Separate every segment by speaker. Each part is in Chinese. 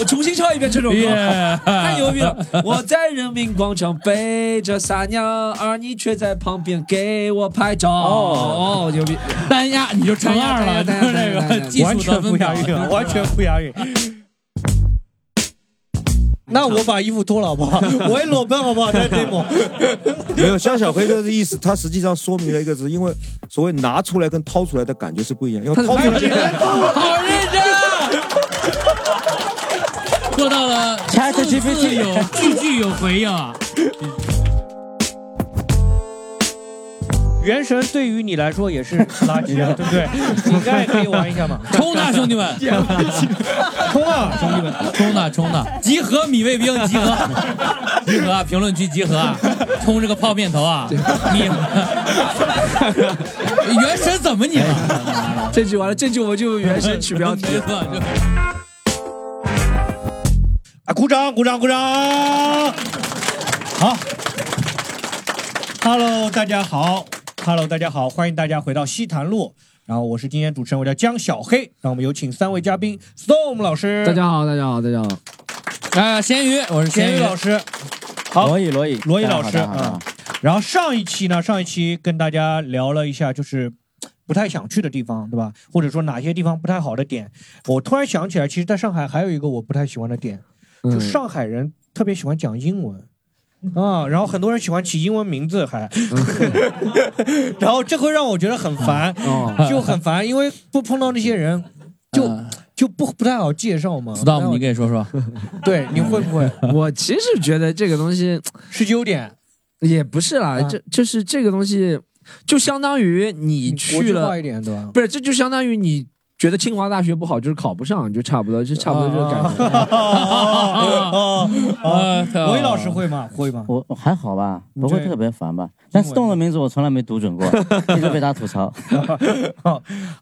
Speaker 1: 我重新唱一遍这首歌
Speaker 2: Yeah
Speaker 1: 太牛逼了！我在人民广场背着撒尿，而你却在旁边给我拍照。哦，牛逼！
Speaker 2: 单压你
Speaker 3: 哎
Speaker 2: 就乘二了，就
Speaker 1: 单
Speaker 2: 是
Speaker 1: 压 单
Speaker 2: 这
Speaker 1: 压单
Speaker 2: 个
Speaker 1: 压
Speaker 2: 技
Speaker 3: 完
Speaker 2: 术
Speaker 3: 全
Speaker 2: 得
Speaker 3: 不
Speaker 2: 分
Speaker 3: 押韵，
Speaker 2: 表。
Speaker 3: 完全不押韵。那我把衣服脱了好不好？我也裸奔好不好？在这幕，
Speaker 4: 没有，像小黑哥的意思，他实际上说明了一个字，因为所谓拿出来跟掏出来的感觉是不一样，因为掏
Speaker 2: 好
Speaker 4: 出来
Speaker 2: 认真啊！ 做到了字
Speaker 3: ChatGPT
Speaker 2: 字有句句有回应啊！
Speaker 3: 原神对于你来说也是垃圾 啊，对不对？你应该也可以玩一下嘛。
Speaker 2: 冲呐，兄弟们！
Speaker 3: 冲啊，兄弟们！
Speaker 2: 冲呐，冲呐！集合米卫兵，集合，集合啊！评论区集合啊！冲这个泡面头啊！你 原神怎么你了？
Speaker 1: 哎这句完了，这句我就原神取标题。
Speaker 2: 没错就
Speaker 3: 啊，鼓掌，鼓掌，鼓掌！好，Hello，大家好，Hello，大家好，欢迎大家回到西坛路。然后我是今天主持人，我叫江小黑。让我们有请三位嘉宾，Storm 老师，
Speaker 1: 大家好，大家好，大家好。
Speaker 2: 啊，咸鱼，我是
Speaker 3: 哎咸
Speaker 2: 鱼
Speaker 3: 鱼老
Speaker 2: 师，
Speaker 3: 师，好
Speaker 5: 罗毅，罗毅，
Speaker 3: 罗毅老师
Speaker 5: 大家好大家
Speaker 3: 啊
Speaker 5: 好。
Speaker 3: 然后上一期呢，上一期跟大家聊了一下，就是嘖不太想去的地方，对吧？或者说哪些地方不太好的点。我突然想起来，其实在上海还有一个我不太喜欢的点，
Speaker 5: 嗯
Speaker 3: 就上海人特别喜欢讲英文。啊、然后很多人喜欢起英文名字还，
Speaker 5: 嗯
Speaker 3: 然后这会让我觉得很烦，
Speaker 1: 哦，
Speaker 3: 就很烦，因为不碰到那些人就
Speaker 2: 嗯
Speaker 3: 就不不太好介绍嘛。
Speaker 2: Storm，你给说说。
Speaker 3: 对你会不会
Speaker 1: 我其实觉得这个东西
Speaker 3: 是优点？
Speaker 1: 也不是啦，
Speaker 3: 啊
Speaker 1: 这就是这个东西，就相当于你
Speaker 3: 国
Speaker 1: 去
Speaker 3: 际化
Speaker 1: 了，
Speaker 3: 一点，对吧？
Speaker 1: 不是，这就相当于你觉得清华大学不好，就是考不上，就差不多，就差不多这个感觉。
Speaker 3: 啊哦哦哦！
Speaker 2: 啊，
Speaker 3: 罗毅老师会吗？会吗？
Speaker 5: 我我还好吧，不会
Speaker 3: 对
Speaker 5: 特别烦吧？但是动的名字我从来没 读准过，一直被他吐槽。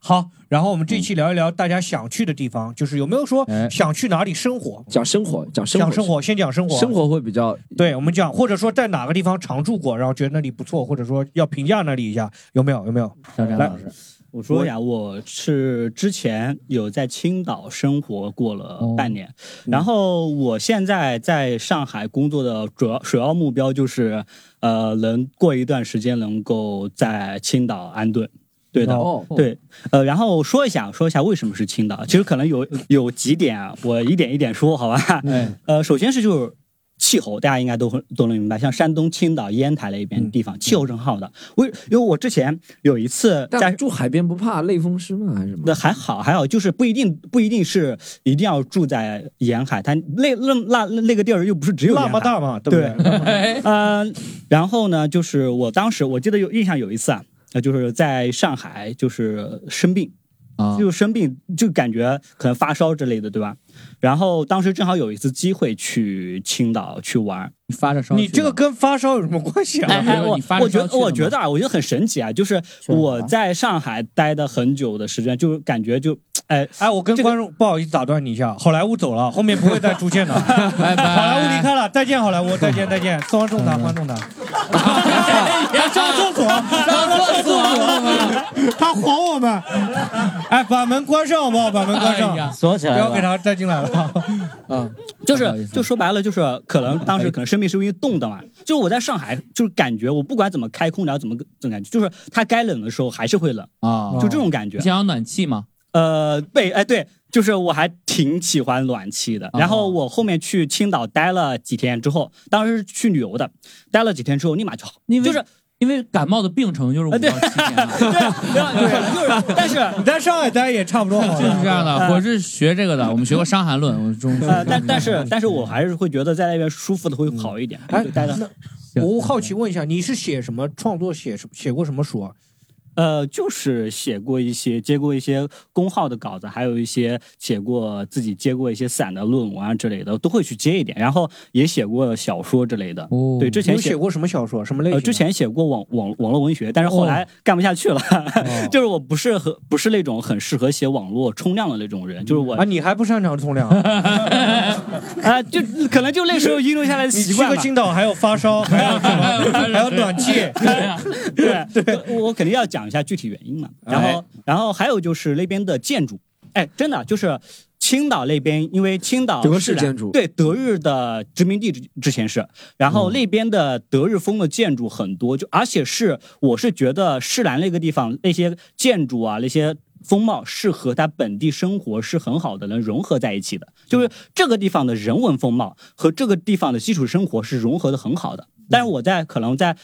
Speaker 3: 好，然后我们这期聊一聊大家想去的地方，就是有没有说
Speaker 2: 哎
Speaker 3: 想去哪里生活？
Speaker 1: 讲生活，讲生
Speaker 3: 讲
Speaker 1: 活，
Speaker 3: 生活，先讲生活。啊
Speaker 1: 生，活会 比较
Speaker 3: 对我们讲，或者说在哪个地方常住过，然后觉得那里不错，或者说要评价那里一下，有没有？有没有？
Speaker 2: 张张
Speaker 3: 来
Speaker 2: 老师，
Speaker 6: 我说呀，我是之前有在青岛生活过了半年，然后我现在在上海工作的主要首要目标就是，呃，能过一段时间能够在青岛安顿。对的，
Speaker 3: 哦
Speaker 1: 哦，
Speaker 6: 对，呃，然后说一下，说一下为什么是青岛。其实可能有有几点啊，我一点一点说，好吧？
Speaker 3: 哎，
Speaker 6: 呃，首先是就是气候，大家应该都会都能明白，像山东青岛、烟台那
Speaker 1: 嗯
Speaker 6: 边地方、气候是很好的。为因为我之前有一次在
Speaker 1: 但住海边不怕类风湿吗？还是什么
Speaker 6: 那？还好，还好，就是不一定不一定是一定要住在沿海，它那那那那个地儿又不是只有
Speaker 3: 辣
Speaker 6: 沿
Speaker 3: 么
Speaker 6: 海。
Speaker 3: 大嘛，对不对？
Speaker 2: 哎，
Speaker 6: 呃，然后呢，就是我当时我记得有印象有一次啊，呃，就是在上海就是生病，
Speaker 2: 啊
Speaker 6: 就生病就感觉可能发烧之类的，对吧？然后当时正好有一次机会去青岛去玩，
Speaker 2: 发着烧去了，
Speaker 3: 你这个跟发烧有什么关系
Speaker 2: 哎
Speaker 3: 啊？
Speaker 2: 哎
Speaker 6: 我
Speaker 2: 你发着
Speaker 6: 我
Speaker 2: 烧
Speaker 6: 觉
Speaker 2: 去
Speaker 6: 得
Speaker 2: 了吗
Speaker 6: 我觉得啊，我觉得很神奇啊，就是
Speaker 5: 去了哪儿
Speaker 6: 我在上海待的很久的时间，就感觉就哎
Speaker 3: 哎，我跟
Speaker 6: 这个
Speaker 3: 观众不好意思打断你一下，好莱坞走了，后面不会再出现的。好
Speaker 2: 拜拜，
Speaker 3: 莱坞离开了，再见好莱坞，再见再见，欢啊送他，欢送他。上厕所，
Speaker 2: 上厕所
Speaker 3: 他晃我们。哎，把门关上好不好？把门关上
Speaker 2: 哎，呀
Speaker 5: 锁起
Speaker 3: 不
Speaker 5: 来
Speaker 3: 要给
Speaker 5: 了。
Speaker 3: 他啊带进来了。
Speaker 6: 嗯就
Speaker 2: 不好意
Speaker 6: 是
Speaker 2: 思
Speaker 6: 就说白了，就是可能当时可能生病是因为冻的嘛。就是我在上海，就是感觉我不管怎么开空调，怎么怎么感觉，就是它该冷的时候还是会冷，
Speaker 2: 啊
Speaker 6: 就这种感觉
Speaker 2: 你。想要暖气吗？
Speaker 6: 呃，被哎对，就是我还挺喜欢暖气的。然
Speaker 2: 哦
Speaker 6: 后我后面去青岛待了几天之后，当时是去旅游的，待了几天之后立马就好，
Speaker 2: 因为
Speaker 6: 就是呃
Speaker 2: 因为感冒的病程就是五到
Speaker 6: 对
Speaker 2: 七天啊，
Speaker 6: 对对，就是，但是。
Speaker 3: 你在上海待也差不多好
Speaker 2: 就是
Speaker 3: 了。
Speaker 2: 这样的。我是学这个的，我们学过《伤寒论》，我中
Speaker 6: 呃，但但是但是我还是会觉得在那边舒服的会好一点，
Speaker 3: 嗯哎
Speaker 6: 就待的
Speaker 3: 我好奇问一下，你是写什么创作？写什写过什么书啊？
Speaker 6: 呃，就是写过一些接过一些公号的稿子，还有一些写过自己接过一些散的论文啊之类的，都会去接一点。然后也写过小说之类的。
Speaker 1: 哦
Speaker 6: 对，之前
Speaker 3: 有写过什么小说？什么类型
Speaker 6: 呃，
Speaker 3: 的？哦
Speaker 6: 之前写过网网网络文学，但是后来干不下去了， 就是我不是很不是那种很适合写网络冲浪的那种人，就是我
Speaker 3: 啊，你还不擅长冲浪啊？
Speaker 6: 啊，就可能就那时候遗留下来
Speaker 3: 你
Speaker 6: 的习
Speaker 3: 去
Speaker 6: 惯
Speaker 3: 个
Speaker 6: 吧。
Speaker 3: 青岛还要发 烧，还要什么还要暖气，
Speaker 6: 啊 对对，我肯定要讲一下具体原因嘛。
Speaker 3: 哎
Speaker 6: 然后，然后还有就是那边的建筑，哎，真的就是青岛那边，因为青岛
Speaker 1: 德
Speaker 6: 是
Speaker 1: 式
Speaker 6: 来
Speaker 1: 建筑
Speaker 6: 对德日的殖民地之之前是，然
Speaker 1: 嗯
Speaker 6: 后那边的德日风的建筑很多，就而且是我是觉得士兰那个地方那些建筑啊那些。风貌是和它本地生活是很好的，能融合在一起的。就是
Speaker 1: 嗯
Speaker 6: 这个地方的人文风貌和这个地方的基础生活是融合的很好的。
Speaker 1: 嗯
Speaker 6: 但是我在可能在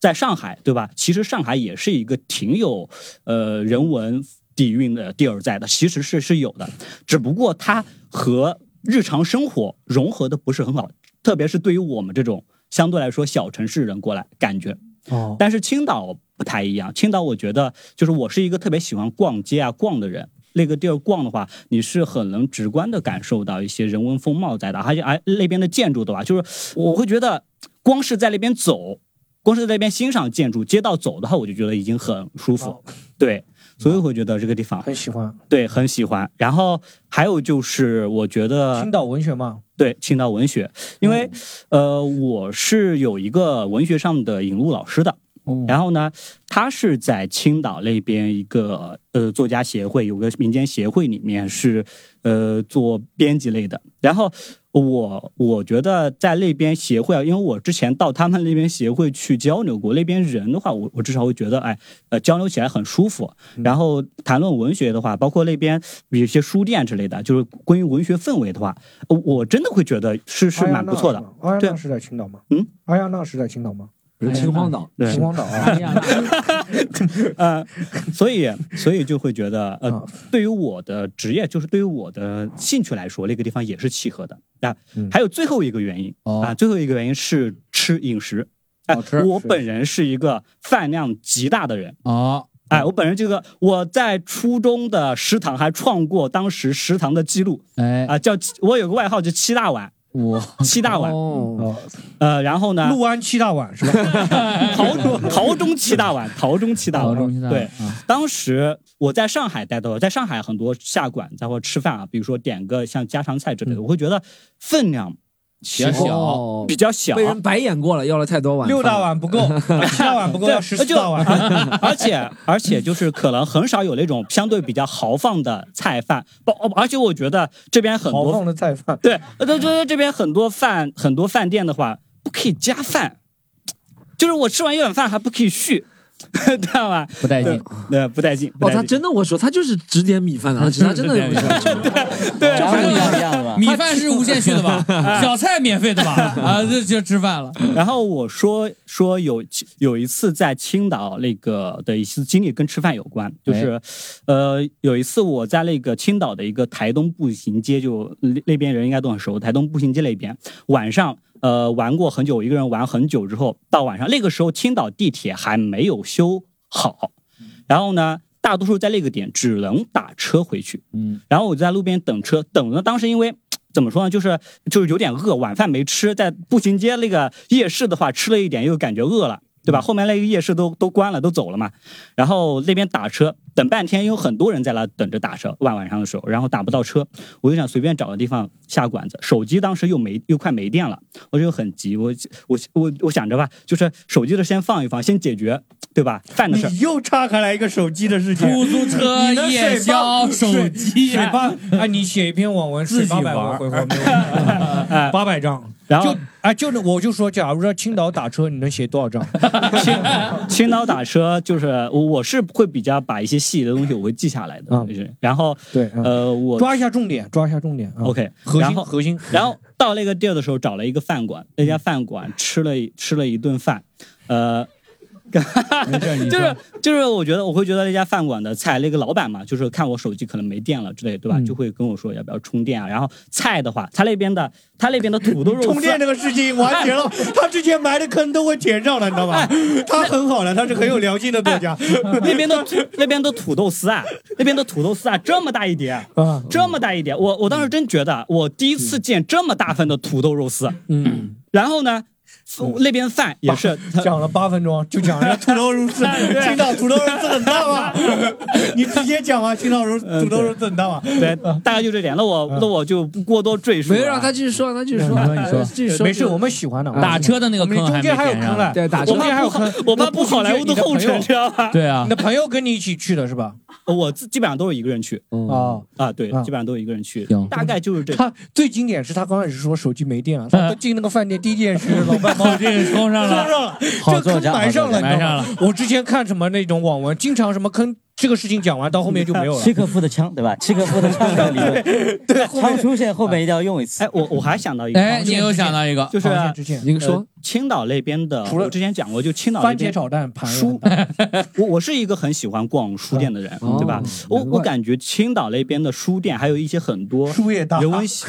Speaker 6: 在上海，对吧？其实上海也是一个挺有呃人文底蕴的地儿在的，其实是是有的，只不过它和日常生活融合的不是很好，特别是对于我们这种相对来说小城市人过来感觉。
Speaker 3: 哦，
Speaker 6: 但是青岛不太一样，青岛我觉得就是我是一个特别喜欢逛街啊逛的人。那个地儿逛的话，你是很能直观的感受到一些人文风貌在的，而且而那边的建筑的话，就是我会觉得，光是在那边走，光是在那边欣赏建筑、街道走的话，我就觉得已经很舒服。对，所以我觉得这个地方
Speaker 3: 很喜欢
Speaker 6: 对很喜欢。然后还有就是，我觉得
Speaker 3: 青岛文学嗯嘛。
Speaker 6: 对青岛文学，因为、呃，我是有一个文学上的引路老师的。
Speaker 1: 哦
Speaker 5: 嗯
Speaker 6: 然后呢，他是在青岛那边一个呃作家协会，有个民间协会里面是呃做编辑类的。然后我我觉得在那边协会啊，因为我之前到他们那边协会去交流过，那边人的话，我我至少会觉得哎呃交流起来很舒服。然后谈论文学的话，包括那边有些书店之类的，就是关于文学氛围的话，呃我真的会觉得是
Speaker 3: 阿
Speaker 6: 是
Speaker 3: 亚
Speaker 6: 蛮
Speaker 3: 纳
Speaker 6: 不错的
Speaker 3: 是。吗阿亚
Speaker 6: 对
Speaker 3: 纳是在青岛吗？
Speaker 6: 嗯，
Speaker 3: 阿亚纳是在青岛吗？
Speaker 1: 人情荒岛，
Speaker 6: 对
Speaker 3: 秦皇岛啊，
Speaker 6: 呃，所以所以就会觉得，
Speaker 3: 啊
Speaker 6: 呃，对于我的职业，就是对于我的兴趣来说，那个地方也是契合的。啊
Speaker 3: 嗯，
Speaker 6: 还有最后一个原因
Speaker 2: 哦
Speaker 6: 啊，最后一个原因是吃饮食。哎
Speaker 3: 哦
Speaker 2: 好吃，
Speaker 6: 我本人是一个饭量极大的人。
Speaker 2: 哦，
Speaker 6: 哎，我本人这个我在初中的食堂还创过当时食堂的记录
Speaker 2: 哎，
Speaker 6: 啊，叫我有个外号叫七大碗，
Speaker 2: 我
Speaker 6: 七大碗。
Speaker 1: 哦，
Speaker 3: 哦
Speaker 6: 呃，然后呢，
Speaker 3: 陆安七大碗是吧？
Speaker 6: 陶中陶中七大碗，陶中七大
Speaker 2: 老
Speaker 6: 碗，
Speaker 2: 中心大
Speaker 6: 对，
Speaker 1: 嗯
Speaker 2: 啊
Speaker 6: 当时我在上海待的，在上海很多下馆子或者吃饭啊，比如说点个像家常菜
Speaker 1: 嗯
Speaker 6: 之类的，我会觉得分量
Speaker 2: 比较小，
Speaker 1: 哦
Speaker 6: 比较小
Speaker 1: 被，人白眼过了，要了太多碗饭，
Speaker 3: 六大碗不 够，七大碗不够，
Speaker 6: 对
Speaker 3: 要十四
Speaker 6: 就
Speaker 3: 大碗。
Speaker 6: 而且而且就是可能很少有那种相对比较豪放的菜饭，包哦而且我觉得这边很
Speaker 3: 豪
Speaker 6: 多
Speaker 3: 放的菜饭，
Speaker 6: 对，呃，这这这边很多饭很多饭店的话不可以加饭，就是我吃完一碗饭还不可以续， 知道吧？
Speaker 2: 不带劲，
Speaker 3: 呃
Speaker 6: 那不带劲，不
Speaker 1: 哦，
Speaker 6: 带
Speaker 1: 他
Speaker 6: 劲。
Speaker 1: 真的我说他就是只点米饭的，啊他他真的有一 个
Speaker 5: 对，不一样一样的吧？
Speaker 2: 米饭是无限续的吧？小菜免费的吧？啊，这就吃饭了。
Speaker 6: 然后我说说有有一次在青岛那个的一次经历跟吃饭有关，就是，呃，有一次我在那个青岛的一个台东步行街，就那那边人应该都很熟，台东步行街那边晚上。呃，玩过很久，一个人玩很久之后，到晚上那个时候，青岛地铁还没有修好，然后呢，大多数在那个点只能打车回去。
Speaker 2: 嗯，
Speaker 6: 然后我就在路边等车，等了。当时因为怎么说呢，就是就是有点饿，晚饭没吃，在步行街那个夜市的话，吃了一点又感觉饿了。对
Speaker 3: 嗯
Speaker 6: 吧？后面那个夜市都都关了，都走了嘛。然后那边打车，等半天，有很多人在那等着打车。晚晚上的时候，然后打不到车，我就想随便找个地方下馆子。手机当时又没又快没电了，我就很急，我我我我想着吧，就是手机的先放一放，先解决，对吧？饭的事儿。
Speaker 3: 你又岔开来一个手机的事情。
Speaker 2: 出租车、夜宵、手机，
Speaker 3: 水八哎，你写一篇网文，
Speaker 7: 自己
Speaker 3: 八百
Speaker 7: 玩儿
Speaker 3: 回合没有问题，八百张。
Speaker 6: 然后
Speaker 3: 就哎，就那我就说，假如说青岛打车，你能写多少张？
Speaker 6: 青岛打车就是我我是会比较把一些细的东西我会记下来的，
Speaker 3: 嗯
Speaker 6: 就是然后
Speaker 3: 对，嗯
Speaker 6: 呃我
Speaker 3: 抓一下重点，抓一下重点啊。
Speaker 6: OK，
Speaker 3: 核
Speaker 6: 然
Speaker 3: 心
Speaker 6: 后
Speaker 3: 核心。嗯
Speaker 6: 然后到那个地儿的时候找了一个饭馆，那家饭馆吃了一吃了一顿饭，呃，
Speaker 3: 没事，你
Speaker 6: 就
Speaker 3: 说
Speaker 6: 是就是，我觉得我会觉得那家饭馆的菜，那个老板嘛，就是看我手机可能没电了之类，对吧？
Speaker 3: 嗯
Speaker 6: 就会跟我说要不要充电啊。然后菜的话，他那边的他那边的土豆肉
Speaker 3: 充电
Speaker 6: 饭，
Speaker 3: 这个事情，我还填 了，他之前埋的坑都会填上的，你知道吧？他很好的，他是很有良心的作家。
Speaker 6: 哎 那边的那边的土豆丝啊，那边的土豆丝啊，这么大一碟，
Speaker 3: 啊，
Speaker 6: 这么大一碟，我我当时真觉得啊我第一次见这么大份的土豆肉丝。
Speaker 1: 嗯，
Speaker 6: 然后呢，那边饭也是，他
Speaker 3: 嗯 讲了八分钟，就 讲人家土豆肉丝， 青岛土豆肉丝很大啊吗？你直接讲啊，青岛肉土豆肉丝很大吗？
Speaker 6: 嗯
Speaker 3: 嗯
Speaker 6: 对，大概就这点。那我那我就不过多赘述了。
Speaker 1: 没有让他继续说，让他继续说，继续说，
Speaker 3: 没事，我们喜欢的。
Speaker 6: 啊嗯
Speaker 2: 打车的那个
Speaker 3: 我们
Speaker 2: 坑
Speaker 3: 中
Speaker 2: 没
Speaker 3: 间还有
Speaker 2: 填
Speaker 3: 坑
Speaker 2: 上。
Speaker 3: 了，
Speaker 1: 对打车
Speaker 6: 我
Speaker 3: 中间还
Speaker 6: 怕
Speaker 3: 有
Speaker 6: 不好
Speaker 3: 坑，，
Speaker 6: 我怕不好莱坞的后
Speaker 3: 程
Speaker 6: 尘，知。道吧？
Speaker 2: 对啊
Speaker 3: 你，的朋友跟你一起去的是吧？
Speaker 6: 我自基本上都是一个人去
Speaker 3: 啊，
Speaker 6: 啊，对，
Speaker 3: 啊
Speaker 6: 基本上都是一个人去
Speaker 2: 行，
Speaker 6: 大概就是这。
Speaker 3: 他最经典是他刚开始说手机没电了，啊他进那个饭店第一 件事，老板帮我
Speaker 2: 我这个冲上
Speaker 3: 上
Speaker 2: 了，
Speaker 3: 了，
Speaker 5: 好
Speaker 3: 这
Speaker 5: 作
Speaker 3: 坑
Speaker 5: 家
Speaker 3: 埋上了，
Speaker 2: 埋上了
Speaker 3: 你知道吗。我之前看什么那种网文，经常什么坑，这个事情讲完到后面就没有 了。
Speaker 5: 契 诃夫的枪，对吧？契诃夫的枪这个理论，枪出现后面一定要用一次
Speaker 6: 哎，。我我还想到一个，
Speaker 2: 哎，你又想到一个，
Speaker 6: 就是
Speaker 3: 螃蟹之前
Speaker 1: 您
Speaker 6: 呃
Speaker 1: 说，
Speaker 6: 青岛那边的，
Speaker 3: 除了
Speaker 6: 我之前讲过，就青岛那
Speaker 3: 番茄
Speaker 6: 边，
Speaker 3: 炒蛋盘了
Speaker 6: 书， 我我是一个很喜欢逛书店的人，
Speaker 1: 哦
Speaker 6: 对吧？我
Speaker 1: 难怪
Speaker 6: 我感觉青岛那边的书店还有一些很多
Speaker 3: 书也大
Speaker 6: 人文写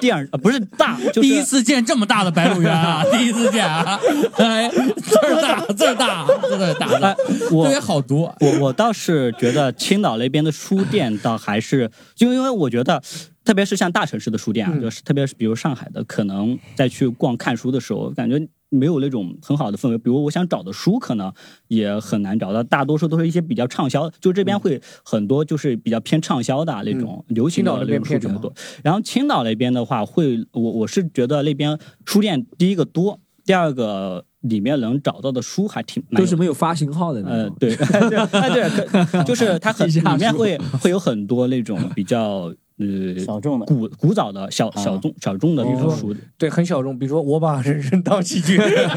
Speaker 6: 电影，呃不是大， 就是
Speaker 2: 第一次见这么大的白鹿原啊，第一次见啊，哎，字儿大，字儿大，啊字儿大
Speaker 6: 哎
Speaker 2: 的，特别
Speaker 6: 我。
Speaker 2: 好读。
Speaker 6: 我我倒是觉得青岛那边的书店倒还是，就因为我觉得，特别是像大城市的书店啊，
Speaker 3: 嗯
Speaker 6: 就是特别是比如上海的，可能在去逛看书的时候，感觉没有那种很好的氛围。比如我想找的书，可能也很难找到，大多数都是一些比较畅销，就这边
Speaker 3: 嗯
Speaker 6: 会很多就是比较偏畅销的啊那种流行的
Speaker 3: 青岛那
Speaker 6: 那
Speaker 3: 边
Speaker 6: 种书
Speaker 3: 偏
Speaker 6: 比
Speaker 3: 什
Speaker 6: 较
Speaker 3: 么
Speaker 6: 多。然后青岛那边的话，会我我是觉得那边书店第一个多，第二个里面能找到的书还挺蛮
Speaker 1: 就
Speaker 6: 有
Speaker 1: 是没有发行号的那
Speaker 6: 呃，
Speaker 1: 种，
Speaker 6: 对，哎对， 可就是它很
Speaker 1: 地下
Speaker 6: 里面
Speaker 1: 书
Speaker 6: 会会有很多那种比较呃
Speaker 5: 小众的，
Speaker 6: 古古早的小小众小众的那种
Speaker 3: 啊哦
Speaker 6: 书的，
Speaker 3: 对，很小众。比如说，我把人生当喜剧，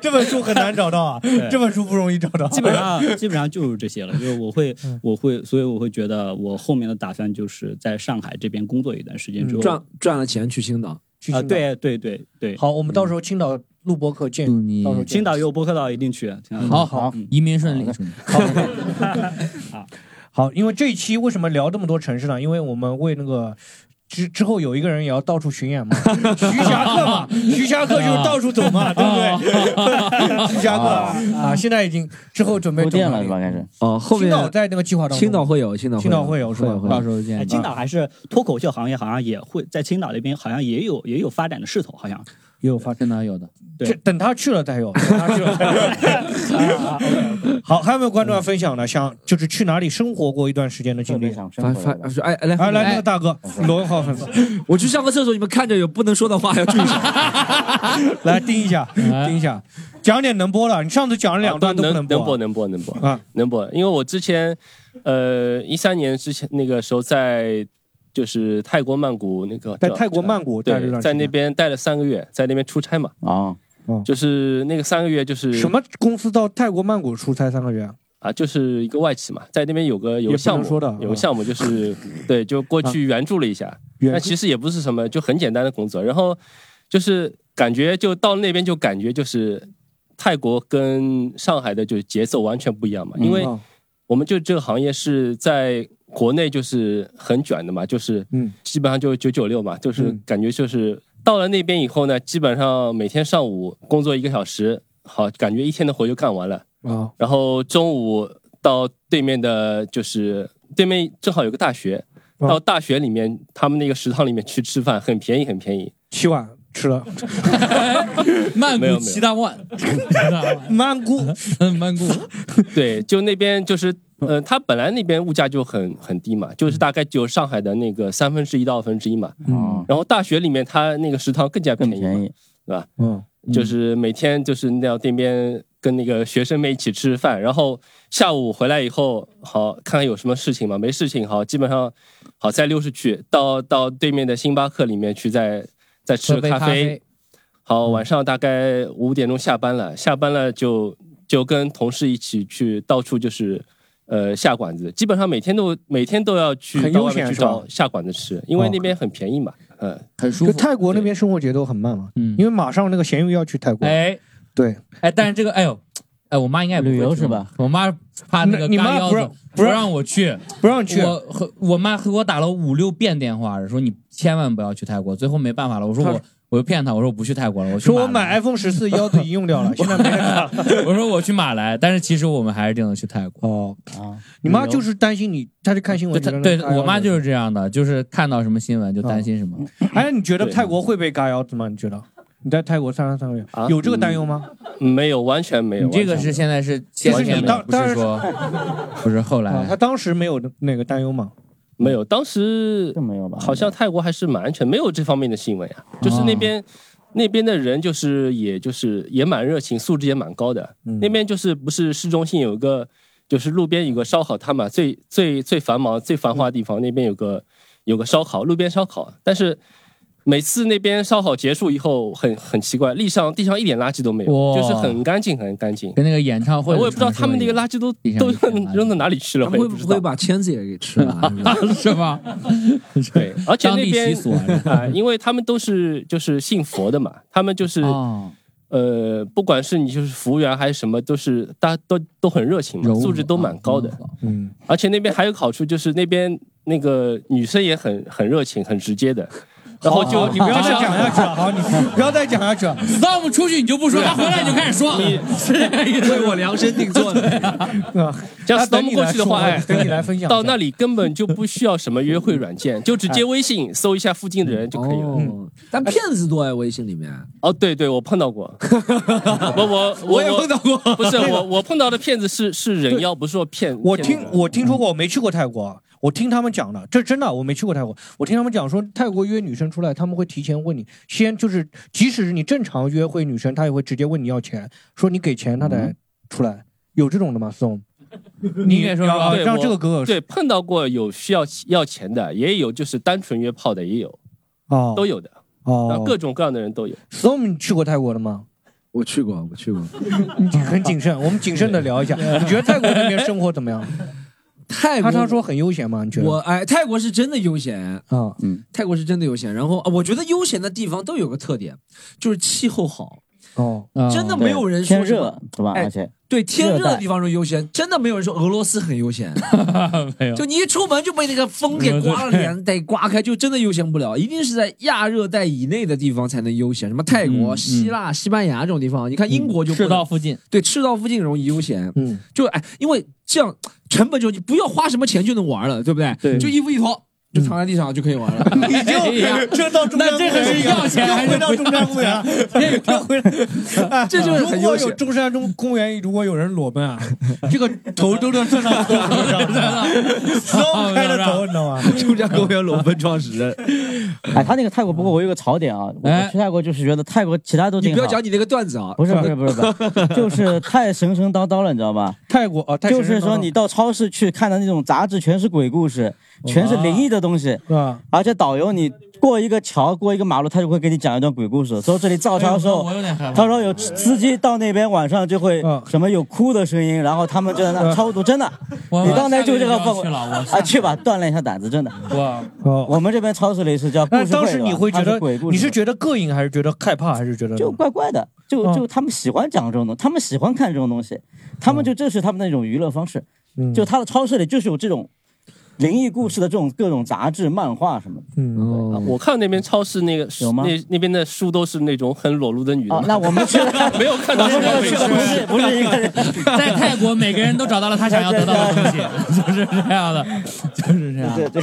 Speaker 3: 这本书很难找到啊，这本书不容易找到。 啊
Speaker 6: 基本上基本上就是这些了。就是我会
Speaker 3: 嗯
Speaker 6: 我会，所以我会觉得我后面的打算就是在上海这边工作一段时间之后，
Speaker 1: 嗯赚赚了钱去青岛，
Speaker 3: 去
Speaker 6: 啊，
Speaker 3: 青岛，
Speaker 6: 对对对对，嗯
Speaker 3: 好，我们到时候 青岛录播课见。
Speaker 2: 祝你
Speaker 3: 到时候见
Speaker 6: 青岛有播客到一定 去， 嗯青岛有
Speaker 2: 好
Speaker 5: 好
Speaker 2: 移民顺利
Speaker 5: 好。
Speaker 3: 好，因为这一期为什么聊这么多城市呢？因为我们为那个。之之后有一个人也要到处巡演嘛，徐霞客嘛， 徐霞客就是到处走嘛，对不对？ 徐霞客啊，现在已经之后准备
Speaker 5: 铺
Speaker 3: 走
Speaker 5: 垫
Speaker 3: 哪
Speaker 5: 了
Speaker 3: 里
Speaker 5: 是吧？？开始
Speaker 1: 哦，后
Speaker 3: 青
Speaker 1: 面
Speaker 3: 岛在那个计划当中，
Speaker 1: 青岛会有，青岛
Speaker 3: 青岛会有是吧
Speaker 1: 会有
Speaker 2: 到时候见
Speaker 6: 哎，。青岛还是脱口秀行业好像也会在青岛那边好像也有也有发展的势头，好像
Speaker 2: 也有发，青岛有的。
Speaker 6: 对
Speaker 3: 这等他去了 再有。等他去了再有啊啊，OK，OK 好，还有没有观众要分享的？想就是去哪里生活过一段时间的
Speaker 5: 特
Speaker 3: 经
Speaker 5: 别
Speaker 3: 历？
Speaker 5: 想生
Speaker 1: 反
Speaker 5: 活
Speaker 1: 反
Speaker 5: 了。
Speaker 1: 说哎哎来
Speaker 3: 啊，来那
Speaker 1: 来，
Speaker 3: 个大哥，罗永浩粉丝，
Speaker 1: 我去上个厕所，你们看着有不能说的话要注意一下。
Speaker 3: 来盯一下，盯一下，讲点能播的。你上次讲了两段都不
Speaker 8: 能播
Speaker 3: 播啊，
Speaker 8: 能播能播
Speaker 3: 啊
Speaker 8: 能播，因为我之前呃一三年之前那个时候在就是泰国曼谷那个
Speaker 3: 在
Speaker 8: 叫
Speaker 3: 泰国曼谷待了一
Speaker 8: 对，
Speaker 3: 段时间
Speaker 8: 在那边待了三个月，在那边出差嘛，
Speaker 5: 哦，
Speaker 8: 就是那个三个月就是
Speaker 3: 什么公司到泰国曼谷出差三个月啊？
Speaker 8: 啊，就是一个外企嘛，在那边有个有
Speaker 3: 也
Speaker 8: 个
Speaker 3: 不
Speaker 8: 项
Speaker 3: 能
Speaker 8: 目，
Speaker 3: 说的
Speaker 8: 有
Speaker 3: 啊
Speaker 8: 个项目就是对，就过去援助了一下，
Speaker 3: 原
Speaker 8: 但其实也不是什么，就很简单的工作。然后就是感觉就到那边就感觉就是泰国跟上海的就是节奏完全不一样嘛，因为
Speaker 3: 啊
Speaker 8: 我们就这个行业是在国内就是很卷的嘛，就是
Speaker 3: 嗯
Speaker 8: 基本上就九九六嘛，就是
Speaker 3: 嗯
Speaker 8: 感觉就是到了那边以后呢，基本上每天上午工作一个小时，好，感觉一天的活就干完了。
Speaker 3: 啊
Speaker 8: 然后中午到对面的，就是对面正好有个大学，
Speaker 3: 嗯
Speaker 8: 到大学里面他们那个食堂里面去吃饭，很便宜，很便宜。
Speaker 3: 七碗吃了，
Speaker 2: 曼
Speaker 8: 没有
Speaker 2: 谷
Speaker 8: 没有
Speaker 2: 七大万，
Speaker 3: 曼谷
Speaker 2: 曼谷
Speaker 8: 对，就那边就是，呃，它本来那边物价就很很低嘛，就是大概只有上海的那个三分之一到二分之一嘛。
Speaker 5: 哦，
Speaker 8: 然后大学里面它那个食堂更加
Speaker 5: 更
Speaker 8: 便宜嘛，
Speaker 5: 便宜。
Speaker 3: 嗯
Speaker 8: 就是每天就是那样那边跟那个学生们一起吃饭，然后下午回来以后，好看看有什么事情嘛，没事情好，基本上好再溜出去，到到对面的星巴克里面去再再吃
Speaker 2: 喝
Speaker 8: 个
Speaker 2: 杯
Speaker 8: 咖
Speaker 2: 咖啡，
Speaker 8: 好，
Speaker 3: 嗯
Speaker 8: 晚上大概五点钟下班了，下班了就就跟同事一起去到处就是。呃，下馆子基本上每天都每天都要去
Speaker 3: 很
Speaker 8: 到
Speaker 3: 悠
Speaker 8: 外面
Speaker 3: 闲
Speaker 8: 去
Speaker 3: 是吧
Speaker 8: 找下馆子吃，因为
Speaker 3: 哦
Speaker 8: 那边很便宜嘛。嗯，
Speaker 2: 很舒
Speaker 3: 就
Speaker 2: 服。
Speaker 3: 泰国那边生活节奏很慢嘛，
Speaker 2: 嗯
Speaker 3: 因为马上那个咸鱼要去泰国，
Speaker 2: 哎，
Speaker 3: 对，
Speaker 2: 哎，但是这个，哎呦，哎，我妈应该也不会
Speaker 5: 旅游
Speaker 2: 听
Speaker 5: 是吧？
Speaker 2: 我妈怕那个
Speaker 3: 你
Speaker 2: 嘎
Speaker 3: 妈
Speaker 2: 腰
Speaker 3: 不让
Speaker 2: 子
Speaker 3: 不
Speaker 2: 不
Speaker 3: 让
Speaker 2: 让我去，
Speaker 3: 不让去，
Speaker 2: 我和我妈和我打了五六遍电话，说你千万不要去泰国。最后没办法了，我说
Speaker 3: 她
Speaker 2: 我我就骗她，我说我不去泰国了，我去
Speaker 3: 说我
Speaker 2: 马
Speaker 3: 买
Speaker 2: 来，
Speaker 3: iPhone 十四腰子已经用掉了，现在没人打。
Speaker 2: 我说我去马来，但是其实我们还是定了去泰国。
Speaker 3: 哦，
Speaker 5: 啊，
Speaker 3: 你妈就是担心你，她就看新
Speaker 2: 对
Speaker 3: 闻
Speaker 2: 她
Speaker 3: 觉得那
Speaker 2: 对
Speaker 3: 嘎腰子
Speaker 2: 我妈就是这样的，就是看到什么新闻就担心什么。
Speaker 3: 哎，你觉得
Speaker 8: 对
Speaker 3: 泰国会被嘎腰子吗？你觉得？你在泰国三十三个月
Speaker 8: 啊，
Speaker 3: 有这个担忧吗？
Speaker 8: 没有，完全没有。
Speaker 2: 你这个
Speaker 8: 完全
Speaker 2: 是现在是
Speaker 3: 其
Speaker 2: 现
Speaker 3: 实你
Speaker 2: 在的
Speaker 3: 当
Speaker 2: 不 是说不是后
Speaker 3: 啊，她
Speaker 2: 来
Speaker 3: 当时没有那个担忧嘛？
Speaker 8: 没有，当时
Speaker 5: 这没有吧？
Speaker 8: 好像泰国还是蛮安全，没有这方面的新闻
Speaker 2: 哦
Speaker 8: 呀、就是那边、那边的人，就是也就是也蛮热情，素质也蛮高的。
Speaker 2: 嗯
Speaker 8: 那边就是不是市中心有一个，就是路边有个烧烤摊嘛，最最最繁忙、最繁华的地方，那边有个有个烧烤，路边烧烤。但是每次那边烧烤结束以后，很很奇怪，地上地上一点垃圾都没有，
Speaker 2: 哇
Speaker 8: 就是很干净，很干净。
Speaker 2: 跟那个演唱
Speaker 8: 我
Speaker 2: 啊会的
Speaker 8: 也不知道
Speaker 2: 场
Speaker 8: 他们
Speaker 2: 所
Speaker 8: 那
Speaker 2: 一
Speaker 8: 个
Speaker 2: 样
Speaker 8: 垃圾都
Speaker 2: 地上
Speaker 8: 都
Speaker 2: 一片垃圾
Speaker 8: 扔到哪里去了，
Speaker 1: 他
Speaker 8: 我
Speaker 1: 们
Speaker 8: 也
Speaker 1: 会
Speaker 8: 不知
Speaker 1: 不
Speaker 8: 道
Speaker 1: 会。把签子也给吃了啊？是吧
Speaker 2: 是吧？
Speaker 8: 对， 而且
Speaker 2: 当
Speaker 8: 那
Speaker 2: 地习
Speaker 8: 边
Speaker 2: 俗 啊是吧
Speaker 8: 啊，因为他们都是就是信佛的嘛，他们就是、
Speaker 2: 哦
Speaker 8: 呃，不管是你就是服务员还是什么，都是大家都都很热情嘛，
Speaker 2: 柔
Speaker 8: 素质
Speaker 2: 和
Speaker 8: 都蛮
Speaker 2: 啊
Speaker 8: 高的。
Speaker 2: 柔和
Speaker 3: 嗯，
Speaker 8: 而且那边还有好处就是那边那个女生也很很热情，很直
Speaker 2: 哦
Speaker 8: 接的，然后就
Speaker 3: 你不要
Speaker 8: 好
Speaker 3: 再
Speaker 8: 像
Speaker 3: 讲下去了，好，你不要再讲啊下去了。
Speaker 2: 当我们出去你就不说，他回来你就开始 说， 是这个意思。
Speaker 1: 为我量身定做的。
Speaker 3: 啊
Speaker 8: 这样
Speaker 3: 那等
Speaker 8: storm
Speaker 3: 你
Speaker 8: 过
Speaker 3: 来
Speaker 8: 去的
Speaker 3: 说
Speaker 8: 话，哎。
Speaker 3: 等你来分享一下哎
Speaker 8: 到那里根本就不需要什么约会软件，就直接微信搜一下附近的人就可以了。
Speaker 3: 嗯
Speaker 1: 哦，但骗子多呀，微信里面。
Speaker 8: 哦，对对，我碰到 过，我我我也碰到过，不是我我碰到的骗子是是人妖，不是说骗。
Speaker 3: 我
Speaker 8: 骗
Speaker 3: 听
Speaker 8: 人
Speaker 3: 我听说过，我没去过泰国，我听他们讲的，这真的我没去过泰国，我听他们讲说泰国约女生出来，他们会提前问你，先就是即使是你正常约会女生，她也会直接问你要钱，说你给钱她
Speaker 8: 嗯
Speaker 3: 才出来，有这种的吗？宋，你
Speaker 2: 应该说
Speaker 3: 啊
Speaker 8: 对
Speaker 3: 让
Speaker 8: 我
Speaker 3: 这个哥哥说
Speaker 8: 对碰到过有需要要钱的，也有就是单纯约炮的，也有
Speaker 3: 哦
Speaker 8: 都有的，然后
Speaker 3: 哦
Speaker 8: 各种各样的人都有。
Speaker 3: ，Storm 你去过泰国了吗？
Speaker 1: 我去过，我去过。
Speaker 3: 你很谨慎，我们谨慎的聊一 下，你觉得泰国那边生活怎么样？
Speaker 1: 泰
Speaker 3: 他
Speaker 1: 国，
Speaker 3: 他说很悠闲吗？你觉得？
Speaker 1: 我哎，泰国是真的悠闲，
Speaker 3: 啊，
Speaker 1: 泰国是真的悠闲。然后啊我觉得悠闲的地方都有个特点，就是气候好，
Speaker 3: 哦，
Speaker 2: 嗯
Speaker 1: 真的
Speaker 5: 对
Speaker 1: 没有人
Speaker 5: 天
Speaker 1: 说什么
Speaker 5: 热是吧？
Speaker 1: 哎
Speaker 5: 而且
Speaker 1: 对天热
Speaker 5: 热
Speaker 1: 的
Speaker 5: 带
Speaker 1: 地方说悠闲，真的没有人说俄罗斯很悠闲。
Speaker 2: 没有
Speaker 1: 就你一出门就被那个风给刮了脸，得刮开，就真的悠闲不了。一定是在亚热带以内的地方才能悠闲，什么泰
Speaker 2: 嗯
Speaker 1: 国、
Speaker 2: 嗯
Speaker 1: 希腊、西班牙这种地方，你看英国就不
Speaker 2: 赤
Speaker 1: 能
Speaker 2: 道附近，
Speaker 1: 对赤道附近容易悠闲，
Speaker 3: 嗯，
Speaker 1: 就哎，因为这样成本就你不要花什么钱就能玩了，对不对？
Speaker 3: 对
Speaker 1: 就衣服一脱。就躺在地上就可以玩了，
Speaker 3: 你 就这到中
Speaker 2: 那这个是要钱还是不
Speaker 3: 中山公园了？又回来， 哎
Speaker 1: 这就是很
Speaker 3: 如果
Speaker 1: 悠闲
Speaker 3: 有中山中公园，如果有人裸 奔啊，这个头都能伸到头上， 烧开了头，你知道吗？
Speaker 1: 中山公园裸奔创始人。
Speaker 5: 哎，他那个泰国，不过我有个槽点啊，我
Speaker 2: 哎
Speaker 5: 我去泰国就是觉得泰国其他 都
Speaker 1: 你
Speaker 5: 挺
Speaker 1: 不要
Speaker 5: 好。
Speaker 1: 讲你那个段子啊！
Speaker 5: 不是不是不是 不是，就是太神神叨叨了，你知道吧？
Speaker 3: 泰国
Speaker 1: 哦
Speaker 3: 啊，泰国
Speaker 5: 就是说你到超市去看的那种杂志，全是鬼故事，全是灵异的东西，
Speaker 2: 嗯
Speaker 3: 啊，
Speaker 5: 而且导游你过一个桥、过一个马路，他就会给你讲一段鬼 故事，说这里造
Speaker 2: 哎
Speaker 5: 桥
Speaker 2: 呦
Speaker 5: 的时候
Speaker 2: 我。有点害怕
Speaker 5: 他。说有司机到那边晚上就会
Speaker 3: 嗯
Speaker 5: 什么有哭的声音，然后他们就在那超度，真的，
Speaker 2: 嗯我
Speaker 5: 你当年就这个
Speaker 2: 我下个
Speaker 5: 氛
Speaker 2: 月就要去了，我
Speaker 5: 啊去吧，锻炼一下胆子， 真的。
Speaker 2: 我
Speaker 3: 哦，
Speaker 5: 我们这边超市里是叫故
Speaker 3: 那
Speaker 5: 事会的
Speaker 3: 当
Speaker 5: 吧，
Speaker 3: 时你会觉
Speaker 5: 它
Speaker 3: 得
Speaker 5: 是鬼故
Speaker 3: 你
Speaker 5: 事
Speaker 3: 是觉得膈应，还是觉得害怕，还是觉得
Speaker 5: 就怪怪的，就
Speaker 3: 嗯
Speaker 5: 就他们喜欢讲这种东，他们喜欢看这种东西，他们就这是他们的一种娱乐方式。
Speaker 3: 嗯
Speaker 5: 就他的超市里就是有这种灵异故事的这种各种杂志、漫画什么的。
Speaker 3: 嗯
Speaker 8: 啊我看那边超市那个
Speaker 5: 有吗
Speaker 8: 那那边的书都是那种很裸露的女的
Speaker 5: 啊
Speaker 8: 嘛，，
Speaker 5: 那我们去了，
Speaker 8: 没有看
Speaker 5: 我
Speaker 8: 到
Speaker 5: 们
Speaker 8: 什
Speaker 5: 这
Speaker 8: 么
Speaker 5: 个
Speaker 8: 鬼
Speaker 5: 去的不是不是一个人，
Speaker 2: 在泰国，每个人都找到了他想要得到的 东西，就是这样的，就是这样
Speaker 5: 对
Speaker 2: 的。
Speaker 5: 对，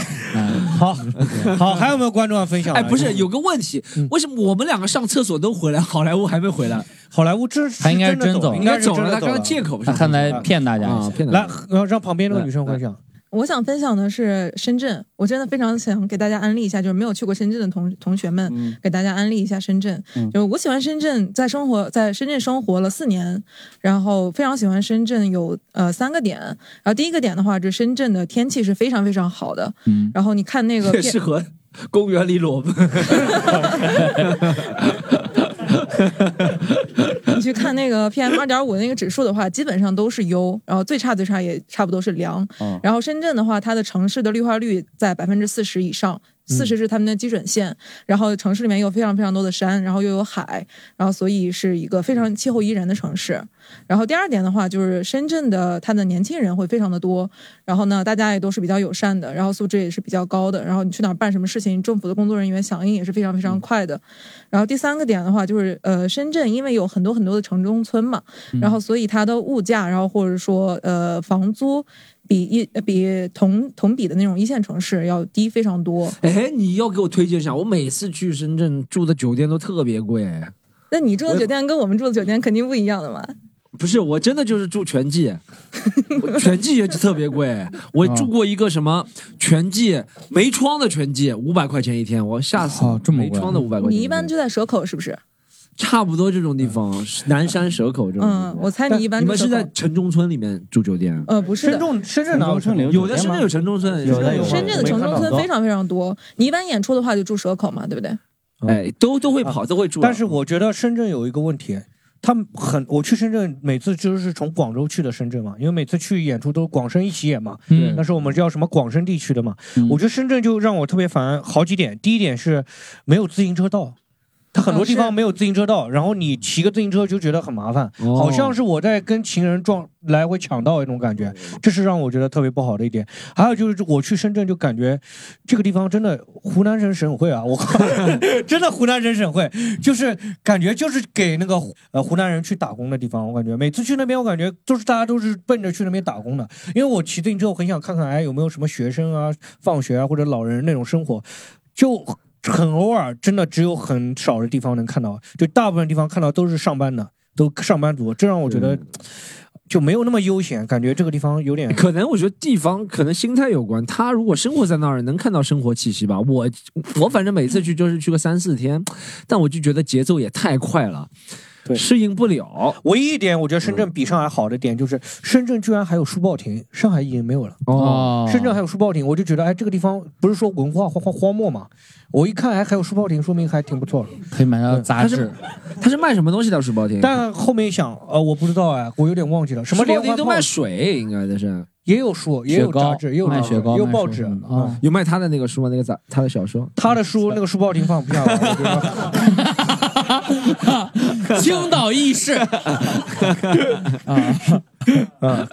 Speaker 3: 好，好，还有没有观众要分享？啊嗯
Speaker 1: 哎，不是，有个问题，为什么我们两个上厕所都回来，好莱坞还没回来？
Speaker 3: 好莱坞这
Speaker 2: 他应该是
Speaker 3: 真
Speaker 2: 真走了
Speaker 3: 应
Speaker 1: 应
Speaker 3: 该
Speaker 1: 该
Speaker 3: 是
Speaker 1: 走了，他
Speaker 3: 真的
Speaker 1: 刚
Speaker 3: 走
Speaker 1: 才
Speaker 3: 了
Speaker 1: 借口是
Speaker 2: 他
Speaker 1: 吧
Speaker 2: 看来骗大家一
Speaker 1: 啊
Speaker 2: 下，
Speaker 1: 骗
Speaker 3: 来
Speaker 1: 来，
Speaker 3: 呃让旁边那个女生分享。
Speaker 9: 我想分享的是深圳，我真的非常想给大家安利一下，就是没有去过深圳的同同学们，
Speaker 5: 嗯
Speaker 9: 给大家安利一下深圳。
Speaker 5: 嗯
Speaker 9: 就是我喜欢深圳，在生活在深圳生活了四年，然后非常喜欢深圳有呃三个点。然后第一个点的话，就是深圳的天气是非常非常好的。
Speaker 2: 嗯
Speaker 9: 然后你看那个
Speaker 1: 也
Speaker 9: 片
Speaker 1: 适合公园里裸奔。
Speaker 9: 你去看那个 PM 二点五那个指数的话，基本上都是优，然后最差最差也差不多是良。
Speaker 5: 嗯
Speaker 9: 然后深圳的话，它的城市的绿化率在百分之四十以上，四十是他们的基准线。然后城市里面有非常非常多的山，然后又有海，然后所以是一个非常气候宜人的城市。然后第二点的话，就是深圳的它的年轻人会非常的多，然后呢，大家也都是比较友善的，然后素质也是比较高的，然后你去哪儿办什么事情，政府的工作人员响应也是非常非常快的。然后第三个点的话，就是呃，深圳因为有很多很多的城中村嘛，
Speaker 1: 嗯
Speaker 9: 然后所以它的物价，然后或者说呃房租。比一比同同比的那种一线城市要低非常多，
Speaker 1: 哎，你要给我推荐一下，我每次去深圳住的酒店都特别贵。
Speaker 9: 那你住的酒店跟我们住的酒店肯定不一样的嘛。
Speaker 1: 不是，我真的就是住全 季，我全季也特别贵。我住过一个什么全季没窗的全季，五百块钱一天，我吓死了。哦这么没窗的五百块钱，
Speaker 9: 你一般就在蛇口是不是？
Speaker 1: 差不多这种地方，南山蛇口这种地方。
Speaker 9: 嗯，我猜你一般
Speaker 1: 你
Speaker 9: 住
Speaker 1: 们
Speaker 9: 蛇
Speaker 1: 是
Speaker 9: 口
Speaker 1: 在城中村里面住酒店？
Speaker 9: 呃不是的，
Speaker 3: 深
Speaker 1: 圳哪有城中村有的深圳有城中村有的有
Speaker 9: 深圳的城中村非常非常多。你一般演出的话就住蛇口嘛，对不对？
Speaker 1: 哎，都都会跑，都会啊
Speaker 3: 嗯
Speaker 1: 住。
Speaker 3: 啊但是我觉得深圳有一个问题，他们很，我去深圳每次就是从广州去的深圳嘛，因为每次去演出都是广深一起演嘛，
Speaker 6: 嗯
Speaker 3: 那时候我们叫什么广深地区的嘛，
Speaker 1: 嗯
Speaker 3: 我觉得深圳就让我特别烦好几点，第一点是没有自行车道。它很多地方没有自行车道，然后你骑个自行车就觉得很麻烦，
Speaker 1: 哦
Speaker 3: 好像是我在跟情人撞来回抢道那种感
Speaker 1: 哦
Speaker 3: 觉，这是让我觉得特别不好的一点。还有就是我去深圳就感觉这个地方真的湖南省省会啊，我靠，真的湖南省省 会，就是感觉就是给那个呃湖南人去打工的地方。我感觉每次去那边，我感觉都是大家都是奔着去那边打工的。因为我骑自行车，我很想看看哎有没有什么学生啊、放学啊或者老人那种生活，就。很偶尔，真的只有很少的地方能看到，就大部分地方看到都是上班的，都上班族，这让我觉得就没有那么悠闲，感觉这个地方有点
Speaker 1: 可能我觉得地方可能心态有关，他如果生活在那儿，能看到生活气息吧。我我反正每次去就是去个三四天，但我就觉得节奏也太快了，适应不了。
Speaker 3: 唯一一点，我觉得深圳比上海好的点就是，深圳居然还有书报亭，上海已经没有了。
Speaker 1: 哦
Speaker 3: 深圳还有书报亭，我就觉得，哎，这个地方不是说文化荒荒荒漠嘛？我一看，哎，还有书报亭，说明还挺不错的。
Speaker 2: 可以买到杂
Speaker 1: 志他是卖什么东西的书包亭？
Speaker 3: 但后面一想，呃，我不知道，哎，我有点忘记了，什么
Speaker 1: 书包
Speaker 3: 连
Speaker 1: 亭
Speaker 3: 环
Speaker 1: 都
Speaker 3: 炮
Speaker 1: 卖，水，应该的是
Speaker 3: 也有书，也有杂志，也有杂志也有报纸。
Speaker 2: 啊，
Speaker 1: 有卖他的那个书吗？那个杂他的小说。
Speaker 3: 他的书那个书报亭放不下了，我觉得
Speaker 2: 青岛意式
Speaker 3: 嗯
Speaker 1: 啊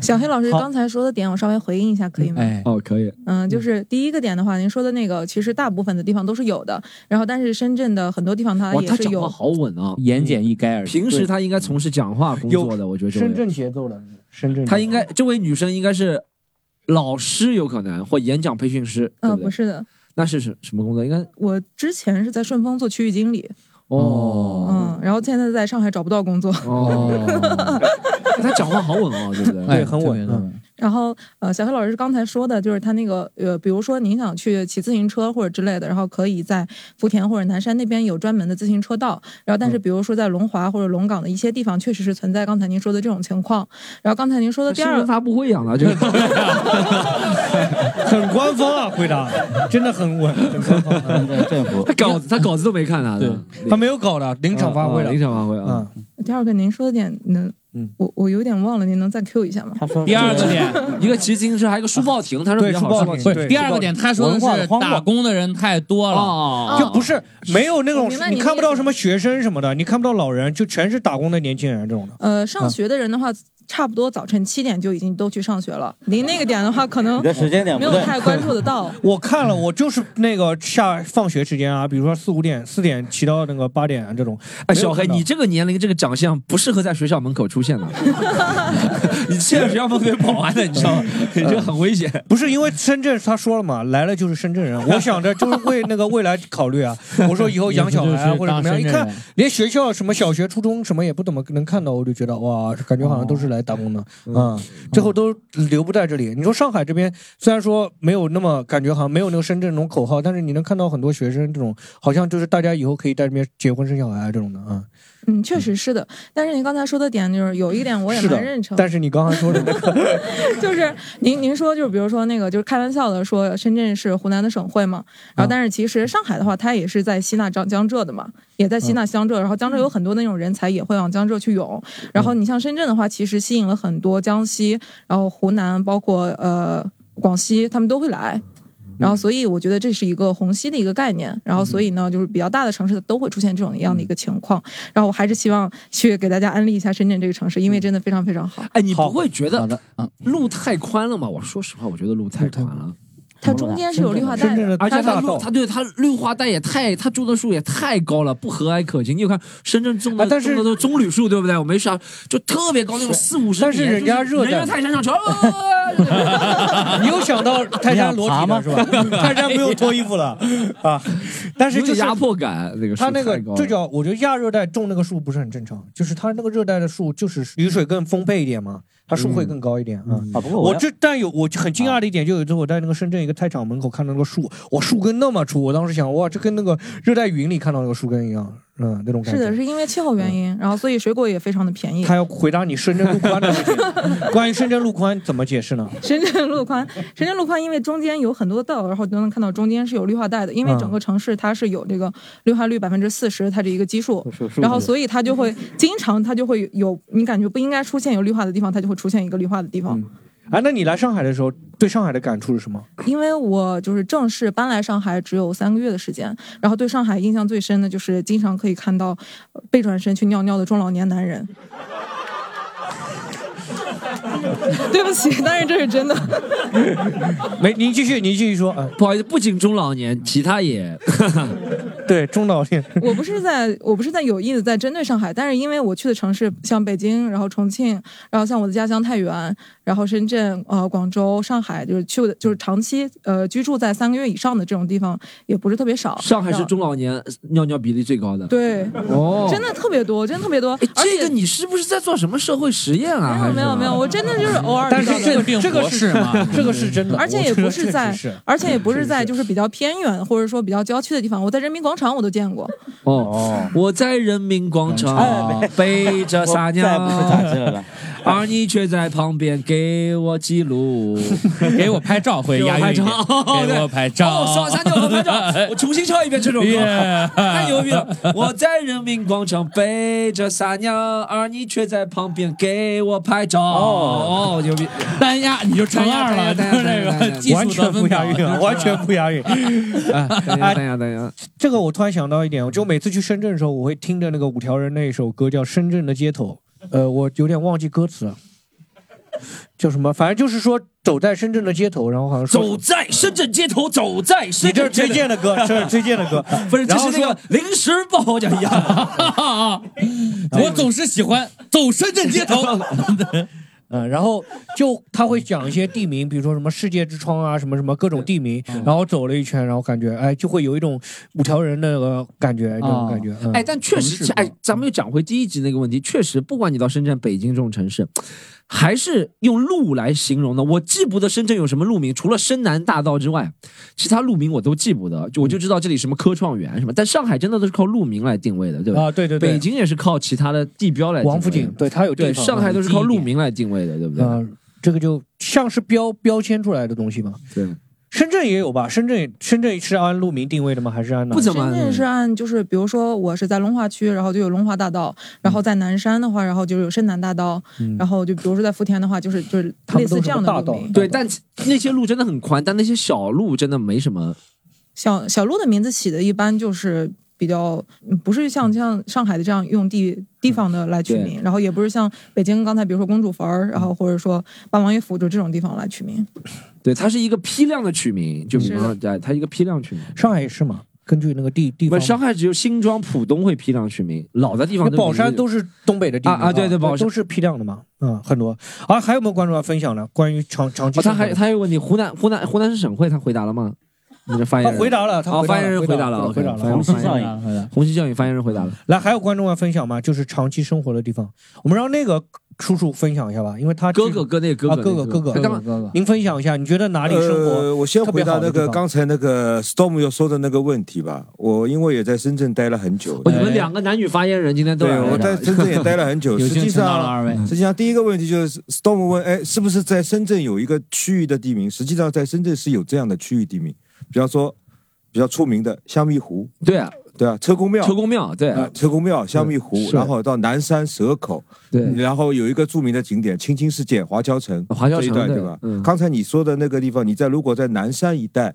Speaker 9: 小黑老师刚才说的点，我稍微回应一下可以吗？
Speaker 2: 哎，
Speaker 1: 哦，可以。
Speaker 9: 嗯，就是第一个点的话，您说的那个，其实大部分的地方都是有的。然后，但是深圳的很多地方它
Speaker 1: 哇，
Speaker 9: 啊也
Speaker 1: 他
Speaker 9: 是
Speaker 1: 讲
Speaker 9: 有嗯
Speaker 1: 话。好稳啊！
Speaker 2: 言简意赅而已。
Speaker 1: 平时他应该从事讲话工作的，我觉得这位
Speaker 3: 深圳节奏了，深圳节奏。
Speaker 1: 他应该这位女生应该是老师，有可能或演讲培训师，对
Speaker 9: 嗯，
Speaker 1: 不
Speaker 9: 不
Speaker 1: 对？
Speaker 9: 是的，
Speaker 1: 那是什什么工作？应该
Speaker 9: 我之前是在顺丰做区域经理，
Speaker 1: 哦
Speaker 9: 嗯，然后现在在上海找不到工作。
Speaker 1: 哦，他讲话好稳哦，对不对？
Speaker 3: 对很稳。嗯
Speaker 2: 嗯，
Speaker 9: 然后，呃，小黑老师刚才说的就是他那个，呃，比如说您想去骑自行车或者之类的，然后可以在福田或者南山那边有专门的自行车道。然后，
Speaker 1: 嗯
Speaker 9: 但是比如说在龙华或者龙岗的一些地方，确实是存在刚才您说的这种情况。然后刚才您说的第
Speaker 1: 新
Speaker 9: 二
Speaker 1: 闻
Speaker 9: 个，
Speaker 1: 发布会啊养的，就是
Speaker 3: 很官方啊，回答真的很稳，很官方。嗯
Speaker 5: 政府
Speaker 1: 他稿子他稿子都没看他的，
Speaker 3: 他没有搞的，临场发挥
Speaker 1: 哦
Speaker 3: 了
Speaker 1: 临。场发挥啊
Speaker 3: 嗯。，
Speaker 9: 呃第二个您说的点能，
Speaker 3: 嗯
Speaker 9: 我我有点忘了，您能再 Q 一下吗？
Speaker 5: 他说
Speaker 2: 第二个点，
Speaker 1: 一个骑自行车，还有一个书报亭，他说
Speaker 3: 对
Speaker 1: 比较好
Speaker 3: 书报亭
Speaker 1: 书报亭
Speaker 2: 不
Speaker 3: 对
Speaker 2: 是第二个点，他说的
Speaker 5: 文化的
Speaker 2: 是
Speaker 5: 荒漠
Speaker 2: 打工的人太多了。
Speaker 1: 哦，
Speaker 3: 就不是没有那
Speaker 9: 我
Speaker 3: 种
Speaker 9: 明白你
Speaker 3: 你
Speaker 9: 的
Speaker 3: 看不
Speaker 9: 意思
Speaker 3: 到什么学生什么的，你看不到老人，就全是打工的年轻人这种的。
Speaker 9: 呃，
Speaker 3: 啊
Speaker 9: 上学的人的话，差不多早晨七点就已经都去上学了。您那个点的话，可能
Speaker 5: 你的时间点
Speaker 9: 没有
Speaker 5: 不对，
Speaker 9: 太关注得到。
Speaker 3: 我看
Speaker 1: 嗯
Speaker 3: 了，我就是那个下放学时间啊，比如说四五点、四点骑到那个八点啊这种。
Speaker 1: 哎，
Speaker 3: 没有
Speaker 1: 小黑，
Speaker 3: 看到
Speaker 1: 你这个年龄、这个长相不适合在学校门口出现 的。你现在学校门口有保 安的，你知道吗？你这很危险。
Speaker 3: 呃不是因为深圳，他说了嘛，来了就是深圳人。我想着就是为那个未来考虑 啊，我说以后养小孩啊
Speaker 2: 也不
Speaker 3: 或
Speaker 2: 就
Speaker 3: 者
Speaker 2: 是当
Speaker 3: 怎么样，一
Speaker 2: 深圳
Speaker 3: 看
Speaker 2: 人
Speaker 3: 连学校什么小学、初中什么也不怎么能看到，我就觉得哇，感觉好像都
Speaker 2: 哦
Speaker 3: 是来打工的啊、
Speaker 2: 嗯
Speaker 3: 最后都留不在这里。你说上海这边虽然说没有那么感觉，好像没有那个深圳那种口号，但是你能看到很多学生这种，好像就是大家以后可以在这边结婚生小孩啊这种的啊。
Speaker 9: 嗯，确实是的。但是您刚才说的点就是有一点我也
Speaker 3: 是的
Speaker 9: 蛮认，成，
Speaker 3: 但是你刚才说的那 个，
Speaker 9: 就是您您说就是比如说那个就是开玩笑的说深圳是湖南的省会嘛，
Speaker 3: 嗯
Speaker 9: 然后但是其实上海的话，它也是在吸纳江江浙的嘛，也在吸纳江浙，然后江浙有很多那种人才也会往江浙去涌。然后你像深圳的话，其实吸引了很多江西，然后湖南，包括呃广西，他们都会来。然后所以我觉得这是一个虹吸的一个概念，然后所以呢，就是比较大的城市都会出现这种一样的一个情况。然后我还是希望去给大家安利一下深圳这个城市，因为真的非常非常好。
Speaker 1: 哎，你不会觉得
Speaker 3: 嗯
Speaker 1: 路太宽了吗？我说实话，我觉得路太宽了。
Speaker 9: 它中间是有绿化带的，
Speaker 1: 而且它绿，
Speaker 9: 它
Speaker 1: 它对它绿化带也太，它种的树也太高了，不和蔼可亲。你有看深圳种的，但是种的都棕榈树，对不对？我没啥，就特别高，那种四五
Speaker 3: 哎
Speaker 1: 十米。
Speaker 3: 但是人家热
Speaker 1: 就是人家泰山上去，
Speaker 3: 你又想到泰山裸体了是吧？ 泰山不用脱衣服了 啊， 但是就
Speaker 1: 有
Speaker 3: 是
Speaker 1: 压迫感，那个树
Speaker 3: 它那个
Speaker 1: 太高了
Speaker 3: 最早，我觉得亚热带种那个树不是很正常，就是它那个热带的树就是雨水更丰沛一点嘛，它树
Speaker 1: 嗯
Speaker 3: 会更高一点啊。
Speaker 5: 啊，不过
Speaker 3: 我
Speaker 5: 要啊
Speaker 3: 这但有我很惊讶的一点，就有一次我在那个深圳一个菜场门口看到那个树，哇，树根那么粗，我当时想，哇，这跟那个热带雨林里看到那个树根一样，嗯，那种感
Speaker 9: 是
Speaker 3: 觉。
Speaker 9: 的，是因为气候原因，然后所以水果也非常的便宜。
Speaker 3: 他要回答你深圳路宽的问题， 关于深圳路宽怎么解释呢？
Speaker 9: 深圳路宽，深圳路宽，因为中间有很多道，然后都能看到中间是有绿化带的，因为
Speaker 3: 嗯
Speaker 9: 整个城市它是有这个绿化率百分之四十，它的一个基数，然后所以它就会经常它就会有你感觉不应该出现有绿化的地方，它就会出现一个绿化的地方。
Speaker 3: 哎，那你来上海的时候，对上海的感触是什么？
Speaker 9: 因为我就是正式搬来上海只有三个月的时间，然后对上海印象最深的就是经常可以看到呃背转身去尿尿的中老年男人。 对不起，但是这是真的。
Speaker 3: 没，您继续，您继续说啊。
Speaker 1: 不好意思，不仅中老年，其他也
Speaker 3: 对，中老年
Speaker 9: 我不是在，我不是在有意的在针对上海，但是因为我去的城市像北京，然后重庆，然后像我的家乡太原，然后深圳、呃广州、上海，就是去的就是长期呃居住在三个月以上的这种地方也不是特别少。
Speaker 1: 上海
Speaker 9: 然
Speaker 1: 是
Speaker 9: 后
Speaker 1: 中老年尿尿比例最高的。，
Speaker 9: 对，
Speaker 1: 哦，
Speaker 9: 真的特别多，真的特别多，而
Speaker 1: 这
Speaker 9: 且
Speaker 1: 个你是不是在做什么社会实验啊？
Speaker 9: 没有没有没有，我真的就是偶尔
Speaker 3: 但
Speaker 9: 遇到
Speaker 3: 是
Speaker 9: 的
Speaker 3: 这个
Speaker 2: 病
Speaker 3: 这个
Speaker 2: 博士
Speaker 3: 是
Speaker 2: 嘛
Speaker 1: 啊
Speaker 3: 这个是真的，
Speaker 9: 而且也
Speaker 3: 嗯我觉得
Speaker 9: 不是在
Speaker 3: 确实是，
Speaker 9: 而且也不是在就是比较偏远或者说比较郊区的地方，我在人民广场我都见过。
Speaker 1: 哦，我在人民广
Speaker 2: 哎
Speaker 1: 场背着撒
Speaker 5: 我再不是
Speaker 1: 尿，
Speaker 5: 咋这了，
Speaker 1: 而你却在旁边给我记录。
Speaker 2: 给我拍照会
Speaker 1: 给我
Speaker 2: 押韵
Speaker 1: 拍
Speaker 2: 一点，
Speaker 1: 照哦
Speaker 2: 给我
Speaker 1: 对
Speaker 2: 拍照，
Speaker 1: 哦，上三角我 拍照，我重新唱一遍这首歌
Speaker 2: Yeah
Speaker 1: 太牛逼了！我在人民广场背着撒尿，而你却在旁边给我拍照。哦，牛逼！
Speaker 2: 单押你就乘二了，
Speaker 1: 单
Speaker 2: 就是
Speaker 1: 押单押
Speaker 2: 这
Speaker 1: 单押
Speaker 2: 个技
Speaker 3: 完
Speaker 2: 术得
Speaker 3: 全
Speaker 2: 分
Speaker 3: 不
Speaker 2: 表哎
Speaker 3: 押，韵，啊，完全不押韵。
Speaker 1: 等一
Speaker 3: 下
Speaker 1: 下，等一下，
Speaker 3: 这个我突然想到一点，我就每次去深圳的时候，我会听着那个五条人那一首歌叫《深圳的街头》，呃，我有点忘记歌词了，叫什么，反正就是说走在深圳的街头，然后好像说
Speaker 1: 走在深圳街头，走在
Speaker 3: 你
Speaker 1: 深
Speaker 3: 这是
Speaker 1: 圳街
Speaker 3: 推
Speaker 1: 头。
Speaker 3: 荐的 歌，这是推荐的歌，
Speaker 1: 不是，这
Speaker 3: 然后
Speaker 1: 是那
Speaker 3: 说
Speaker 1: 个临时抱枕一样。
Speaker 2: 我总是喜欢走深圳街头，
Speaker 3: 嗯，然后就他会讲一些地名，比如说什么世界之窗啊，什么什么各种地名，
Speaker 1: 嗯
Speaker 3: 然后走了一圈，然后感觉哎，就会有一种五条人那个感觉，那种感觉。嗯
Speaker 1: 哎，但确实，哎，咱们又讲回第一集那个问题，确实，不管你到深圳、北京这种城市，还是用路来形容的。我记不得深圳有什么路名，除了深南大道之外，其他路名我都记不得。就我
Speaker 3: 嗯
Speaker 1: 就知道这里什么科创园什么，但上海真的都是靠路名来定位的，对吧？
Speaker 3: 啊，对对
Speaker 1: 北
Speaker 3: 对，
Speaker 1: 京也是靠其他的地标来定位的。
Speaker 3: 王府井，对他有地
Speaker 1: 对，
Speaker 3: 方
Speaker 1: 上海都是
Speaker 3: 嗯
Speaker 1: 靠路名来定位的，对不对？
Speaker 3: 啊，这个就像是标标签出来的东西嘛。
Speaker 1: 对，
Speaker 3: 深圳也有吧？深圳深圳是按路名定位的吗？还是按哪
Speaker 1: 不怎么嗯
Speaker 9: 深圳是按就是比如说我是在龙华区，然后就有龙华大道，然后在南山的话，然后就有深南大道，然后就比如说在福田的话，就是就是
Speaker 3: 他
Speaker 9: 类
Speaker 3: 们都
Speaker 9: 似
Speaker 3: 是
Speaker 9: 这样的
Speaker 3: 大
Speaker 9: 路
Speaker 3: 道
Speaker 9: 名。
Speaker 1: 对，但那些路真的很宽，但那些小路真的没什么。
Speaker 9: 小小路的名字起的一般就是比较嗯不是像像上海的这样用地地方的来取
Speaker 1: 对
Speaker 9: 名，然后也不是像北京刚才比如说公主坟儿，然后或者说八王爷府就这种地方来取名。
Speaker 1: 对，它是一个批量的取名，就比方说，对，它一个批量取名。
Speaker 3: 上海也是嘛？根据那个地地
Speaker 1: 不
Speaker 3: 方
Speaker 1: 是，上海只有新庄、浦东会批量取名，老的地方
Speaker 3: 那宝山都是东北的地名
Speaker 1: 啊啊对对宝山
Speaker 3: 都是批量的嘛，嗯，很多。啊，还有没有观众要分享的关于长长期
Speaker 1: 哦，他
Speaker 3: 生活的？
Speaker 1: 还他还有问题，湖南湖南湖南省省会，他回答了吗？你的发言
Speaker 3: 他
Speaker 1: 人
Speaker 3: 回答了，他
Speaker 1: 哦，发言人
Speaker 3: 回
Speaker 1: 答
Speaker 3: 了，
Speaker 1: 了，
Speaker 3: 回答了。
Speaker 1: OK，
Speaker 5: 红
Speaker 1: 发言
Speaker 5: 星
Speaker 1: 人
Speaker 5: 效应。
Speaker 1: 红星效应发言人回答了。
Speaker 3: 来，还有观众要分享吗？就是长期生活的地方，我们让那个叔叔分享一下吧，因为他
Speaker 1: 哥哥，哥那个
Speaker 3: 啊
Speaker 1: 哥哥
Speaker 3: 哥哥哥哥
Speaker 1: 那个他干嘛？
Speaker 3: 您分享一下，你觉得哪里生活？
Speaker 4: 呃、我先回答
Speaker 3: 特别好
Speaker 4: 那
Speaker 3: 的地
Speaker 4: 个
Speaker 3: 方
Speaker 4: 刚才那个 Storm 又说的那个问题吧。我因为也在深圳待了很久，
Speaker 1: 哦你
Speaker 3: 哎
Speaker 1: 们两个男女发言人今 天都来
Speaker 4: 对，我
Speaker 1: 了
Speaker 4: 在深圳也待了很 久。
Speaker 2: 有
Speaker 4: 实
Speaker 2: 幸
Speaker 4: 际
Speaker 2: 请到了
Speaker 4: 上，
Speaker 2: 二位。
Speaker 4: 实际上第一个问题就是 Storm 问，哎，是不是在深圳有一个区域的地名？实际上在深圳是有这样的区域地名，比方说比较出名的香蜜湖，
Speaker 1: 对啊，
Speaker 4: 对啊，车公庙
Speaker 1: 车。公庙，对
Speaker 4: 啊，车公庙、香蜜湖，
Speaker 1: 是
Speaker 4: 然后到南山蛇口，
Speaker 1: 对，哦
Speaker 4: 然后有一个著名的景点青青世界华侨城，
Speaker 1: 华侨
Speaker 4: 这一
Speaker 1: 城
Speaker 4: 段
Speaker 1: 对
Speaker 4: 对吧？
Speaker 1: 嗯
Speaker 4: 刚才你说的那个地方，你在如果在南山一带，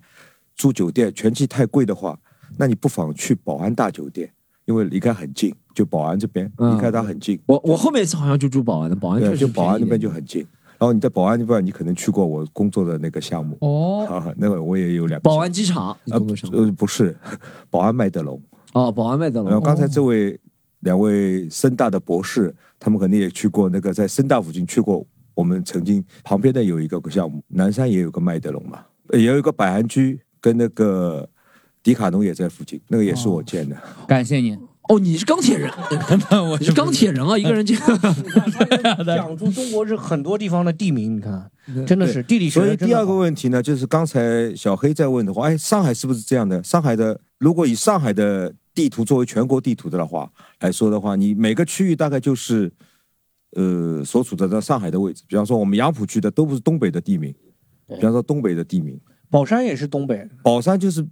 Speaker 4: 住酒店全季太贵的话，那你不妨去宝安大酒店，因为离开很近，就宝安这边
Speaker 1: 嗯
Speaker 4: 离开它很近。
Speaker 1: 我我后面好像就住宝安的，宝安确
Speaker 4: 对，
Speaker 1: 实
Speaker 4: 就宝安
Speaker 1: 便宜
Speaker 4: 那
Speaker 1: 一点
Speaker 4: 边就很近。然后你在宝安那边，你可能去过我工作的那个项目，
Speaker 2: 哦，
Speaker 4: 啊，那个我也有两个
Speaker 1: 宝安机场，你
Speaker 4: 呃
Speaker 1: 工作上
Speaker 4: 呃不是， 宝安麦德龙。
Speaker 1: 哦，宝安麦德
Speaker 4: 然后
Speaker 1: 龙，
Speaker 4: 刚才这位两位深大的博
Speaker 1: 哦
Speaker 4: 士，他们肯定也去过那个在深大附近去过，我们曾经旁边的有一个项目，南山也有个麦德龙嘛，呃也有一个百安居跟那个迪卡侬也在附近，那个也是我建的。
Speaker 2: 感谢你，
Speaker 1: 哦，你是钢铁 人，
Speaker 2: 我
Speaker 1: 你是钢铁人啊，一个人就
Speaker 3: 讲出中国是很多地方的地名，你看，啊真的是地理学
Speaker 4: 所
Speaker 3: 得
Speaker 4: 以
Speaker 3: 真
Speaker 4: 第
Speaker 3: 的
Speaker 4: 二
Speaker 3: 好。
Speaker 4: 个问题呢，就是刚才小黑在问的话，哎，上海是不是这样的？上海的如果以上海的地图作为全国地图的话来说的话，你每个区域大概就是呃所处的在上海的位置。比方说我们杨浦区的都不是东北的地名，比方说东北的地名，
Speaker 3: 宝山也是东北，哦
Speaker 4: 宝山就是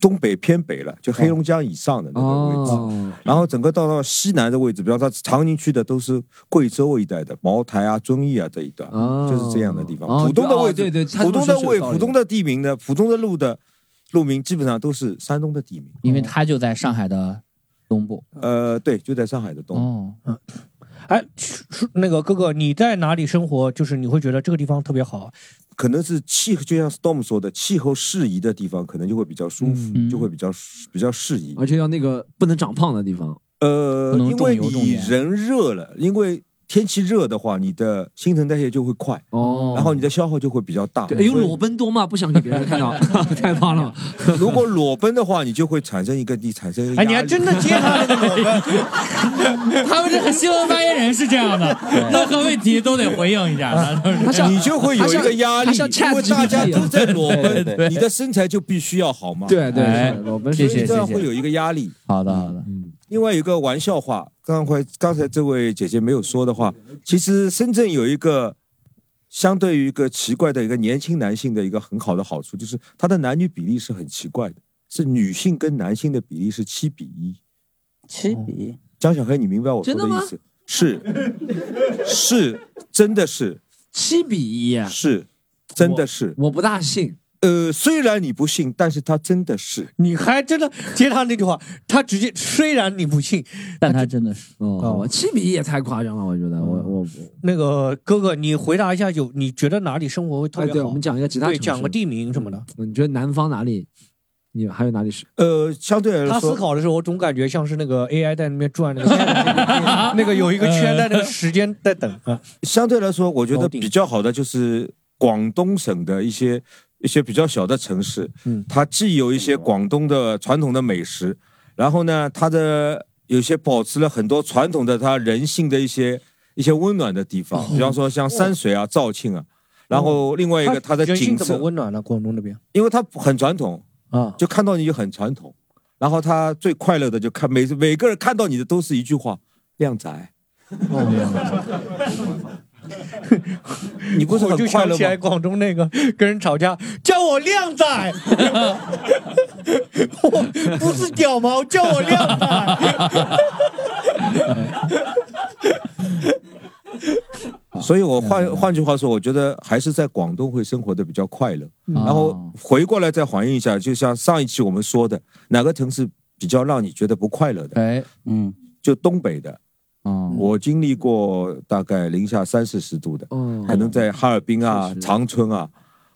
Speaker 4: 东北偏北了，就黑龙江以上的那个位置。
Speaker 1: 哦，
Speaker 4: 然后整个到到西南的位置，比方说长宁区的都是贵州一带的茅台啊、遵义啊这一段，
Speaker 1: 哦
Speaker 4: 就是这样的地方。
Speaker 1: 哦
Speaker 4: 浦东的位置，
Speaker 1: 对对它
Speaker 4: 浦东的
Speaker 1: 都是有
Speaker 4: 位、
Speaker 1: 道理
Speaker 4: 浦东的地名的、浦东的路的路名，基本上都是山东的地名。
Speaker 2: 因为他就在上海的东部。
Speaker 4: 呃，对，就在上海的东部。
Speaker 2: 哦，
Speaker 3: 哎，说那个哥哥，你在哪里生活？就是你会觉得这个地方特别好，
Speaker 4: 可能是气，就像 Storm 说的，气候适宜的地方，可能就会比较舒服，
Speaker 2: 嗯
Speaker 4: 就会比较适比较适宜。
Speaker 1: 而且要那个不能长胖的地方，
Speaker 4: 呃
Speaker 2: 不，能
Speaker 4: 因为
Speaker 2: 重油重
Speaker 4: 你
Speaker 2: 盐
Speaker 4: 人热了，因为天气热的话，你的新陈代谢就会快，
Speaker 1: 哦，
Speaker 4: 然后你的消耗就会比较大。
Speaker 1: 对，哎呦，
Speaker 4: 啊所以
Speaker 1: 裸奔多嘛，不想给别人看到，太胖了，
Speaker 4: 如果裸奔的话，你就会产生一个你产生一个
Speaker 3: 哎，
Speaker 4: 压力。
Speaker 3: 你还真的接他这个
Speaker 2: 他们这个新闻发言人是这样的，任何问题都得回应一下，他 都是
Speaker 1: 他像
Speaker 4: 你就会有一个压力，
Speaker 1: 他像
Speaker 4: 因为
Speaker 1: ChatGPT
Speaker 4: 大家都在裸
Speaker 2: 对对对
Speaker 4: 奔，你的身材就必须要好嘛。，
Speaker 1: 对对
Speaker 2: 哎
Speaker 1: 对，裸奔
Speaker 2: 谢
Speaker 1: 是
Speaker 4: 所以
Speaker 2: 谢
Speaker 4: 这
Speaker 2: 谢
Speaker 4: 样会
Speaker 2: 谢。
Speaker 4: 有一个压力。嗯
Speaker 2: 好的好的，
Speaker 4: 另外有一个玩笑话，刚才刚才这位姐姐没有说的话，其实深圳有一个相对于一个奇怪的一个年轻男性的一个很好的好处，就是它的男女比例是很奇怪的，是女性跟男性的比例是七比一。
Speaker 5: 七比
Speaker 4: 江小黑，你明白我说
Speaker 1: 真的吗
Speaker 4: 意思？是
Speaker 10: 嗯
Speaker 4: 是，真的是
Speaker 1: 七比一啊，
Speaker 4: 是，真的是。
Speaker 1: 我不大信，
Speaker 4: 呃，虽然你不信，但是他真的是。
Speaker 3: 你还真的接他那句话，他直接虽然你不信，
Speaker 2: 但他真的是
Speaker 1: 哦，好吧七比一也太夸张了，我觉
Speaker 3: 哦
Speaker 1: 得，我我
Speaker 3: 那个哥哥，你回答一下，有你觉得哪里生活会特
Speaker 1: 哎，
Speaker 3: 别
Speaker 1: 对，
Speaker 3: 好？
Speaker 1: 我们讲一下其他
Speaker 3: 对
Speaker 1: 城市
Speaker 3: 讲个，地名什么的。
Speaker 1: 你觉得南方哪里？你还有哪里是？
Speaker 4: 呃，相对来
Speaker 3: 他思
Speaker 4: 说，
Speaker 3: 考的时候，我总感觉像是那个 AI 在那边转那个 那个有一个圈在那
Speaker 1: 嗯
Speaker 3: 个时间在等。
Speaker 4: 呃相对来说，我觉
Speaker 3: 锚
Speaker 4: 得
Speaker 3: 定
Speaker 4: 比较好的就是广东省的一些一些比较小的城市，
Speaker 3: 嗯
Speaker 4: 它既有一些广东的传统的美食，然后呢，它的有些保持了很多传统的它人性的一些一些温暖的地方，
Speaker 3: 嗯
Speaker 4: 比方说像山水啊、肇庆啊，然后另外一个它的
Speaker 3: 哦人性
Speaker 4: 景
Speaker 3: 怎么
Speaker 4: 色，
Speaker 3: 温暖呢？广东那边
Speaker 4: 因为它很传统，
Speaker 3: 啊，
Speaker 4: 就看到你就很传统。然后他最快乐的就看每每个人看到你的都是一句话：靓仔。你不是
Speaker 3: 我就
Speaker 4: 很快
Speaker 3: 想
Speaker 4: 乐
Speaker 3: 起来
Speaker 4: 吗？
Speaker 3: 广东那个跟人吵架，叫我靓仔， 我不是屌毛，叫我靓仔。
Speaker 1: 啊
Speaker 4: 所以我
Speaker 1: 嗯
Speaker 4: 换换句话说，我觉得还是在广东会生活的比较快乐。
Speaker 1: 嗯
Speaker 4: 然
Speaker 1: 哦
Speaker 4: 后回过来再还原一下，就像上一期我们说的，哪个城市比较让你觉得不快乐的？
Speaker 2: 哎，
Speaker 5: 嗯，
Speaker 4: 就东北的，
Speaker 2: 哦，
Speaker 4: 我经历过大概零下三四十度的，
Speaker 1: 哦，
Speaker 4: 可能在哈尔滨啊、长春啊。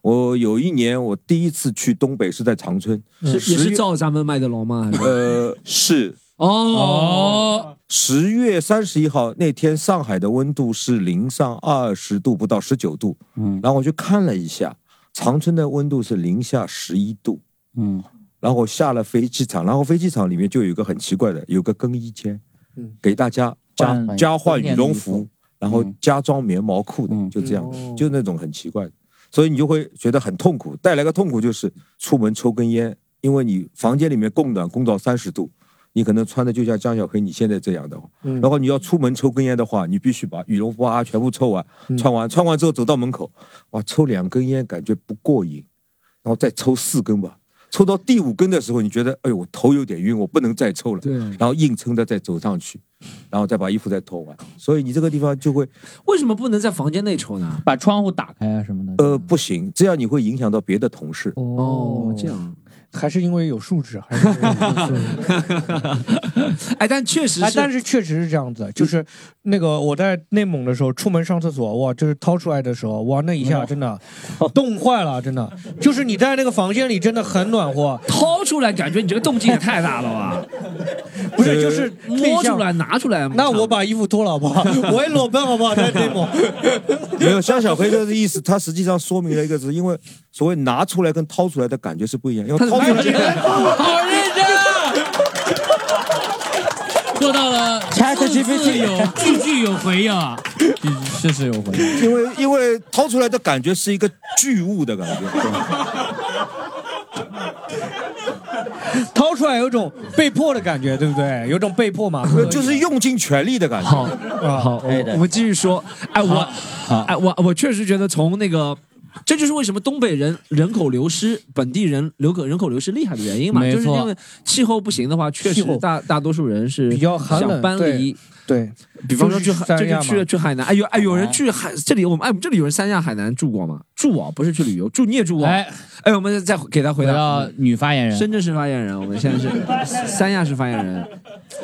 Speaker 4: 我有一年我第一次去东北是在长春，
Speaker 3: 呃
Speaker 1: 是也
Speaker 4: 十
Speaker 1: 是
Speaker 4: 月
Speaker 1: 照咱们麦德龙吗？还是
Speaker 4: 呃，是
Speaker 1: 哦，
Speaker 4: 十月三十一号那天，上海的温度是零上二十度不到十九度。
Speaker 5: 嗯
Speaker 4: 然后我去看了一下，长春的温度是零下十一度。
Speaker 5: 嗯，
Speaker 4: 然后我下了飞机场，然后飞机场里面就有一个很奇怪的，有个更衣间，
Speaker 3: 嗯
Speaker 4: 给大家加
Speaker 2: 换
Speaker 4: 加换羽绒
Speaker 5: 冬天的
Speaker 4: 服
Speaker 5: 衣，
Speaker 4: 然后
Speaker 5: 嗯
Speaker 4: 加装棉毛裤的，
Speaker 5: 嗯
Speaker 4: 就这样的，
Speaker 3: 哦
Speaker 4: 就那种很奇怪的，所以你就会觉得很痛苦。带来个痛苦就是出门抽根烟，因为你房间里面供暖供到三十度。你可能穿的就像江小黑你现在这样的，
Speaker 3: 嗯
Speaker 4: 然后你要出门抽根烟的话，你必须把羽绒服啊全部抽完，
Speaker 3: 嗯
Speaker 4: 穿完，穿完之后走到门口，哇，抽两根烟感觉不过瘾，然后再抽四根吧，抽到第五根的时候，你觉得哎呦我头有点晕，我不能再抽了，
Speaker 1: 对，
Speaker 4: 然后硬撑着再走上去，然后再把衣服再脱完，所以你这个地方就会
Speaker 1: 为什么不能在房间内抽呢？
Speaker 2: 把窗户打开啊什么的。
Speaker 4: 呃不行，这样你会影响到别的同事。
Speaker 1: 哦，这样，
Speaker 3: 还是因为有素质，还是因为有素质
Speaker 1: 哎，但确 实
Speaker 3: 哎，
Speaker 1: 是，
Speaker 3: 但是确实是这样子，就是那个我在内蒙的时候，出门上厕所，哇，就是掏出来的时候，哇，那一下真的冻坏了，真的，就是你在那个房间里真的很暖和，
Speaker 1: 掏出来感觉你这个动静也太大了啊 吧？
Speaker 3: 不是就是
Speaker 1: 摸出
Speaker 3: 内向。
Speaker 1: 来拿出来，
Speaker 3: 那我把衣服脱了好 不好？我也裸奔好不好？在内蒙，
Speaker 4: 没有，像小黑这个意思，他实际上说明了一个字，因为所谓拿出来跟掏出来的感觉是不一样，因为掏出来
Speaker 2: 好认真啊！ 做到了，字
Speaker 5: ChatGPT
Speaker 2: 字有句句有回应啊，确实有回应。
Speaker 4: 因为因为掏出来的感觉是一个巨物的感觉，对吧
Speaker 3: 掏出来有种被迫的感觉，对不对？有种被迫嘛，
Speaker 4: 呃就是用尽全力的感觉。
Speaker 1: 好，
Speaker 3: 啊，
Speaker 1: 好，我我们继续说。哎，我，哎，我我确实觉得从那个。这就是为什么东北人人口流失，本地人流口人口流失厉害的原因嘛，
Speaker 2: 没
Speaker 1: 就是
Speaker 2: 错
Speaker 1: 因为气候不行的话，确
Speaker 3: 气
Speaker 1: 实
Speaker 3: 候
Speaker 1: 大大多数人是
Speaker 3: 比较寒冷
Speaker 1: 想搬
Speaker 3: 对
Speaker 1: 离，
Speaker 3: 对，
Speaker 1: 比方说去
Speaker 3: 就是
Speaker 1: 海，
Speaker 3: 三
Speaker 1: 就是
Speaker 3: 亚
Speaker 1: 去
Speaker 3: 嘛
Speaker 1: 去海南。哎有哎有人去海这里，我们哎我们这里有人三亚海南住过吗？住啊，不是去旅游，住你也住过。哎
Speaker 2: 哎，
Speaker 1: 我们再给他回
Speaker 2: 回
Speaker 1: 答。
Speaker 2: 到女发言人，
Speaker 1: 深圳是发言人，我们现在是三亚是发言人。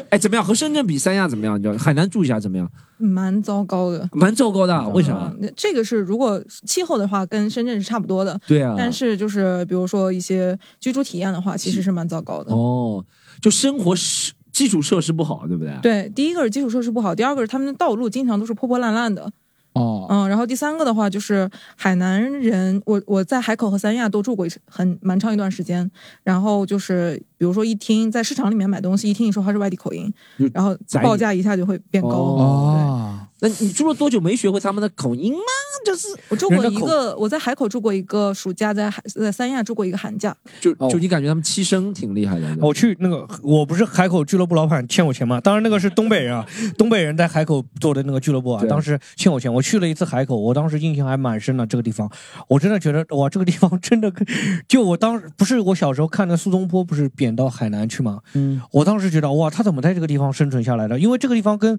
Speaker 1: 哎，怎么样？和深圳比，三亚怎么样？你知道海南住一下怎么样？
Speaker 9: 蛮糟糕的。
Speaker 1: 蛮糟糕的，为啥？
Speaker 9: 嗯这个是如果气候的话，跟深圳是差不多的，
Speaker 1: 对啊，
Speaker 9: 但是就是比如说一些居住体验的话，其实是蛮糟糕的。
Speaker 1: 哦，就生活是基础设施不好，对不对？
Speaker 9: 对，第一个是基础设施不好，第二个是他们的道路经常都是破破烂烂的，
Speaker 2: 哦，
Speaker 9: 嗯，然后第三个的话就是海南人，我我在海口和三亚都住过一很蛮长一段时间，然后就是比如说一听在市场里面买东西，一听你说它是外地口音
Speaker 1: 就，
Speaker 9: 然后
Speaker 1: 宰你
Speaker 9: 报价一下就会变高。
Speaker 1: 哦
Speaker 9: 对，
Speaker 1: 那你住了多久没学会他们的口音啊吗？就是
Speaker 9: 我住过
Speaker 3: 人家
Speaker 9: 一
Speaker 3: 口
Speaker 9: 个，我在海口住过一个暑假，在海在三亚住过一个寒假，
Speaker 1: 就
Speaker 3: 哦
Speaker 1: 就你感觉他们七声挺厉害的，
Speaker 3: 我去那个，我不是海口俱乐部老板欠我钱吗？当然那个是东北人啊， 东北人在海口做的那个俱乐部啊
Speaker 1: 对，
Speaker 3: 当时欠我钱。我去了一次海口，我当时印象还蛮深的。这个地方，我真的觉得哇，这个地方真的跟，就我当时不是我小时候看的苏东坡不是贬到海南去吗？
Speaker 1: 嗯，
Speaker 3: 我当时觉得哇，他怎么在这个地方生存下来的？因为这个地方跟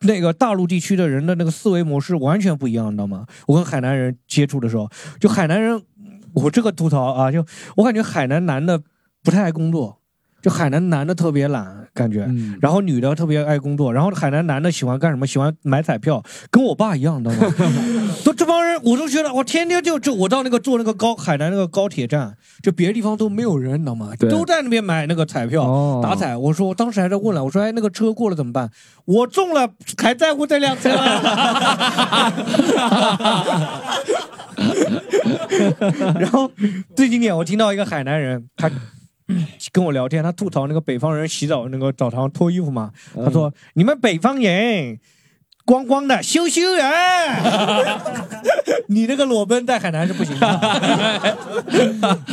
Speaker 3: 那个大陆地区的人的那个思维模式完全不一样，你知道吗？我跟海南人接触的时候，就海南人，我这个吐槽啊，就我感觉海南男的不太爱工作，就海南男的特别懒，感觉。
Speaker 2: 嗯，
Speaker 3: 然后女的特别爱工作，然后海南男的喜欢干什么？喜欢买彩票，跟我爸一样，你知道吗？ 都这帮人，我都觉得我天天就就我到那个坐那个高海南那个高铁站，就别的地方都没有人，你知道吗？
Speaker 1: 对
Speaker 3: 都在那边买那个彩票。
Speaker 1: 哦
Speaker 3: 打彩，我说我当时还在问了，我说哎，那个车过了怎么办？我中了，还在乎这辆车啊吗？ 然后最经典，我听到一个海南人，他跟我聊天，他吐槽那个北方人洗澡那个澡堂脱衣服嘛，他
Speaker 5: 嗯
Speaker 3: 说、你们北方人。光光的羞羞 人，你那个裸奔在海南是不行 的，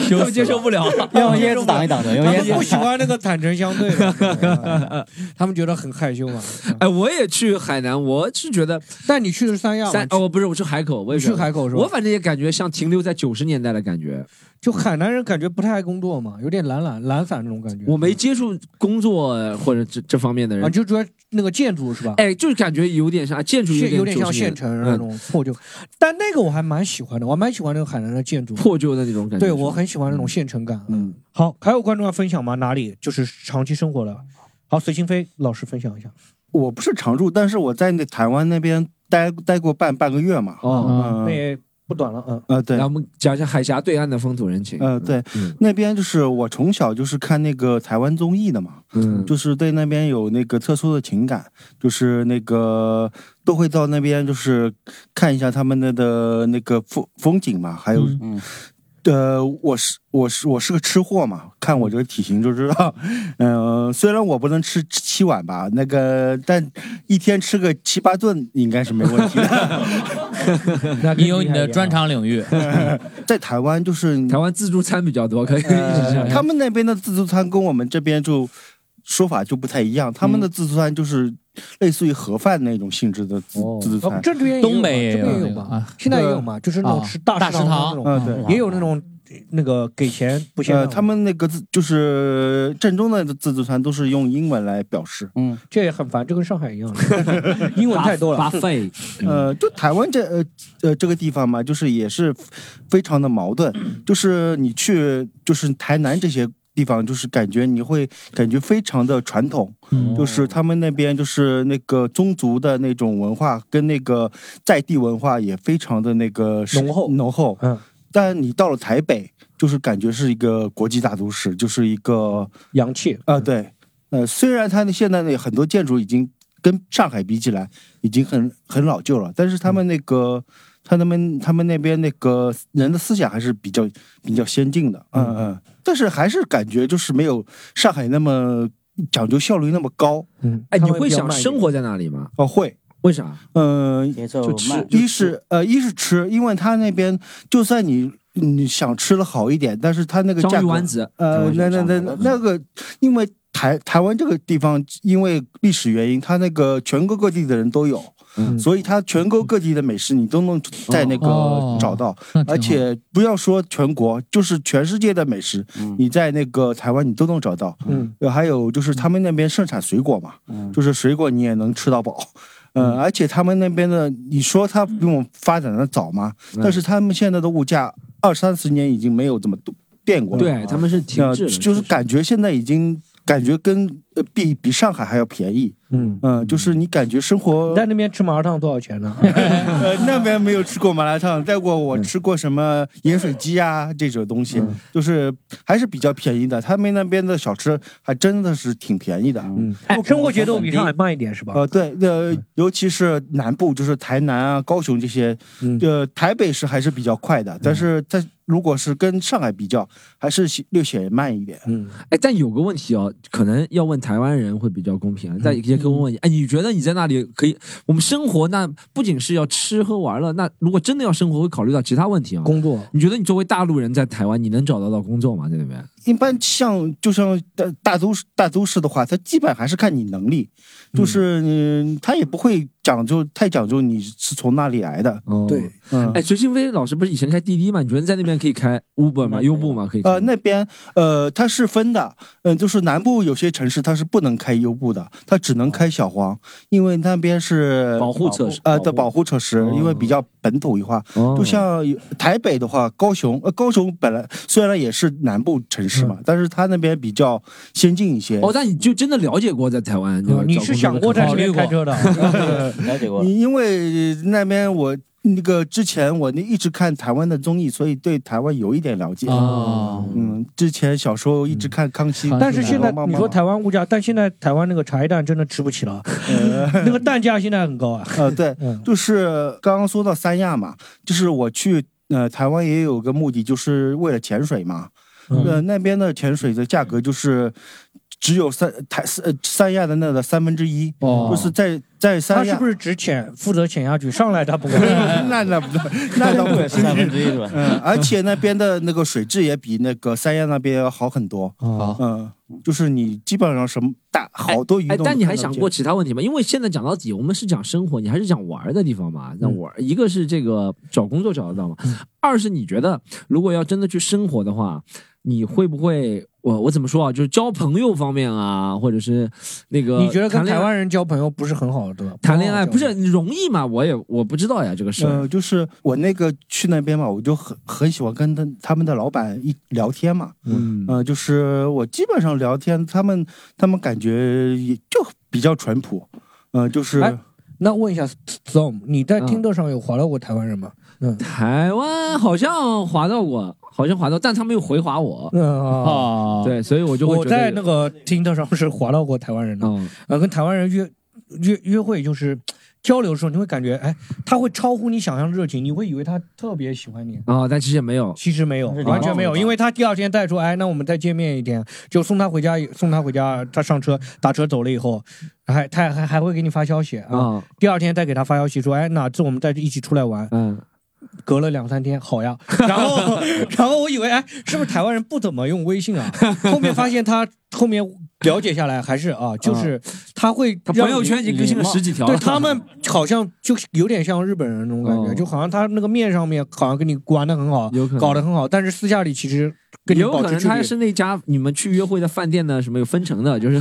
Speaker 1: 他们接受不了。
Speaker 5: 用椰子挡一挡的，用
Speaker 3: 他
Speaker 5: 椰
Speaker 3: 们
Speaker 5: 子挡
Speaker 3: 不
Speaker 5: 一
Speaker 3: 喜
Speaker 5: 挡。
Speaker 3: 欢那个坦诚相对 的，他们觉得很害羞嘛。
Speaker 1: 哎，我也去海南，我是觉得
Speaker 3: 但你去的是三亚嘛，
Speaker 1: 三哦，不是，我去海口，我也
Speaker 3: 你
Speaker 1: 觉
Speaker 3: 去
Speaker 1: 得
Speaker 3: 海口是吧？
Speaker 1: 我反正也感觉像停留在九十年代的感觉。
Speaker 3: 就海南人感觉不太爱工作嘛，有点懒懒懒散那种感觉。
Speaker 1: 我没接触工作或者这这方面的
Speaker 3: 啊，
Speaker 1: 人，
Speaker 3: 就主要那个建筑是吧？
Speaker 1: 哎，就是感觉有点像建筑
Speaker 3: 是有点
Speaker 1: 点
Speaker 3: 像
Speaker 1: 90年嗯
Speaker 3: 县城那种破旧，但那个我还蛮喜欢的，我还蛮喜欢那个海南的建筑。
Speaker 1: 破旧的那种感觉。
Speaker 3: 对我很喜欢那种县城感。
Speaker 1: 嗯，
Speaker 3: 好，还有观众要分享吗？哪里就是长期生活的？好，随心飞老师分享一下。
Speaker 10: 我不是常住，但是我在那台湾那边待待过半半个月嘛。
Speaker 1: 哦。
Speaker 10: 嗯、
Speaker 3: 那也不短了，嗯。
Speaker 10: 呃，对
Speaker 1: 来，，我们讲一下海峡对岸的风土人情。
Speaker 10: 呃，对，
Speaker 1: 嗯
Speaker 10: 那边就是我从小就是看那个台湾综艺的嘛，
Speaker 1: 嗯，
Speaker 10: 就是对那边有那个特殊的情感，就是那个都会到那边就是看一下他们的的那个风风景嘛，还有，
Speaker 8: 嗯
Speaker 10: 呃，我是我是我是个吃货嘛，看我这个体型就知道， 嗯、虽然我不能吃七碗吧，那个但一天吃个七八顿应该是没问题的。
Speaker 3: 那跟
Speaker 2: 你有你
Speaker 3: 还一
Speaker 2: 的
Speaker 3: 样
Speaker 2: 专，长领域，
Speaker 10: 在台湾就是 呃
Speaker 1: 台湾自助餐比较多，可以一直这样。
Speaker 10: 他们那边的自助餐跟我们这边就说法就不太一样，他们的自助餐就是类似于盒饭那种性质的自、
Speaker 1: 哦
Speaker 10: 自助
Speaker 3: 哦
Speaker 10: 餐，。
Speaker 3: 这边也有嘛
Speaker 2: 东北也
Speaker 3: 这边也
Speaker 2: 有
Speaker 3: 有
Speaker 2: 那个
Speaker 3: 嘛
Speaker 2: 啊，
Speaker 3: 现在也有嘛，就是那种
Speaker 2: 啊
Speaker 3: 吃大
Speaker 2: 大
Speaker 3: 食堂的那
Speaker 2: 堂
Speaker 3: 种，
Speaker 10: 嗯，对，
Speaker 3: 也有那种那个给钱不限
Speaker 10: 呃，
Speaker 3: 量吗。
Speaker 10: 他们那个自就是正宗的自助餐都是用英文来表示，
Speaker 6: 嗯，
Speaker 3: 这也很烦，这跟上海一 样， 英文太多了。
Speaker 1: buffet
Speaker 10: 呃，就台湾这呃呃这个地方嘛，就是也是非常的矛盾，就是你去就是台南这些地方，就是感觉你会感觉非常的传统，
Speaker 3: 嗯
Speaker 10: 就是他们那边就是那个宗族的那种文化跟那个在地文化也非常的那个浓厚浓厚，
Speaker 3: 嗯，
Speaker 10: 但你到了台北，就是感觉是一个国际大都市，就是一个
Speaker 3: 洋气
Speaker 10: 啊、对，呃，虽然它那现在那很多建筑已经跟上海比起来已经很很老旧了，但是他们那个。他们他们那边那个人的思想还是比较比较先进的，嗯嗯，但是还是感觉就是没有上海那么讲究效率那么高，
Speaker 3: 嗯，
Speaker 1: 哎，你会想生活在那里吗？
Speaker 10: 哦，会，
Speaker 1: 为啥？
Speaker 10: 嗯，
Speaker 5: 奏
Speaker 10: 就吃
Speaker 5: 慢，
Speaker 10: 一是呃，一是吃，因为他那边就算你你想吃的好一点，但是他那个
Speaker 1: 章鱼
Speaker 10: 价格，
Speaker 1: 丸子
Speaker 10: 呃，
Speaker 1: 台
Speaker 10: 那
Speaker 1: 湾
Speaker 10: 那
Speaker 1: 有
Speaker 10: 那那那个，因为台台湾这个地方，因为历史原因，它那个全国各地的人都有，
Speaker 1: 嗯
Speaker 10: 所以它全国各地的美食你都能在那
Speaker 2: 哦
Speaker 10: 个找到，
Speaker 2: 那挺好
Speaker 10: 而且不要说全国，就是全世界的美食，你在那个台湾你都能找到。
Speaker 4: Hum.
Speaker 3: 嗯
Speaker 10: 呃，还有就是他们那边盛产水果嘛，
Speaker 1: 嗯
Speaker 10: 就是水果你也能吃到饱。嗯，而且他们那边的，你说它比我们发展的早嘛，
Speaker 1: 嗯
Speaker 10: 但是他们现在的物价二三十年已经没有这么多变过了。
Speaker 1: 对，他们是停滞
Speaker 10: 呃
Speaker 1: 了，
Speaker 10: 就是感觉现在已经感觉跟呃比比上海还要便宜。
Speaker 3: 嗯，
Speaker 10: 嗯、就是你感觉生活
Speaker 3: 在那边吃麻辣烫多少钱呢？
Speaker 10: 呃，那边没有吃过麻辣烫，但过我吃过什么盐水鸡啊这种东西，就是还是比较便宜的。他们那边的小吃还真的是挺便宜的。嗯，
Speaker 3: 哎生活节奏比上海慢一点是吧？
Speaker 10: 呃，对，呃，尤其是南部，就是台南啊、高雄这些，呃，台北是还是比较快的，但是它如果是跟上海比较，还是显略显慢一点。
Speaker 1: 哎，但有个问题哦，可能要问台湾人会比较公平啊。
Speaker 10: 嗯
Speaker 3: 嗯
Speaker 1: 但也可以问问你，哎，你觉得你在那里可以？我们生活那不仅是要吃喝玩乐，那如果真的要生活，会考虑到其他问题啊。
Speaker 3: 工作
Speaker 1: 你觉得你作为大陆人在台湾，你能找得到工作吗？在那边？
Speaker 10: 一般像就像大大都市大都市的话，它基本还是看你能力，就是嗯，它也不会讲究太讲究你是从哪里来的。
Speaker 1: 哦，
Speaker 3: 对。
Speaker 10: 嗯
Speaker 1: 哎，隋新飞老师不是以前开滴滴吗？你觉得在那边可以开 Uber 吗？Uber 吗？可以开
Speaker 10: 呃，那边呃，它是分的，嗯、就是南部有些城市它是不能开优步的，它只能开小黄，因为那边是
Speaker 1: 保护措施
Speaker 10: 呃的保护措施，因为比较本土化。
Speaker 1: 哦
Speaker 10: 就像有台北的话，高雄呃，高雄本来虽然也是南部城市嘛，但是它那边比较先进一些。
Speaker 1: 嗯哦，但你就真的了解过在台湾？就
Speaker 3: 嗯你
Speaker 1: 找
Speaker 3: 是
Speaker 1: 工作
Speaker 3: 想
Speaker 1: 的
Speaker 3: 过
Speaker 1: 可
Speaker 3: 在
Speaker 1: 能
Speaker 3: 这
Speaker 1: 性
Speaker 3: 边开车的？啊
Speaker 5: 了解过了。
Speaker 10: 因因为那边我那个之前我那一直看台湾的综艺，所以对台湾有一点了解。
Speaker 2: 哦
Speaker 10: 嗯，之前小时候一直看《康熙》
Speaker 2: 嗯
Speaker 3: 啊但是现在
Speaker 10: 妈妈
Speaker 3: 你说台湾物价，但现在台湾那个茶叶蛋真的吃不起了，哦那个蛋价现在很高啊。
Speaker 10: 呃，对
Speaker 3: 嗯，
Speaker 10: 就是刚刚说到三亚嘛，就是我去呃台湾也有个目的，就是为了潜水嘛。
Speaker 3: 嗯
Speaker 10: 呃，那边的潜水的价格就是只有三台呃三亚的那的三分之一，
Speaker 2: 哦
Speaker 10: 就是在在
Speaker 3: 他
Speaker 10: 三
Speaker 3: 是
Speaker 10: 亚
Speaker 3: 不。是只潜负责潜下去，上来他不 管？
Speaker 10: 那那不那 倒不
Speaker 5: 三分之一是吧？
Speaker 10: 嗯，而且那边的那个水质也比那个三亚那边要好很多。
Speaker 2: 好，
Speaker 10: 嗯，就是你基本上什么大好多鱼
Speaker 1: 哎
Speaker 10: 都，能
Speaker 1: 但你还
Speaker 10: 看到
Speaker 1: 想
Speaker 10: 见
Speaker 1: 过其他问题吗？因为现在讲到底，我们是讲生活，你还是讲玩儿的地方嘛？那
Speaker 3: 嗯
Speaker 1: 玩儿、一个是这个找工作找得到嘛，二是你觉得如果要真的去生活的话，你会不会我我怎么说啊？就是交朋友方面啊，或者是那个
Speaker 3: 你觉得
Speaker 1: 谈
Speaker 3: 跟
Speaker 1: 恋
Speaker 3: 台
Speaker 1: 爱
Speaker 3: 湾人交朋友不是很好，对吧？
Speaker 1: 谈恋爱不是
Speaker 3: 好交
Speaker 1: 你容易吗？我也我不知道呀，这个事儿。
Speaker 10: 呃，就是我那个去那边嘛，我就很很喜欢跟他他们的老板一聊天嘛。
Speaker 1: 嗯，
Speaker 10: 呃，就是我基本上聊天，他们他们感觉也就比较淳朴。呃，就是、
Speaker 3: 哎那问一下 Storm，你在
Speaker 1: 嗯
Speaker 3: 听乐上有划到过台湾人吗？嗯
Speaker 1: 台湾好像划到过，好像划到，但他没有回划我。
Speaker 3: 嗯啊，
Speaker 2: 哦，
Speaker 1: 对，所以我就会
Speaker 3: 我
Speaker 1: 觉得
Speaker 3: 在
Speaker 1: 有
Speaker 3: 那个听乐上是划到过台湾人的，
Speaker 1: 嗯
Speaker 3: 呃，跟台湾人约约约会就是交流的时候，你会感觉哎，他会超乎你想象的热情，你会以为他特别喜欢你。
Speaker 1: 啊、但其实也没有。
Speaker 3: 其实没有，
Speaker 5: 但是你
Speaker 3: 完全没
Speaker 5: 忘
Speaker 3: 有，
Speaker 5: 了
Speaker 3: 因为他第二天带说，哎，那我们再见面一天，就送他回家，送他回家，他上车打车走了以后，还他还还会给你发消息啊，
Speaker 1: 啊，
Speaker 3: 第二天再给他发消息说，哎，哪次我们再一起出来玩？
Speaker 1: 嗯，
Speaker 3: 隔了两三天，好呀。 然 后，然后我以为，哎，是不是台湾人不怎么用微信啊？后面发现他后面了解下来，还是啊，就是他会
Speaker 1: 嗯他
Speaker 3: 让
Speaker 1: 朋友圈已经更新了
Speaker 3: 礼貌
Speaker 1: 十几条了
Speaker 3: 对他们好像就是有点像日本人那种感觉，
Speaker 1: 哦
Speaker 3: 就好像他那个面上面好像跟你玩的很好，搞得很好，但是私下里其实跟你
Speaker 1: 也有
Speaker 3: 保
Speaker 1: 可
Speaker 3: 持
Speaker 1: 能
Speaker 3: 距
Speaker 1: 他
Speaker 3: 离。
Speaker 1: 是 那家你们去约会的饭店呢，什么有分成的，就是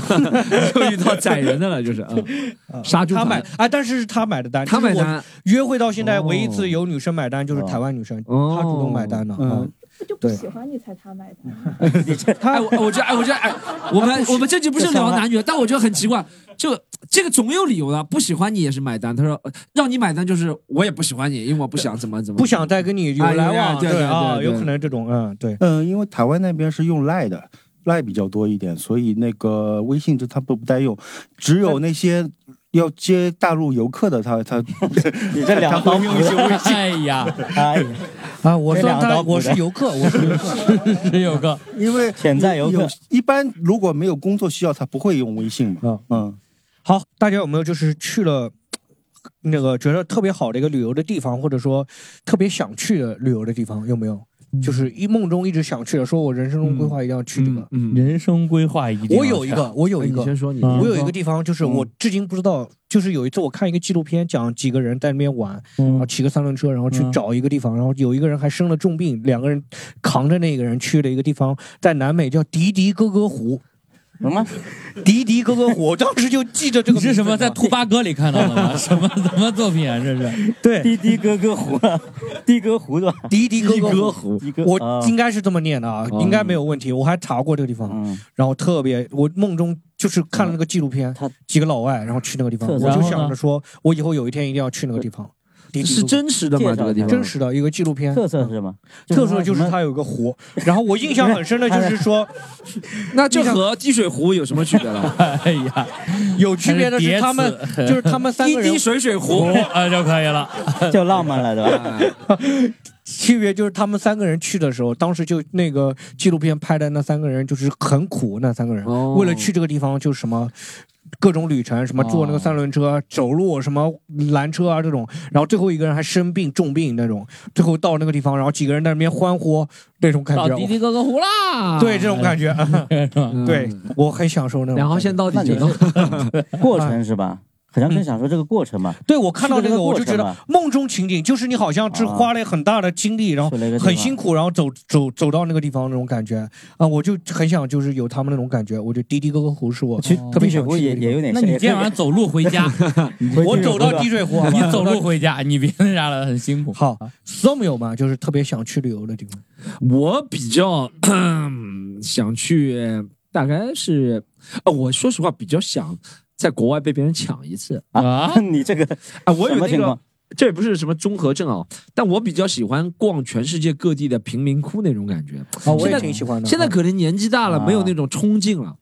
Speaker 1: 又遇到宰人的了，就是
Speaker 2: 嗯
Speaker 1: 啊，杀猪
Speaker 3: 他
Speaker 1: 盘
Speaker 3: 买啊，但是是他买的单，
Speaker 1: 他买
Speaker 3: 就是我
Speaker 1: 单哦
Speaker 3: 约会到现在唯一一次有女生买单就是台湾女生，她主动买单的。嗯，
Speaker 11: 就不喜欢你才他买的。
Speaker 1: 哎，我我觉得，哎，我觉得，哎，我们我们这集不是聊男女，但我觉得很奇怪，就这个总有理由的，不喜欢你也是买单。他说呃让你买单就是我也不喜欢你，因为我不想怎么怎么，
Speaker 3: 不想再跟你有来往，
Speaker 1: 哎对对对
Speaker 3: 啊，
Speaker 1: 对
Speaker 3: 有
Speaker 1: 对
Speaker 3: 可能这种嗯，对，
Speaker 10: 嗯，因为台湾那边是用赖的，赖比较多一点，所以那个微信就他不不带用，只有那些要接大陆游客的他 他，
Speaker 5: 你这两刀
Speaker 10: 用一些微信。
Speaker 2: 哎呀，
Speaker 5: 哎呀，
Speaker 3: 啊，我
Speaker 10: 这
Speaker 3: 算
Speaker 10: 两
Speaker 3: 他
Speaker 10: 刀补
Speaker 3: 我是
Speaker 10: 的
Speaker 3: 游客，我是游客。
Speaker 2: 是有个
Speaker 10: 因为
Speaker 5: 潜在游客
Speaker 10: 一般如果没有工作需要，他不会用微信嘛。
Speaker 3: 啊
Speaker 10: 嗯，
Speaker 3: 好，大家有没有就是去了那个觉得特别好的一个旅游的地方，或者说特别想去的旅游的地方，有没有？
Speaker 1: 嗯
Speaker 3: 就是一梦中一直想去的，说我人生中规划一定要去这
Speaker 1: 嗯
Speaker 3: 个。
Speaker 2: 人生规划一定要
Speaker 3: 我有一个，
Speaker 2: 上
Speaker 3: 我有一
Speaker 1: 哎
Speaker 3: 个，
Speaker 1: 你先说嗯你
Speaker 3: 我有一个地方，就是我至今不知道，就是有一次我看一个纪录片，讲几个人在那边玩，然啊后骑个三轮车，然后去
Speaker 2: 嗯
Speaker 3: 找一个地方，然后有一个人还生了重病，两个人扛着那个人去了一个地方，在南美叫迪迪哥哥湖。
Speaker 5: 什么？
Speaker 3: 迪迪哥哥湖，我当时就记着这个名
Speaker 2: 你
Speaker 3: 字呢。
Speaker 2: 是什么在兔八哥里看到 的吗？什么什么作品啊？这是
Speaker 3: 对
Speaker 5: 滴滴哥哥湖啊，的哥湖对吧？
Speaker 3: 迪迪哥哥湖，
Speaker 5: 的哥，啊
Speaker 3: 我应该是 这么念的啊，应该没有问题。我还查过这个地方，
Speaker 5: 哦嗯，
Speaker 3: 然后特别，我梦中就是看了那个纪录片
Speaker 5: 他，
Speaker 3: 几个老外然后去那个地方，
Speaker 5: 特
Speaker 3: 我
Speaker 2: 然
Speaker 3: 就
Speaker 2: 后呢
Speaker 3: 想着说，我以后有一天一定要去那个地方。迪迪
Speaker 1: 是
Speaker 3: 哥哥
Speaker 1: 真实的吗？
Speaker 5: 介绍
Speaker 1: 这个地
Speaker 5: 一
Speaker 1: 方
Speaker 5: 下
Speaker 3: 真实的一个纪录片，
Speaker 5: 特色是什么？
Speaker 3: 特色就是
Speaker 5: 什么
Speaker 3: 它有一个湖。然后我印象很深的就是 说，
Speaker 1: 那这和滴水湖有什么区别了？
Speaker 2: 哎呀，
Speaker 3: 有区别的是他们
Speaker 2: 还是，
Speaker 3: 就是他们三
Speaker 1: 滴
Speaker 3: 个人
Speaker 1: 滴水水 湖，
Speaker 2: 啊就可以了。
Speaker 5: 就浪漫了，对吧？
Speaker 3: 区别就是他们三个人去的时候，当时就那个纪录片拍的那三个人就是很苦，那三个人、
Speaker 1: 哦
Speaker 3: 为了去这个地方就什么。各种旅程，
Speaker 5: 哦
Speaker 3: 什么坐那个三轮车、走路，什么缆车啊这种，然后最后一个人还生病重病那种，最后到那个地方，然后几个人在那边欢呼那种感
Speaker 2: 到
Speaker 3: 觉，
Speaker 2: 滴滴哥哥湖啦！
Speaker 3: 我对这种感 觉，
Speaker 2: 觉是吧？
Speaker 1: 嗯
Speaker 3: 对我很享受那种感觉。嗯
Speaker 1: 两号线到底几
Speaker 5: 那
Speaker 1: 弄？
Speaker 5: 过程是吧？好像更想说这个过程嘛，
Speaker 3: 对我看到这
Speaker 5: 去了
Speaker 3: 个，
Speaker 5: 个
Speaker 3: 我就
Speaker 5: 过
Speaker 3: 觉
Speaker 5: 程
Speaker 3: 得
Speaker 5: 吧
Speaker 3: 梦中情景就是你好像是
Speaker 5: 啊
Speaker 3: 花了很大的精力，然后
Speaker 5: 去了一个地
Speaker 3: 很
Speaker 5: 方
Speaker 3: 辛苦，然后走走走到那个地方那种感觉啊，我就很想就是有他们那种感觉。我觉得滴滴哥哥湖是我啊
Speaker 5: 其实
Speaker 3: 特别
Speaker 5: 滴水
Speaker 3: 想
Speaker 5: 湖
Speaker 3: 去
Speaker 5: 也
Speaker 3: 的地
Speaker 5: 也有点
Speaker 2: 那
Speaker 5: 像。
Speaker 2: 你今天晚上走路回 家，
Speaker 3: 方。我走到滴水湖，好吧
Speaker 2: 你走路回家，你别那啥了，很辛苦。
Speaker 3: 好，所没有嘛，就是特别想去旅游的地方。
Speaker 1: 我比较 想去，大概是，呃，我说实话比较想在国外被别人抢一次。
Speaker 2: 啊，
Speaker 5: 你这个
Speaker 1: 啊，我有
Speaker 5: 什么
Speaker 1: 那
Speaker 5: 情
Speaker 1: 个
Speaker 5: 况，
Speaker 1: 这也不是什么综合症啊，但我比较喜欢逛全世界各地的贫民窟那种感觉。
Speaker 3: 啊，我
Speaker 1: 现
Speaker 3: 也
Speaker 1: 在
Speaker 3: 挺喜欢的。
Speaker 1: 现在可能年纪大了，
Speaker 5: 啊
Speaker 1: 没有那种冲劲了，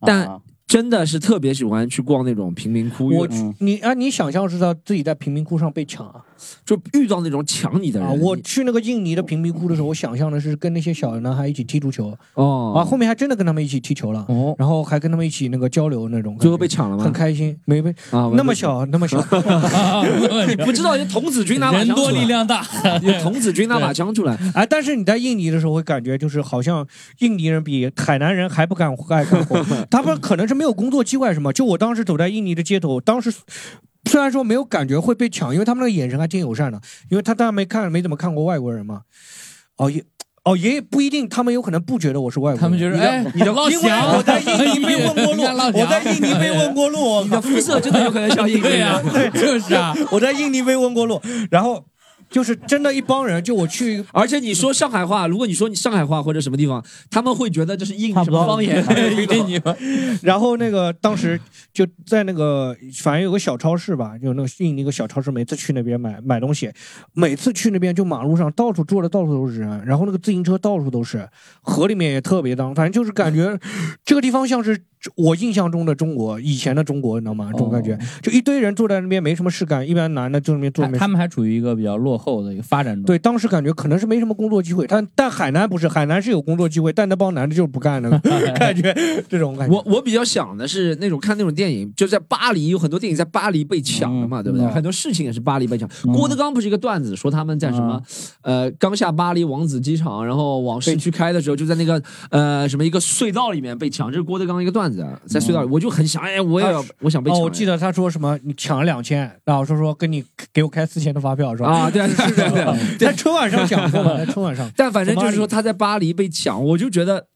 Speaker 1: 但
Speaker 5: 啊
Speaker 1: 真的是特别喜欢去逛那种贫民窟，
Speaker 3: 我
Speaker 1: 遇
Speaker 5: 嗯
Speaker 3: 你啊，你想象是他自己在贫民窟上被抢啊！
Speaker 1: 就遇到那种抢你的人。
Speaker 3: 啊，我
Speaker 1: 你
Speaker 3: 去那个印尼的贫民窟的时候，我想象的是跟那些小男孩一起踢足球
Speaker 1: 哦
Speaker 3: 啊，后面还真的跟他们一起踢球了，
Speaker 1: 哦，
Speaker 3: 然后还跟他们一起那个交流那种感觉。
Speaker 1: 最后被抢了
Speaker 3: 很
Speaker 1: 吗？
Speaker 3: 开心，没被
Speaker 1: 啊，
Speaker 3: 那么，小，那么 小，
Speaker 1: 不知道人童子军拿把
Speaker 2: 人
Speaker 1: 枪出
Speaker 2: 多力
Speaker 1: 来，
Speaker 2: 量大。
Speaker 1: 有童子军拿把枪出来，
Speaker 3: 哎，但是你在印尼的时候会感觉就是好像印尼人比海南人还不干爱干 活，他们可能是没有工作机会什么。就我当时走在印尼的街头，当时虽然说没有感觉会被抢，因为他们那个眼神还挺友善的，因为他当然没看没怎么看过外国人嘛。哦也哦也不一定，他们有可能不觉得我是外国人，
Speaker 2: 他们觉得，哎，你的老
Speaker 3: 因为
Speaker 2: 乡，
Speaker 3: 我在印尼被问 过
Speaker 2: 你看老
Speaker 3: 路，
Speaker 2: 乡
Speaker 3: 我在印尼被问过路，我
Speaker 1: 你的肤色真的有可 能像印尼
Speaker 2: 对
Speaker 1: 人
Speaker 2: 呀，就是啊，
Speaker 3: 我在印尼被问过路，然后就是真的一帮人，就我去
Speaker 1: 而且你说上海话，如果你说你上海话或者什么地方，他们会觉得这是印尼
Speaker 5: 差
Speaker 1: 什
Speaker 5: 不多
Speaker 1: 么方言，
Speaker 2: 印尼吧，
Speaker 3: 然后那个当时就在那个反正有个小超市吧，有那个印尼一个小超市，每次去那边买买东西，每次去那边就马路上到处坐的到处都是人，然后那个自行车到处都是，河里面也特别脏，反正就是感觉这个地方像是我印象中的中国以前的中国，你知道吗？这种感觉、就一堆人坐在那边没什么事干，一般男的就那边坐
Speaker 2: 他
Speaker 3: 那边
Speaker 2: 他们还处于一个比较落后的一个发展中。
Speaker 3: 对，当时感觉可能是没什么工作机会，但但海南不是，海南是有工作机会，但那帮男的就是不干的 感觉，这种感觉。
Speaker 1: 我我比较想的是那种看那种电影，就在巴黎有很多电影在巴黎被抢
Speaker 5: 嗯
Speaker 1: 的嘛，对不对？很多事情也是巴黎被抢。郭德纲不是一个段子，说他们在什么、
Speaker 5: 嗯
Speaker 1: 呃刚下巴黎王子机场，然后往市区开的时候，就在那个呃什么一个隧道里面被抢，这是郭德纲一个段子的，在隧道
Speaker 5: 嗯
Speaker 1: 里，我就很想，哎，我也
Speaker 5: 啊
Speaker 1: 要，我想被
Speaker 3: 哦，
Speaker 1: 抢。
Speaker 3: 我记得他说什么，你抢了两千，然后说说跟你给我开四千的发票是吧？
Speaker 1: 啊，对 啊，对啊对啊对啊，
Speaker 3: 哦在春晚上讲过嘛，在春晚上。
Speaker 1: 但反正就是说他在巴黎被抢，我就觉得。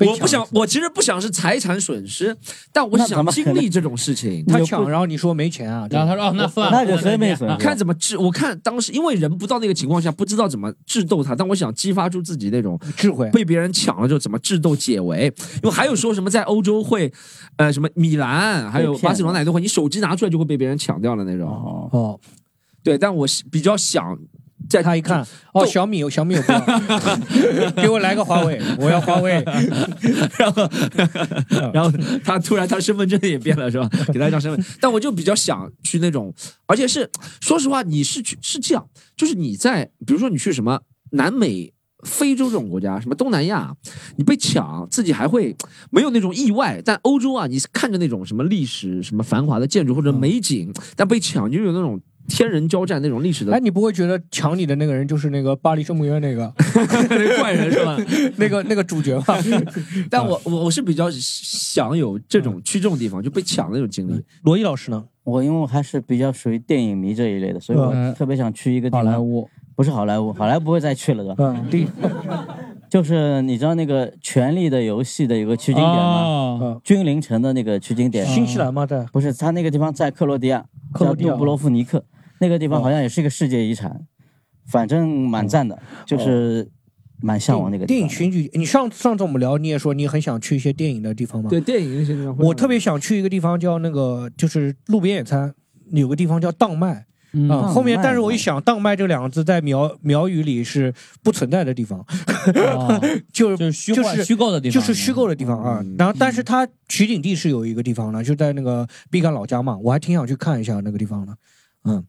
Speaker 1: 我不想，我其实不想是财产损失，但我
Speaker 3: 那怎
Speaker 1: 想
Speaker 3: 么
Speaker 1: 经
Speaker 3: 可能
Speaker 1: 历这种事情。
Speaker 3: 他抢，然后你说没钱啊，
Speaker 1: 然后他说哦那算了
Speaker 3: 那
Speaker 1: 那就随
Speaker 3: 没
Speaker 1: 便看怎么治。我看当时因为人不到那个情况下，不知道怎么智斗他，但我想激发出自己那种
Speaker 3: 智慧。
Speaker 1: 被别人抢了之后怎么智斗解围？因为还有说什么在欧洲会，呃，什么米兰还有
Speaker 3: 被骗
Speaker 1: 巴塞罗那都会，你手机拿出来就会被别人抢掉了那种。
Speaker 3: 哦，
Speaker 1: 对，但我比较想在
Speaker 3: 他一看哦，小米有小米有标， 给我来个华 为，我要华为。
Speaker 1: 然后，然后他突然他身份证也变了，是吧？ 给他一张身份，但我就比较想去那种，而且是说实话，你是去是这样，就是你在比如说你去什么南美。非洲这种国家，什么东南亚，你被抢，自己还会没有那种意外。但欧洲啊，你看着那种什么历史、什么繁华的建筑或者美景，但被抢就有那种天人交战那种历史的。
Speaker 3: 哎，你不会觉得抢你的那个人就是那个巴黎圣母院那 个
Speaker 1: 那怪人是 吧？
Speaker 3: 那个那个主角 吧？
Speaker 1: 但我我我是比较想有这种去这种地方就被抢的那种
Speaker 5: 嗯
Speaker 1: 经历。
Speaker 3: 罗毅老师呢？
Speaker 5: 我因为我还是比较属于电影迷这一类的，所以我
Speaker 1: 嗯
Speaker 5: 特别想去一个地方。好莱
Speaker 3: 坞
Speaker 5: 不是好莱坞，好莱坞不会再去了，对吧？
Speaker 3: 嗯，第
Speaker 5: 就是你知道那个《权力的游戏》的有个取景点吗
Speaker 3: 哦？
Speaker 5: 君临城的那个取景点，
Speaker 3: 新西兰吗？在
Speaker 5: 不是，他那个地方在克罗地亚，克罗
Speaker 3: 亚哦
Speaker 5: 布罗夫尼克那个地方好像也是一个世界遗产，反正蛮赞的，就是蛮向往那个地
Speaker 3: 电影群体，你上上次我们聊，你也说你很想去一些电影的地方吗？
Speaker 1: 对电影那些地方，
Speaker 3: 我特别想去一个地方叫那个，就是路边野餐，有个地方叫荡麦。
Speaker 1: 嗯
Speaker 3: 啊、后面
Speaker 1: 荡麦
Speaker 3: 但是我一想，荡麦这两个字在苗苗语里是不存在的地方， 就是就是
Speaker 2: 哦虚幻虚构的地方嗯
Speaker 3: 就是虚构的地方啊。
Speaker 5: 嗯
Speaker 1: 嗯
Speaker 3: 然后，但是它取景地是有一个地方呢，就在那个毕赣老家嘛，我还挺想去看一下那个地方的。嗯，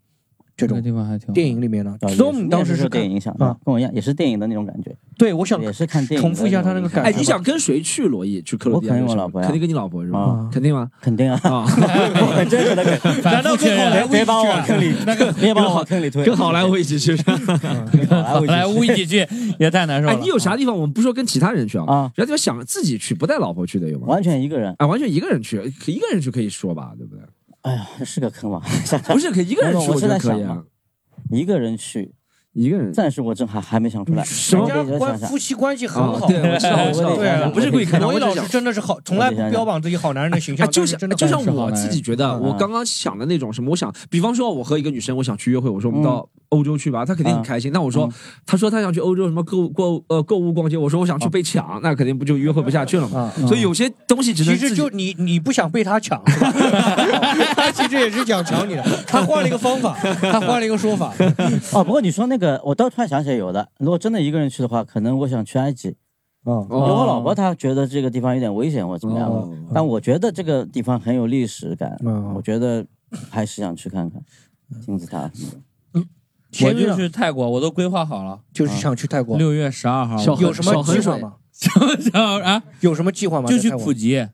Speaker 3: 这种
Speaker 2: 地方还挺
Speaker 3: 电影里面呢
Speaker 5: 方。，
Speaker 3: 所以我们当时
Speaker 5: 哦是
Speaker 3: 是
Speaker 5: 受
Speaker 3: 看
Speaker 5: 电影影响
Speaker 3: 啊
Speaker 5: 的，，跟我一样，也是电影的那种感觉。
Speaker 3: 对，我想
Speaker 5: 也是看电影，
Speaker 3: 重复一下他那个感觉
Speaker 1: 哎，你想跟谁去？罗毅去克罗地亚？
Speaker 5: 我肯定我老婆呀
Speaker 1: 肯定跟你老婆是吧
Speaker 5: 啊？
Speaker 1: 肯定吗？
Speaker 5: 肯定啊！
Speaker 1: 我
Speaker 5: 真的难道跟好莱坞一起去啊别把我往坑里那个别把我往坑里推
Speaker 1: 跟好莱坞一 起去是吧？
Speaker 3: 嗯
Speaker 1: 好
Speaker 2: 好莱坞一起去也太难受了。
Speaker 1: 哎，你有啥地方我们不说跟其他人去啊？
Speaker 5: 啊，
Speaker 1: 有啥地方想自己去不带老婆去的有吗？
Speaker 5: 完全一个人
Speaker 1: 啊，完全一个人去，可一个人去可以说吧，对不对？
Speaker 5: 哎呀，这是个坑吧？
Speaker 1: 不是可以一个人去
Speaker 5: 我是
Speaker 1: 我觉得
Speaker 5: 在
Speaker 1: 可
Speaker 5: 想
Speaker 1: 以啊
Speaker 5: 嘛，一个人去，
Speaker 1: 一个人，
Speaker 5: 暂时我正还还没想出来。
Speaker 3: 人家关夫妻关系很
Speaker 5: 嗯啊
Speaker 3: 好，
Speaker 5: 对 我知道我知道
Speaker 3: 对啊，
Speaker 5: 我不是故意看的
Speaker 3: 罗毅
Speaker 5: 我只
Speaker 3: 老
Speaker 5: 是
Speaker 3: 师
Speaker 5: 想啊
Speaker 3: 真的是好，从来不标榜自己好男人的形象，
Speaker 1: 哎就
Speaker 3: 但是
Speaker 1: 像
Speaker 3: 真的
Speaker 1: 就像
Speaker 3: 很少
Speaker 1: 我自己觉
Speaker 3: 嗯
Speaker 1: 得，我刚刚想的那种什么，我想，比方说，我和一个女生，我想去约会，我
Speaker 3: 嗯
Speaker 1: 说我们到欧洲去吧，她肯定很开心。那我说，她说她想去欧洲什么购物购呃购物逛街，我说我想
Speaker 3: 哦
Speaker 1: 去被抢，那肯定不就约会不下去了嘛。所以有些东西只
Speaker 3: 嗯其
Speaker 1: 能
Speaker 3: 实
Speaker 1: 自己
Speaker 3: 就你你不想被他抢，是吧他其实也是想抢你 的，他换了一个方 法，他换了一个说法。
Speaker 5: 哦，不过你说那个，我倒突然想起来有的。如果真的一个人去的话，可能我想去埃及。
Speaker 3: 哦
Speaker 5: 因为我老婆她觉得这个地方有点危险或怎么样的，但我觉得这个地方很有历史感，我觉得还是想去看看金字塔什
Speaker 2: 我
Speaker 5: 么的。
Speaker 2: 就是泰国，我都规划好了，
Speaker 3: 就是
Speaker 5: 啊
Speaker 3: 想去 泰国
Speaker 2: 六月十二号，
Speaker 3: 小有什么计划吗？？
Speaker 2: 小啊，
Speaker 3: 有什么计划吗？
Speaker 2: 就
Speaker 3: 在
Speaker 2: 去
Speaker 3: 泰国啊
Speaker 2: 普吉，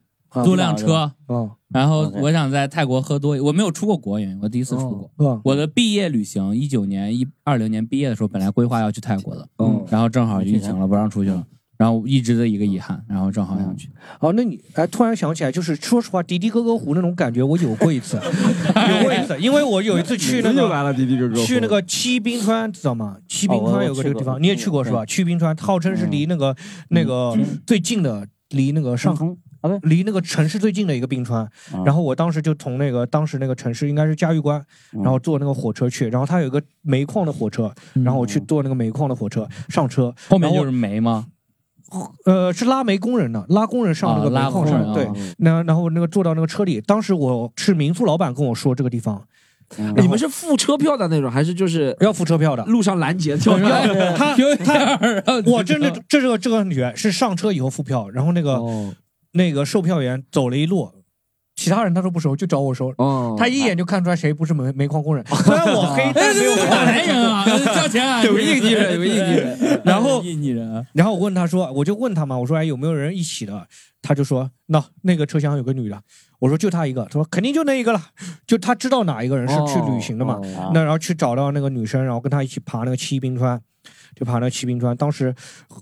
Speaker 2: 租辆车，
Speaker 3: 嗯，
Speaker 2: 然后我想在泰国喝多一，我没有出过国，因为我第一次出国。
Speaker 3: 嗯
Speaker 2: 我的毕业旅行，一九年、一二零年毕业的时候，本来规划要去泰国的，
Speaker 3: 哦
Speaker 1: 嗯，
Speaker 2: 然后正好疫情了，不让出去了，然后一直的一个遗憾，然后正好想去。
Speaker 3: 嗯哦，那你哎，突然想起来，就是说实话，迪迪哥哥湖那种感觉，我有过一 次， 有过一次，因为我有一次去那
Speaker 4: 你
Speaker 3: 个
Speaker 4: 又来了迪迪哥哥湖
Speaker 3: 去那个七冰川，知道吗？七冰
Speaker 4: 哦我
Speaker 3: 川
Speaker 4: 我
Speaker 3: 有个这个
Speaker 4: 去过
Speaker 3: 地方，你也去过是吧？
Speaker 4: 对
Speaker 3: 七冰川号称是离那个那个最近的，离那个上离那个城市最近的一个冰川。然后我当时就从那个当时那个城市应该是嘉峪关，然后坐那个火车去，然后它有一个煤矿的火车，然后我去坐那个煤矿的火车上车，
Speaker 2: 后面
Speaker 3: 然
Speaker 2: 就是煤吗？
Speaker 3: 呃，是拉煤工人的，拉工人上那个
Speaker 2: 啊
Speaker 3: 煤矿
Speaker 2: 拉
Speaker 3: 上，
Speaker 2: 工人
Speaker 3: 对
Speaker 2: 啊，
Speaker 3: 那然后那个坐到那个车里，当时我是民宿老板跟我说这个地方，
Speaker 2: 嗯
Speaker 1: 你们是付车票的那种，还是就是
Speaker 3: 要付车票的？
Speaker 1: 路上 拦截，
Speaker 3: 要 要他
Speaker 2: 有
Speaker 3: 他，我
Speaker 1: 呃
Speaker 3: 真的这是个这个女人是上车以后付票，然后那个
Speaker 2: 哦
Speaker 3: 那个售票员走了一路。其他人他都不收，就找我收。
Speaker 1: 哦
Speaker 3: 他一眼就看出来谁不是煤煤矿工人。哦虽然我 黑，但是没有呃
Speaker 2: 这哪来人啊交 钱啊有个印记人有个印记人
Speaker 3: 然后
Speaker 2: 印尼人，
Speaker 3: 然后我问他说，我就问他嘛，我说哎有没有人一起的？他就说那那个车厢有个女的，我说就她一个，他说肯定就那一个了，就他知道哪一个人是去旅行的嘛，
Speaker 4: 哦
Speaker 3: 那然后去找到那个女生，然后跟她一起爬那个七冰川。就爬那个七冰川，当时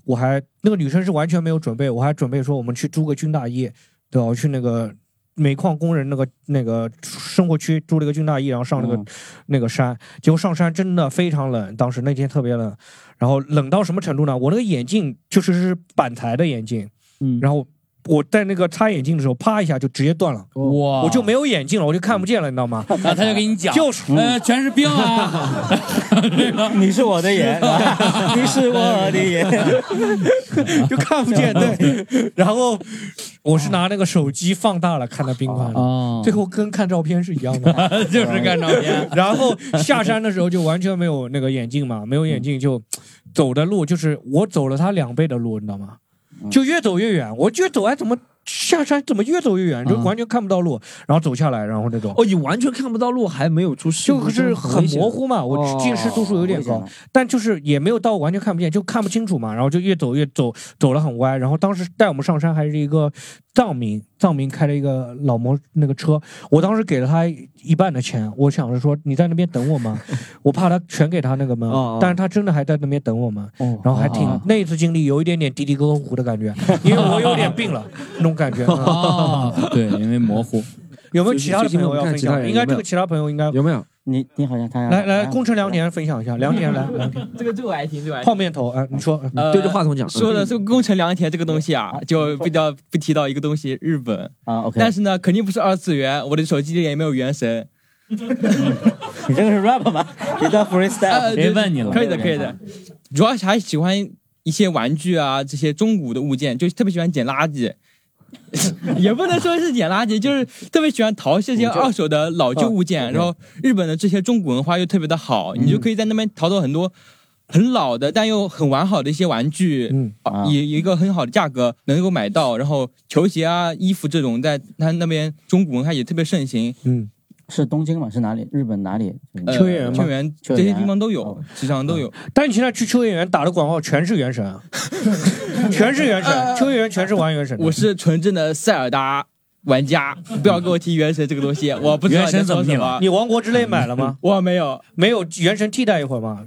Speaker 3: 我还那个女生是完全没有准备，我还准备说我们去租个军大衣，对吧？我去那个煤矿工人那个那个生活区租了一个军大衣，然后上那
Speaker 6: 嗯
Speaker 3: 个、那个山，结果上山真的非常冷，当时那天特别冷，然后冷到什么程度呢？我那个眼镜就是是板材的眼镜，
Speaker 1: 嗯，
Speaker 3: 然后。我戴那个擦眼镜的时候，啪一下就直接断了，
Speaker 2: 哇
Speaker 3: 哦我就没有眼镜了，我就看不见了，你知道吗？
Speaker 2: 然后他就给你讲，
Speaker 3: 就是
Speaker 2: 呃，全是冰啊，
Speaker 6: 你是我 的眼， 你是我的眼，
Speaker 3: 就看不见。 对，然后我是拿那个手机放大了看那冰块
Speaker 2: 哦，
Speaker 3: 最后跟看照片是一样的
Speaker 2: 就是看照 片
Speaker 3: 然后下山的时候就完全没有那个眼镜嘛，没有眼镜就走的路就是我走了他两倍的路，你知道吗？
Speaker 1: 嗯
Speaker 3: 就越走越远，我越走哎怎么下山怎么越走越远，就完全看不到路，然后走下来，然后那种
Speaker 1: 嗯哦，你完全看不到路，还没有出事故，
Speaker 3: 就是很模糊嘛，
Speaker 1: 哦
Speaker 3: 我近视度数有点高，但就是也没有到完全看不见，就看不清楚嘛。然后就越走越走，走了很歪。然后当时带我们上山还是一个藏民，藏民开了一个老摩那个车，我当时给了他一半的钱，我想着说你在那边等我嘛，我怕他全给他那个嘛
Speaker 1: 哦哦，
Speaker 3: 但是他真的还在那边等我们，然后还挺
Speaker 1: 哦
Speaker 3: 那一次经历有一点点嘀嘀咕咕糊的感觉，因为我有点病了那种感觉。啊
Speaker 2: 哦，对，因为模糊。
Speaker 3: 有没有其他的朋友要分享？应该这个其他朋友应该
Speaker 1: 有没有？
Speaker 5: 你你好像他
Speaker 3: 来来，工程良田分享一下，良 田来，良田
Speaker 12: 这个这个我还听，这个我还
Speaker 3: 泡
Speaker 12: 听。
Speaker 3: 面头，哎，你说，
Speaker 5: 嗯
Speaker 12: 呃说的
Speaker 3: 是
Speaker 12: 是工程良田这个东西啊，就不叫不提到一个东西，日本
Speaker 5: 啊，OK
Speaker 12: 但是呢，肯定不是二次元，我的手机里也没有原 神。
Speaker 5: 你这个是 rap 吗？你叫 freestyle？
Speaker 12: 呃对
Speaker 5: 谁问你了
Speaker 12: 可以的，可以的。主要是还喜欢一些玩具啊，这些中古的物件，就特别喜欢捡垃圾。 也不能说是捡垃圾，就是特别喜欢淘这些二手的老
Speaker 3: 嗯
Speaker 12: 旧物件。然后日本的这些中古文化又特别的好，你就可以在那边淘到很多很老的但又很完好的一些玩具，
Speaker 3: 嗯
Speaker 12: 啊以以一个很好的价格能够买到。然后球鞋啊、衣服这种，在他那边中古文化也特别盛行。
Speaker 3: 嗯，
Speaker 5: 是东京吗？是哪里？日本哪里？
Speaker 12: 呃秋叶原吗秋叶原这些地方都有，其实上都有。
Speaker 3: 哦啊但你现在去秋叶原打的广告全是原神啊，全是原 神，啊秋叶原全是玩原神的。
Speaker 12: 我是纯正的塞尔达玩家，不要跟我提原神这个东西，我不知道你在说什么。
Speaker 3: 你王国之泪买了吗？
Speaker 12: 我没有，
Speaker 3: 啊嗯没有原神替代一会儿吗？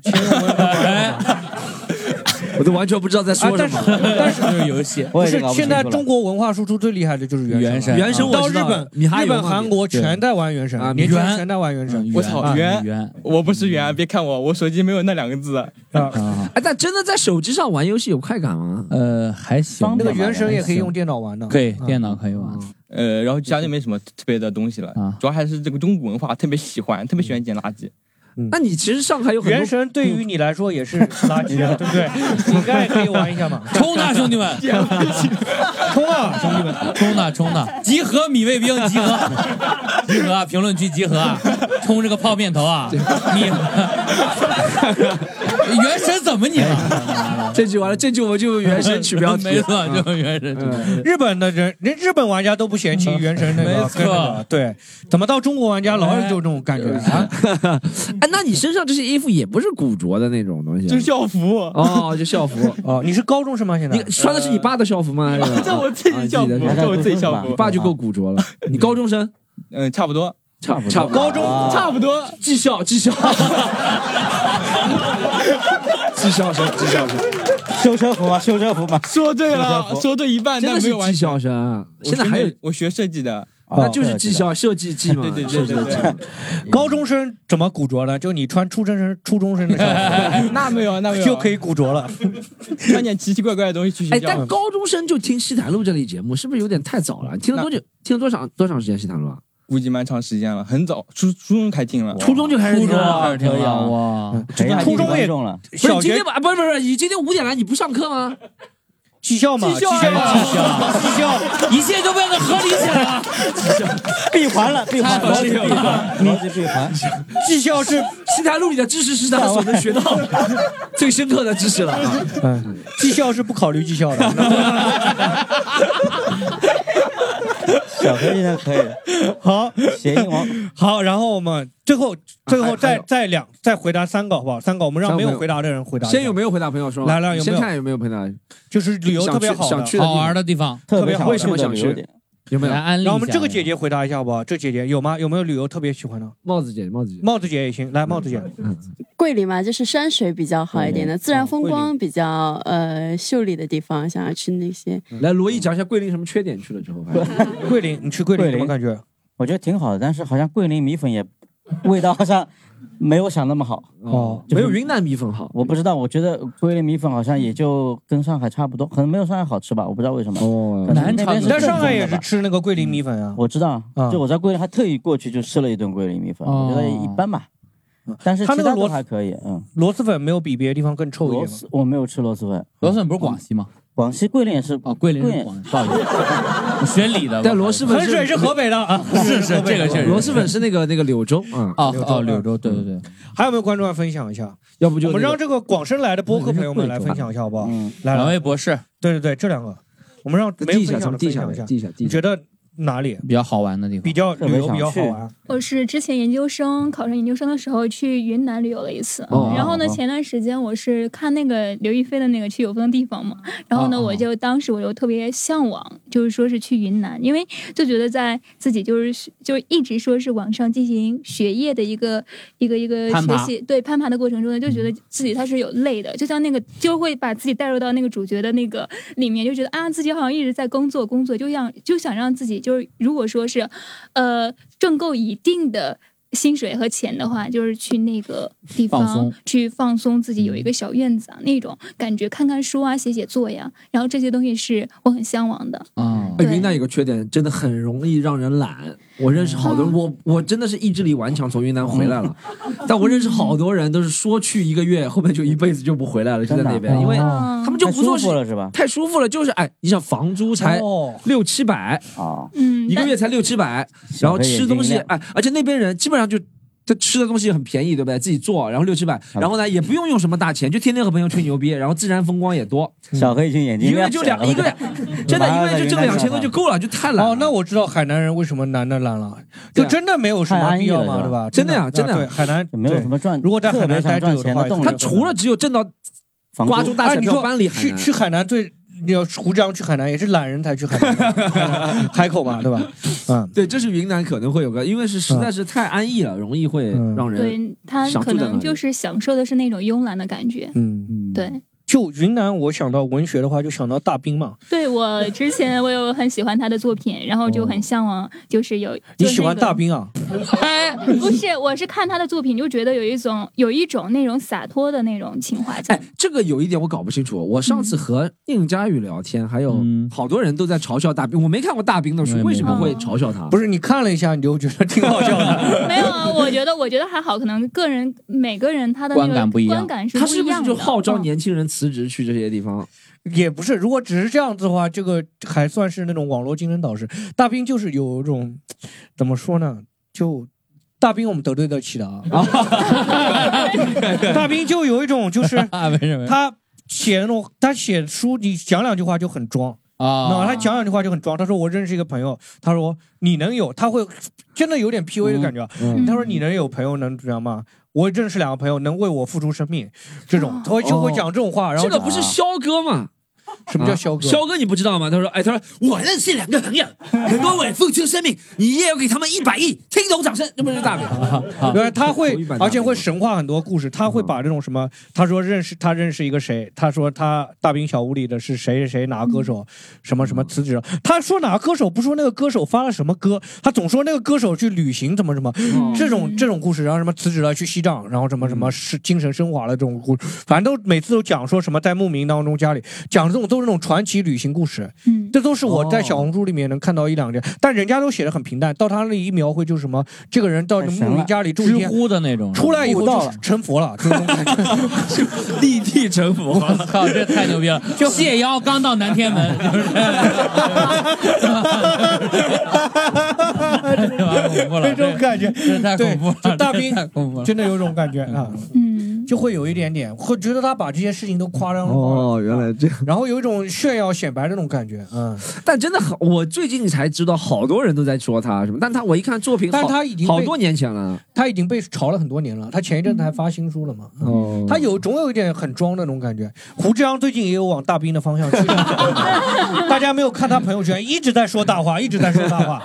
Speaker 1: 我都完全不知道在说什么。
Speaker 3: 啊 但是
Speaker 1: 这个游戏
Speaker 3: 不是，现在中国文化输出最厉害的就是原神了。
Speaker 1: 原神
Speaker 3: 到
Speaker 1: 我
Speaker 3: 日
Speaker 1: 知道
Speaker 3: 本、
Speaker 1: 米哈
Speaker 3: 日
Speaker 1: 游
Speaker 3: 本、
Speaker 1: 嘛
Speaker 3: 韩国
Speaker 1: 对
Speaker 3: 全在玩原神
Speaker 1: 啊嗯
Speaker 3: 年轻人
Speaker 1: 原
Speaker 3: 全在玩原神。
Speaker 12: 我操，
Speaker 3: 啊
Speaker 12: 圆，我不是
Speaker 1: 嗯
Speaker 12: 圆，别看我，我手机没有那两个字
Speaker 3: 啊。
Speaker 1: 哎，但真的在手机上玩游戏有快感吗？
Speaker 2: 呃，还行
Speaker 3: 那个
Speaker 1: 嗯
Speaker 3: 原神也可以用电脑玩的。嗯
Speaker 2: 对，电脑可以玩。
Speaker 12: 呃，然后家里没什么特别的东西了，
Speaker 1: 啊
Speaker 12: 主要还是这个中古文化特别喜欢，特别喜欢捡垃圾。
Speaker 1: 那你其实 上海有很多嗯
Speaker 3: 原神对于你来说也是垃圾 啊，对不对？你应该也可以玩一 下嘛。
Speaker 2: 冲啊，兄弟们！
Speaker 3: 冲啊，兄弟们！
Speaker 2: 冲呐，冲呐！集合米卫兵，集合，集合啊！评论区集合啊！冲这个泡面头 啊！你原神怎么 你了？
Speaker 1: 这句完了，这句我就
Speaker 3: 原神取 标题嗯
Speaker 2: 没错，就是原神取标题。
Speaker 3: 日本的人，人日本玩家都不嫌弃原神那个，
Speaker 2: 没错
Speaker 3: 跟那个对，怎么到中国玩家老有这种感 觉啊？
Speaker 1: 哎，那你身上这些衣服也不是古着的那种东西啊，
Speaker 12: 校服
Speaker 1: 哦，就校服
Speaker 3: 哦。你是高中生吗？现在
Speaker 1: 你穿的是你爸的校服吗？还 是
Speaker 12: 这我自己
Speaker 1: 啊
Speaker 12: 校服
Speaker 1: 你的
Speaker 12: 这我自己校服
Speaker 1: 你爸就够古着了。你高中生？
Speaker 12: 嗯，差不多，
Speaker 1: 差不多。啊
Speaker 12: 高中差不多，
Speaker 1: 技校，技校，技校生，技校生，
Speaker 5: 修车服吗？修车服吗？
Speaker 12: 说对了，说对一半，
Speaker 1: 真
Speaker 12: 但
Speaker 1: 的
Speaker 12: 没
Speaker 1: 是
Speaker 12: 有完
Speaker 1: 技
Speaker 12: 全。
Speaker 1: 校生。
Speaker 12: 我
Speaker 1: 啊现在
Speaker 12: 学
Speaker 1: 还有哦
Speaker 12: 妹，我学设计的，
Speaker 3: 啊哦
Speaker 1: 那就是技校设计 技嘛，
Speaker 12: 对对
Speaker 1: 设
Speaker 12: 对
Speaker 1: 计
Speaker 12: 对
Speaker 1: 技
Speaker 12: 对，
Speaker 3: 高中生怎么古着呢？就你穿初中生、初中生的校
Speaker 12: 那没有那没
Speaker 3: 服
Speaker 12: 有，
Speaker 3: 就可以古着了。
Speaker 12: 穿点奇奇怪怪的东西去
Speaker 1: 哎
Speaker 12: 学，校。
Speaker 1: 但高中生就听西坛路这类节目，是不是有点太早了？你听了多久？听了多长多长时间西坛路啊？
Speaker 12: 估计蛮长时间了，很早，初初中开听了，
Speaker 1: 初中就开始听了
Speaker 12: 开始听了，
Speaker 2: 哇，
Speaker 12: 初中也
Speaker 5: 中了，
Speaker 1: 嗯不是你今天晚，不是不是，你今天五点来，你不上课吗？
Speaker 3: 技校嘛，
Speaker 1: 技校啊
Speaker 2: 哎
Speaker 1: 哎
Speaker 3: 嘛，技校，
Speaker 2: 一切都变得合理起 来了。
Speaker 5: 闭环了，闭环，逻辑闭环，逻辑闭环。
Speaker 3: 技校是
Speaker 1: 西坛路里的知识是他所能学到 的最深刻的知识了啊！
Speaker 3: 嗯，技校是不考虑技校的。
Speaker 5: 小黑现在可以了，
Speaker 3: 好，
Speaker 5: 谐音王。
Speaker 3: 好，然后我们最后最
Speaker 1: 啊
Speaker 3: 后再再两再回答三个好不好？三个，我们让
Speaker 1: 三
Speaker 3: 没
Speaker 1: 个
Speaker 3: 有回答的人回答一下。
Speaker 1: 先有没有回答朋友说？
Speaker 3: 来来有没有
Speaker 1: 先看有没有回答？
Speaker 3: 就是旅游特别好
Speaker 1: 想去
Speaker 2: 好玩的地方，
Speaker 1: 特别好为什么想去？有没有
Speaker 3: 来让我们这个姐姐回答一下好不好？这姐姐有吗？有没有旅游特别喜欢的？
Speaker 1: 帽子姐，帽子姐，
Speaker 3: 帽子姐嗯也行。来，帽子姐，
Speaker 13: 桂林嘛，就是山水比较好一点的，自然风
Speaker 1: 桂
Speaker 13: 光比较呃秀丽的地方，想要去那些。
Speaker 1: 来，罗毅讲一下桂林什么缺点，去了之 后。
Speaker 3: 桂林，你去桂
Speaker 5: 林
Speaker 3: 什么感觉？
Speaker 5: 我觉得挺好的，但是好像桂林米粉也味道好像没有想那么好
Speaker 1: 哦
Speaker 5: 就
Speaker 1: 没
Speaker 5: 是
Speaker 1: 有云南米粉好。
Speaker 5: 我不知道，我觉得桂林米粉好像也就跟上海差不多，可能没有上海好吃吧，我不知道为什么。
Speaker 1: 哦
Speaker 3: 在上海嗯也是吃那个桂林米粉啊。
Speaker 5: 我知道，就我在桂林还特意过去就吃了一顿桂林米粉，
Speaker 3: 哦嗯
Speaker 5: 我觉得一般吧。但是
Speaker 3: 它那个
Speaker 5: 其他
Speaker 3: 螺
Speaker 5: 都还可以，嗯。
Speaker 3: 螺蛳粉没有比别的地方更臭一点
Speaker 5: 螺
Speaker 3: 吗
Speaker 5: 蛳我没有吃螺蛳粉，螺蛳粉不是广西吗？广西桂林也是啊，桂
Speaker 2: 林是
Speaker 5: 桂林，不好 意思，
Speaker 2: 学理的
Speaker 1: 但螺蛳粉
Speaker 3: 北的啊
Speaker 2: 是是这个确实
Speaker 1: 螺蛳粉是那个那个柳州啊
Speaker 3: 哦哦柳
Speaker 1: 州嗯对对对，
Speaker 3: 还有没有观众要分享一下？
Speaker 1: 要不就
Speaker 3: 我们
Speaker 1: 那个
Speaker 3: 让这个广深来的播客朋友们来分享一下好不好？哦来，
Speaker 2: 两位博士，
Speaker 3: 对对对，这两个，我们让没有
Speaker 2: 记一下
Speaker 3: 分享的
Speaker 2: 从地
Speaker 3: 分
Speaker 2: 下
Speaker 3: 享
Speaker 2: 来
Speaker 3: 一下，
Speaker 2: 记一下记一下
Speaker 3: 你觉得哪里
Speaker 2: 比较好玩的地方，
Speaker 3: 比较旅游比较好玩？
Speaker 14: 我是之前研究生考上研究生的时候去云南旅游了一次，
Speaker 3: 哦
Speaker 14: 然后呢，
Speaker 3: 哦
Speaker 14: 前段时间我是看那个刘亦菲的那个去有风的地方嘛，然后呢，
Speaker 15: 哦
Speaker 14: 我就当时我就特别向往，就是说是去云南，因为就觉得在自己就是就一直说是往上进行学业的一个一个一个
Speaker 15: 攀
Speaker 14: 学
Speaker 15: 爬
Speaker 14: 习对攀爬的过程中呢，就觉得
Speaker 1: 嗯
Speaker 14: 自己他是有累的，就像那个就会把自己带入到那个主角的那个里面，就觉得啊自己好像一直在工作工作，就想就想让自己就是如果说是，呃挣够一定的。薪水和钱的话，就是去那个地方
Speaker 15: 放松
Speaker 14: 去放松自己，
Speaker 1: 嗯
Speaker 14: 有一个小院子啊，那种感觉，看看书啊，写写作呀，然后这些东西是我很向往的。
Speaker 1: 啊，哎云南有个缺点，真的很容易让人懒。我认识好多人，我我真的是意志力顽强，从云南回来了， 但我认识好多人都是说去一个月，后面就一辈子就不回来了，就在那边，因为
Speaker 5: 哦
Speaker 1: 他们就不做事
Speaker 5: 太舒服了是吧哦
Speaker 1: 太舒服了，就是哎，你想房租才六七百
Speaker 5: 啊，
Speaker 14: 嗯，
Speaker 1: 一个月才六七百，然后吃东西
Speaker 5: 小黑眼睛
Speaker 1: 哎，而且那边人基本上就。他吃的东西很便宜，对不对？自己做，然后六七百，
Speaker 5: 嗯
Speaker 1: 然后呢也不用用什么大钱，就天天和朋友吹牛逼，然后自然风光也多。
Speaker 5: 小黑已经眼睛
Speaker 1: 一个月
Speaker 5: 亮起
Speaker 1: 就
Speaker 5: 来
Speaker 1: 两
Speaker 5: 了
Speaker 1: 一个月， 真的一个月就挣两千多就够了，就太懒。
Speaker 3: 哦，那我知道海南人为什么难的懒了，就真的没有什么必要嘛，对吧？啊
Speaker 1: 真的呀，真的啊
Speaker 3: 对
Speaker 1: 呀，
Speaker 3: 海南
Speaker 5: 没有什么赚
Speaker 3: 如果在海南待着的话，
Speaker 1: 他除了只有挣到瓜州大
Speaker 3: 哎
Speaker 1: 小
Speaker 3: 你
Speaker 1: 票
Speaker 3: 说
Speaker 1: 班里，
Speaker 3: 去去海南最。你要胡张去海南也是懒人才去海南，海口嘛，对吧？嗯，
Speaker 1: 对，这是云南可能会有个，因为是实在是太安逸了，容易会让人
Speaker 14: 对他
Speaker 1: 想
Speaker 14: 可
Speaker 1: 住在
Speaker 14: 能
Speaker 1: 那里。
Speaker 14: 就是享受的是那种慵懒的感觉。
Speaker 3: 嗯，
Speaker 14: 对，
Speaker 3: 就云南，我想到文学的话，就想到大兵嘛。
Speaker 14: 对我之前我有很喜欢他的作品，然后就很向往，就是有、
Speaker 3: 你
Speaker 14: 就
Speaker 3: 喜欢
Speaker 14: 那个
Speaker 3: 大兵啊？
Speaker 14: 哎，不是，我是看他的作品就觉得有一种有一种那种洒脱的那种情 怀在。
Speaker 1: 哎这个有一点我搞不清楚，我上次和应佳宇聊天，还有
Speaker 3: 嗯
Speaker 1: 好多人都在嘲笑大兵，我没看过大兵的书，为什么会嘲笑他？
Speaker 3: 不是你看了一下你就觉得挺好笑的，
Speaker 14: 没有啊，我觉得我觉得还好，可能个人每个人他的那个观感是
Speaker 1: 他
Speaker 14: 不
Speaker 1: 是
Speaker 14: 一
Speaker 1: 不是
Speaker 14: 样的。
Speaker 1: 就号召
Speaker 14: 嗯
Speaker 1: 年轻人辞职去这些地方？
Speaker 3: 也不是。如果只是这样子的话，这个还算是那种网络精神导师。大兵就是有一种怎么说呢？就大兵我们得罪得起的啊。 大兵就有一种 就是
Speaker 1: 啊
Speaker 3: 他写那种他写书，你讲两句话就很装。
Speaker 2: 啊
Speaker 3: 那他讲两句话就很装。他说我认识一个朋友，他说你能有，他会真的有点 PUA 的感觉。
Speaker 2: 嗯嗯
Speaker 3: 他说你能有朋友能这样吗？我认识两个朋友能为我付出生命，这种他会就会讲这种话。然后
Speaker 1: 哦 这个不是肖哥吗？啊
Speaker 3: 什么叫肖哥？
Speaker 1: 肖哥你不知道吗？他说，哎，他说我认识两个朋友，能为我付出生命，你也要给他们一百亿，听懂掌声，这不是大饼。
Speaker 3: 对，他会
Speaker 1: 头一版，大
Speaker 3: 而且会神话很多故事。他会把这种什么，他说认识他认识一个谁，他说他大兵小屋里的是谁谁谁哪个歌手，什么什么辞职了。他说哪个歌手，不说那个歌手发了什么歌，他总说那个歌手去旅行怎么怎么，这种这种故事，然后什么辞职了去西藏，然后什么什么是精神升华了这种故事，反正都每次都讲说什么在牧民当中家里讲这种都是那种传奇旅行故事。
Speaker 14: 嗯，
Speaker 3: 这都是我在小红书里面能看到一两件，但人家都写的很平淡，到他那里一描绘就是什么，这个人到牧
Speaker 2: 神了
Speaker 3: 民家里住一天
Speaker 2: 知，乎的那种，
Speaker 3: 出来以后
Speaker 2: 悟道
Speaker 3: 就
Speaker 2: 了
Speaker 3: 是成佛了， 就是这种感觉， 立地成佛。
Speaker 2: 我 靠，这太牛逼了！就谢邀刚到南天 门，
Speaker 3: 这种感觉，
Speaker 2: 这太恐怖了
Speaker 3: 对就大兵
Speaker 2: 这太恐怖了
Speaker 3: 真的有种感觉啊。
Speaker 14: 嗯，
Speaker 3: 就会有一点点，会觉得他把这些事情都夸 张了，
Speaker 1: 哦，原来这样。
Speaker 3: 然后有一种炫耀显摆的那种感觉。嗯，
Speaker 1: 但真的好，我最近才知道，好多人都在说他什么，但他我一看作品好，
Speaker 3: 但他已经被
Speaker 1: 好多年前了。
Speaker 3: 他已经被炒了很多年了，他前一阵子还发新书了嘛。
Speaker 1: 哦，
Speaker 3: 嗯他有总有一点很装的那种感觉。胡志阳最近也有往大兵的方向去，大家没有看他朋友圈，一直在说大话，一直在说大话，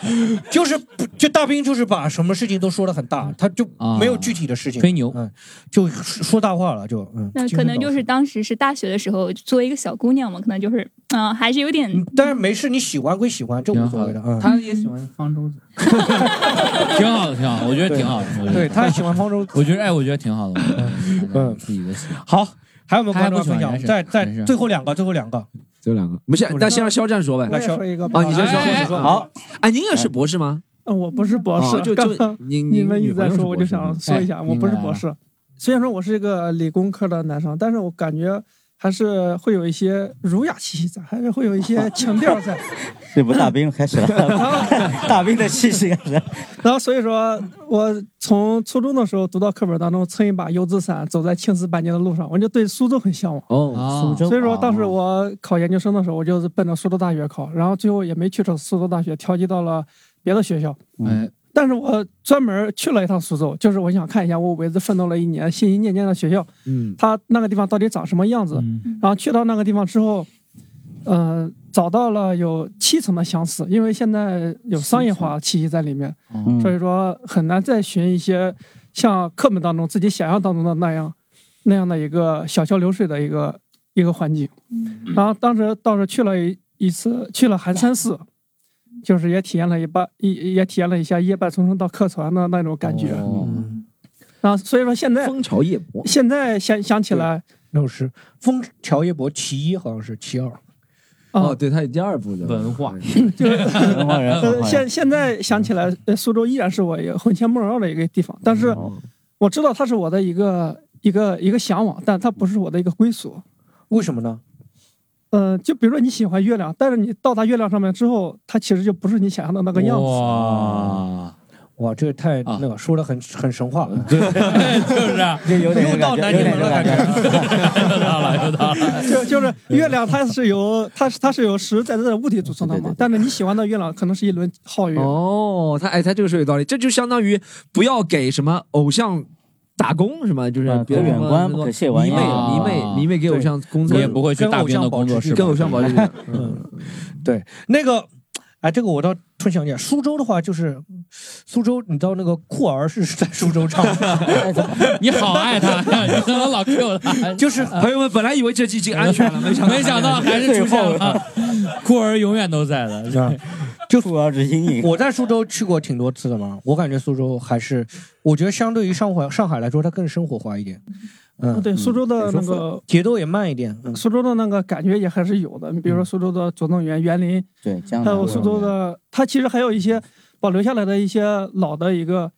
Speaker 3: 就是不就大兵就是把什么事情都说的很大，他就没有具体的事情吹牛，嗯，就说说大话了，就嗯。
Speaker 14: 那可能就是当时是大学的时候，作为一个小姑娘嘛，可能就是嗯、呃还是有点
Speaker 3: 但是没事，你喜欢归喜欢，这无所谓的。嗯，
Speaker 15: 他也喜欢方舟子，
Speaker 2: 挺好的，挺好的，我觉得挺好的。我觉得
Speaker 3: 对他喜欢方舟，
Speaker 2: 我觉得哎，我觉得挺好的。
Speaker 3: 嗯，
Speaker 2: 自己的喜好。
Speaker 3: 好，还有没有观众
Speaker 2: 他还不喜
Speaker 3: 分
Speaker 2: 欢
Speaker 3: 享？
Speaker 2: 人是
Speaker 3: 再再
Speaker 2: 人是
Speaker 3: 最后两个，最后两个，
Speaker 1: 最后两个，不是，那先让肖战说呗。
Speaker 3: 来肖说一个吧
Speaker 1: 啊，你先
Speaker 3: 哎哎
Speaker 1: 说。
Speaker 3: 哎
Speaker 1: 好，哎，您也是博士吗？
Speaker 15: 呃我不是博士，
Speaker 1: 哦就就
Speaker 15: 刚
Speaker 1: 你你
Speaker 15: 你们一直在
Speaker 1: 你朋友是
Speaker 15: 说，我就
Speaker 1: 博士
Speaker 15: 想说一下，
Speaker 1: 哎
Speaker 15: 我不是
Speaker 1: 明白
Speaker 15: 博
Speaker 1: 了
Speaker 15: 士。虽然说我是一个理工科的男生，但是我感觉还是会有一些儒雅气息在，还是会有一些情 调在。
Speaker 5: 这不大兵开始了，大兵的气息开始了。
Speaker 15: 啊然后所以说我从初中的时候读到课本当中，撑一把油纸伞，走在青丝白娘的路上，我就对苏州很向往。
Speaker 1: 哦苏州
Speaker 15: 所以说当时我考研究生的时候，我就是奔着苏州大学考，然后最后也没去成苏州大学，调剂到了别的学校。
Speaker 2: 哎，
Speaker 15: 但是我专门去了一趟苏州，就是我想看一下我为之奋斗了一年、心心念念的学校，
Speaker 1: 嗯，
Speaker 15: 它那个地方到底长什么样子。然后去到那个地方之后，呃，找到了有七成的相似，因为现在有商业化气息在里面，
Speaker 2: 嗯
Speaker 15: 所以说很难再寻一些像课本当中自己想象当中的那样那样的一个小桥流水的一个一个环境。然后当时倒是去了一一次，去了寒山寺，就是也体验了一半，也也体验了一下夜半钟声到客船的那种感觉。然后啊所以说现在
Speaker 1: 枫桥夜泊，
Speaker 15: 现在想想起来，
Speaker 3: 那首诗《枫桥夜泊》其一好像是其二，
Speaker 1: 哦，对，他有第二部的
Speaker 2: 文化，
Speaker 15: 就是
Speaker 3: 文化人文化
Speaker 15: 呃
Speaker 3: 人
Speaker 15: 现现在想起来，呃苏州依然是我一个魂牵梦绕的一个地方，但是
Speaker 3: 嗯
Speaker 15: 我知道它是我的一个一个一个向往，但它不是我的一个归属。
Speaker 3: 为什么呢？
Speaker 15: 呃，就比如说你喜欢月亮，但是你到达月亮上面之后，它其实就不是你想象的那个样子。
Speaker 2: 哇
Speaker 3: 哇，这个太
Speaker 1: 啊
Speaker 3: 那个说的很很神话了，
Speaker 5: 就有点
Speaker 3: 啊又到南泥门了感觉。
Speaker 15: 就就是月亮，它是由它是它是由实实在在的物体组成的嘛。但是你喜欢的月亮可能是一轮皓月。
Speaker 1: 哦，他哎，他这个说有道理，这就相当于不要给什么偶像打工，什么就是别人
Speaker 5: 可啊远观啊不可亵玩
Speaker 1: 迷
Speaker 5: 焉
Speaker 1: 妹迷妹迷妹给偶像工作，
Speaker 3: 啊也不会去大兵的工作室
Speaker 1: 跟偶像保持距 离。
Speaker 3: 对，嗯那个，哎，这个我倒突然想起来，苏州的话就是，苏州，你知道那个酷儿是在苏州唱 的
Speaker 2: ，你 好爱他 呀你怎么老 Q 他？
Speaker 3: 就是
Speaker 1: 朋友们本来以为这期已经安全了，没想到
Speaker 2: 没想到还是出现了， 酷儿永远都在的，
Speaker 3: 就
Speaker 5: 酷儿之阴影。
Speaker 3: 我在苏州去过挺多次的嘛，我感觉苏州还是，我觉得相对于上海上海来说，它更生活化一点。嗯，
Speaker 15: 哦对，苏州的那个
Speaker 3: 节奏也慢一点。嗯，
Speaker 15: 苏州的那个感觉也还是有的。你比如说苏州的左弄园、园林，
Speaker 5: 对，江
Speaker 15: 还
Speaker 5: 南
Speaker 15: 有苏州的，它其实还有一些保留下来的一些老的一个，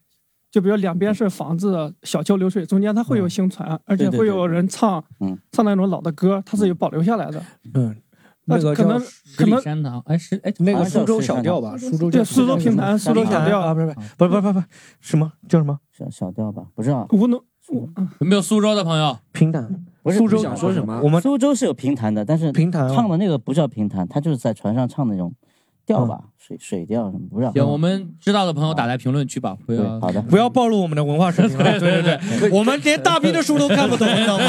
Speaker 15: 就比如两边是房子，小桥流水，中间它会有行船，而且
Speaker 3: 嗯对对
Speaker 15: 会有人唱
Speaker 5: 嗯
Speaker 15: 唱那种老的歌，它是有保留下来的。
Speaker 3: 嗯，
Speaker 15: 那
Speaker 3: 那个
Speaker 15: 可
Speaker 3: 叫
Speaker 15: 能
Speaker 2: 十
Speaker 15: 可
Speaker 2: 里
Speaker 15: 能
Speaker 2: 山堂，哎是哎
Speaker 3: 那个苏州小调吧，苏州
Speaker 15: 对苏州评弹，苏州小调
Speaker 3: 啊，不是不是不是不是不是什么叫什么
Speaker 5: 小小调吧，不知道
Speaker 15: 吴侬
Speaker 2: 有没有苏州的朋友？
Speaker 3: 平潭，
Speaker 5: 不是
Speaker 2: 苏州你想说什么
Speaker 5: 我们苏州是有评弹的，但是
Speaker 3: 评弹
Speaker 5: 唱的那个不叫评弹，他就是在船上唱那种调吧，水水调什么，不知道。
Speaker 2: 有我们知道的朋友打来评论区吧，不要
Speaker 5: 好的，
Speaker 3: 不要暴露我们的文化水平 了。对对对，我们连大批的书都看不懂，你知道吗？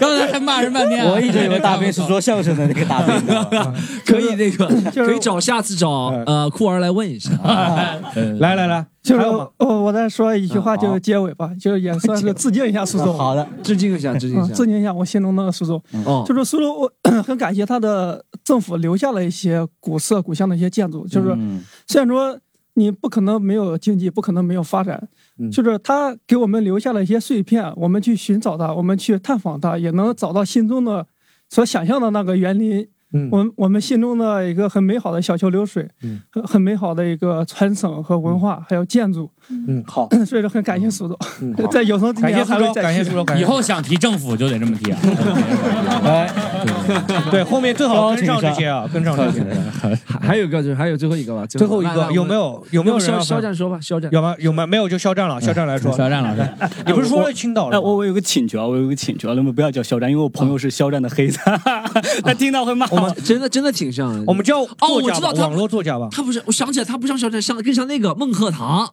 Speaker 2: 刚才还骂人半天啊，
Speaker 5: 我一直以 为大兵是说相声的那个大兵，
Speaker 1: 可以那个可以找下次找呃酷儿来 问一下。
Speaker 3: 嗯来来来，
Speaker 15: 就是我我再说一句话，
Speaker 1: 嗯
Speaker 15: 就
Speaker 1: 好
Speaker 15: 是结尾吧，就是也算是致敬一下苏州。
Speaker 5: 好的，
Speaker 1: 致敬一下，致敬
Speaker 15: 啊
Speaker 1: 一下
Speaker 15: 致。敬一下我心中的苏州。
Speaker 2: 嗯
Speaker 1: 哦
Speaker 15: 就是苏州，我很感谢它的政府留下了一些古色古香的一些建筑。就是
Speaker 5: 嗯
Speaker 15: 虽然说你不可能没有经济，不可能没有发展，
Speaker 2: 嗯
Speaker 15: 就是它给我们留下了一些碎片，我们去寻找它，我们去探访它，也能找到心中的所想象的那个园林。
Speaker 3: 嗯
Speaker 15: 我们我们心中的一个很美好的小桥流水，
Speaker 3: 嗯
Speaker 15: 很很美好的一个传承和文化，还有建筑。
Speaker 3: 嗯，好，
Speaker 15: 所以说很感谢苏州
Speaker 3: 嗯，
Speaker 2: 好
Speaker 15: 在有生之
Speaker 2: 感谢
Speaker 15: 年
Speaker 2: 苏
Speaker 15: 还
Speaker 2: 州，
Speaker 15: 会再
Speaker 2: 感谢
Speaker 15: 去
Speaker 2: 苏州，以后想提政府就得这么提 啊。
Speaker 3: 对，后面最好跟上这些啊，跟上这些。
Speaker 1: 还还有一个就是还有最后一个吧，
Speaker 3: 最后一个有没有有没有人
Speaker 1: 肖
Speaker 3: 要
Speaker 1: 肖
Speaker 3: 分
Speaker 1: 战说吧，肖战
Speaker 3: 有吗？有吗？没有就肖战了，肖战来说。
Speaker 6: 嗯肖战老师，
Speaker 3: 你不是说了青岛了
Speaker 6: 哎，我我有个请求啊，我有个请求啊，那么不要叫肖战，因为我朋友是肖战的黑子， 他听到会骂我。
Speaker 1: 哦真的真的挺像的，
Speaker 3: 我们叫
Speaker 1: 哦，我知道他
Speaker 3: 网络作家吧。
Speaker 1: 他不是，我想起来，他不像肖战，像更像那个孟鹤堂，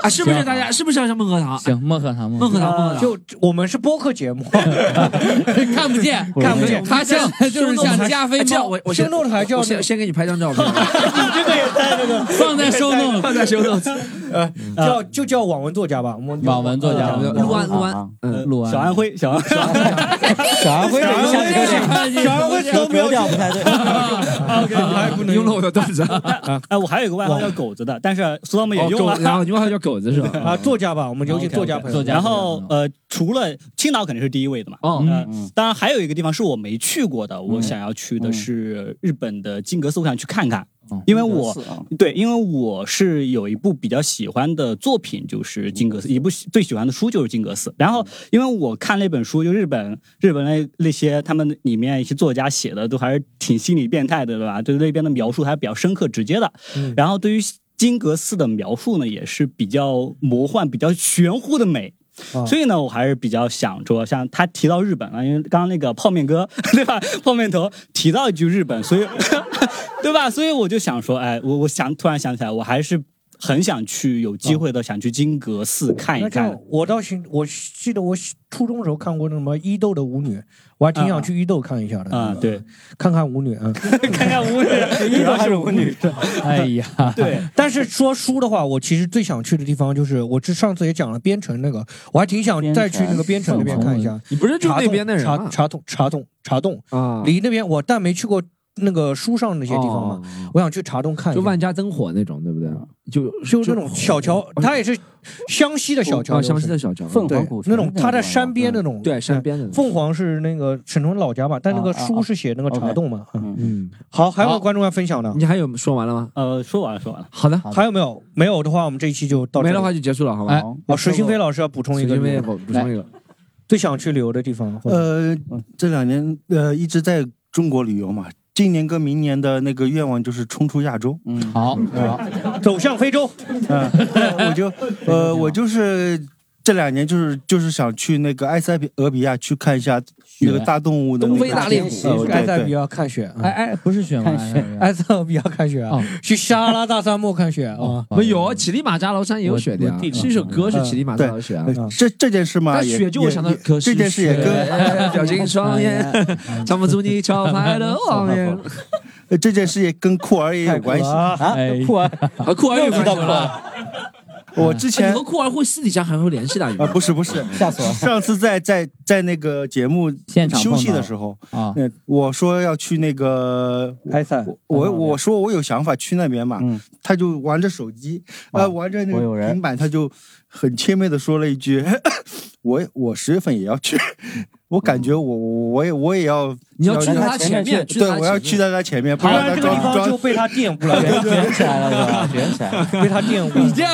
Speaker 1: 啊，是不是
Speaker 3: 行
Speaker 1: 大家？是不是像孟鹤堂？
Speaker 2: 行，孟鹤堂，
Speaker 1: 孟鹤堂，孟鹤堂，
Speaker 3: 就我们是播客节目，
Speaker 2: 看不见
Speaker 3: 看不见，
Speaker 2: 他像就是像加菲
Speaker 1: 哎这样
Speaker 2: 猫
Speaker 1: 我我先
Speaker 2: 生动的还叫
Speaker 1: 我先先给你拍张照 片，
Speaker 3: 这个也在那个
Speaker 2: 放在 show notes
Speaker 1: 放在 show notes
Speaker 3: 呃，叫就叫网文作家吧，我们呃
Speaker 2: 网文作家
Speaker 1: 陆安陆安，
Speaker 6: 嗯，
Speaker 2: 陆
Speaker 1: 呃
Speaker 2: 安，
Speaker 6: 小安徽，小安，小
Speaker 3: 安徽小安徽都没有
Speaker 6: 调不太对。OK，还不能
Speaker 1: 哎用了我的段子。啊
Speaker 6: 哎，我还有一个外号叫狗子的，但是苏东们也用
Speaker 1: 哦
Speaker 6: 了
Speaker 1: 狗。然后你 们还叫狗子是吧？
Speaker 3: 啊，作家吧，我们有请
Speaker 6: OK，OK，
Speaker 3: 作家朋友。嗯
Speaker 6: 然后呃，除了青岛肯定是第一位的嘛。
Speaker 1: 哦
Speaker 6: 呃当然还有一个地方是我没去过的，
Speaker 3: 嗯
Speaker 6: 我想要去的是日本的金阁寺，我想去看看。
Speaker 3: 哦
Speaker 6: 因为我
Speaker 5: 金阁寺啊
Speaker 6: 对，因为我是有一部比较喜欢的作品，就是金阁寺，一部喜最喜欢的书就是金阁寺。然
Speaker 3: 嗯
Speaker 6: 后，因为我看那本书，就日本日本那那些他们里面一些作家写的都还是挺心理变态的，对吧？对那边的描述还是比较深刻直接的。
Speaker 3: 嗯
Speaker 6: 然后对于金阁寺的描述呢，也是比较魔幻、比较玄乎的美。
Speaker 3: 啊
Speaker 6: 所以呢，我还是比较想说，像他提到日本啊，因为刚刚那个泡面哥 对吧，泡面头提到一句日本，所以 对吧？所以我就想说，哎，我我想突然想起来，我还是很想去，有机会的想去金阁寺看一
Speaker 3: 啊那这
Speaker 6: 看
Speaker 3: 样。我倒是我记得我初中的时候看过那什么伊豆的舞女，我还挺想去伊豆看一下的。
Speaker 6: 啊，对，
Speaker 3: 看 看舞女啊，
Speaker 6: 看看舞女，
Speaker 3: 伊豆是舞女。
Speaker 2: 哎 呀，
Speaker 6: 对。
Speaker 3: 但是说书的话，我其实最想去的地方就是，我这上次也讲了边城那个，我还挺想再去那个边城那边看一下。
Speaker 1: 你不是住那边的人
Speaker 3: 茶
Speaker 1: 吗
Speaker 3: 茶洞茶洞茶洞
Speaker 1: 啊
Speaker 3: 离那边我但没去过那个书上那些地方嘛，我想去茶洞看一下。
Speaker 1: 哦就万家灯火那种，对不对？
Speaker 3: 嗯
Speaker 1: 就哦
Speaker 3: 就那种小桥，它也是湘西的小桥，
Speaker 1: 啊湘西的小桥
Speaker 3: 对
Speaker 1: 凤凰古城
Speaker 3: 那种它在山边那种，
Speaker 1: 对山边的那种
Speaker 3: 凤凰是那个沈从文老家嘛，但那个
Speaker 1: 啊啊
Speaker 3: 书是写那个
Speaker 1: 啊
Speaker 3: 茶洞嘛。
Speaker 1: 嗯，
Speaker 3: 好，还有个观众要分享的，
Speaker 1: 你还有说完了吗？
Speaker 6: 呃，说完了，说完了。
Speaker 1: 好的，
Speaker 3: 还有没有？没有的话，我们这一期就到这
Speaker 1: 没
Speaker 3: 里
Speaker 1: 的话就结束了，好吧？
Speaker 3: 哎哦，石兴飞老师要补充一个
Speaker 1: 石
Speaker 3: 旅
Speaker 1: 兴飞
Speaker 3: 游，
Speaker 1: 补补充一个，
Speaker 3: 最想去旅游的地方，或者嗯
Speaker 10: 呃，这两年呃一直在中国旅游嘛，今年跟明年的那个愿望就是冲出亚洲。
Speaker 6: 嗯，
Speaker 10: 好，
Speaker 3: 走向非洲。
Speaker 10: 嗯， 我就 呃我就是这两年就是就是想去那个埃塞俄比亚去看一下那个大动物的那个
Speaker 3: 东非大裂谷
Speaker 1: 哦
Speaker 10: 迁徙呃
Speaker 3: 埃塞
Speaker 10: 对
Speaker 3: 比
Speaker 10: 对。
Speaker 3: 亚看雪，啊
Speaker 2: 哎哎，不是雪吗？
Speaker 3: 埃塞哎俄比亚看雪啊，去撒哈拉大沙漠看雪啊，
Speaker 1: 没哦有，乞力马扎罗山也有雪的呀
Speaker 3: 我我，
Speaker 1: 是一首歌是
Speaker 3: 嗯
Speaker 1: 乞力马扎罗雪啊。
Speaker 10: 呃这这件事嘛，
Speaker 1: 但
Speaker 10: 也
Speaker 1: 雪就我
Speaker 10: 也
Speaker 1: 想到
Speaker 10: 也
Speaker 1: 可是
Speaker 10: 这件事也
Speaker 1: 雪哎
Speaker 10: 跟
Speaker 1: 表情双眼， 藏不住你潮牌的画 面。
Speaker 10: 呃 这件事也跟酷儿也有关系
Speaker 1: 啊
Speaker 10: 酷儿
Speaker 1: 和酷儿有关系吗？
Speaker 10: 我之前
Speaker 1: 啊你和酷儿会私底下还会联系的，
Speaker 10: 啊，不是不是，
Speaker 1: 吓死我了
Speaker 10: 上次在在在那个节目
Speaker 1: 现场碰
Speaker 10: 休
Speaker 1: 到
Speaker 10: 息的时候
Speaker 2: 啊，
Speaker 10: 嗯，我说要去那个
Speaker 3: 埃塞，
Speaker 10: 我我说我有想法去那边嘛，他就玩着手机，呃，玩着
Speaker 5: 嗯
Speaker 10: 那
Speaker 5: 哦我有
Speaker 10: 个
Speaker 5: 人
Speaker 10: 平板，他就很谦卑的说了一句， 我我十月份也要去， 我感
Speaker 5: 嗯
Speaker 10: 觉我我我也我也要。
Speaker 1: 你要去在他前面去
Speaker 10: 对
Speaker 1: 他，
Speaker 10: 我要
Speaker 1: 前
Speaker 10: 去在他前面，不
Speaker 3: 好
Speaker 10: 然
Speaker 3: 像
Speaker 10: 他
Speaker 3: 这个地
Speaker 10: 装
Speaker 3: 方就
Speaker 10: 装
Speaker 3: 被他玷污了，
Speaker 10: 对对对
Speaker 3: 卷起来了，被他玷污。你
Speaker 2: 这样，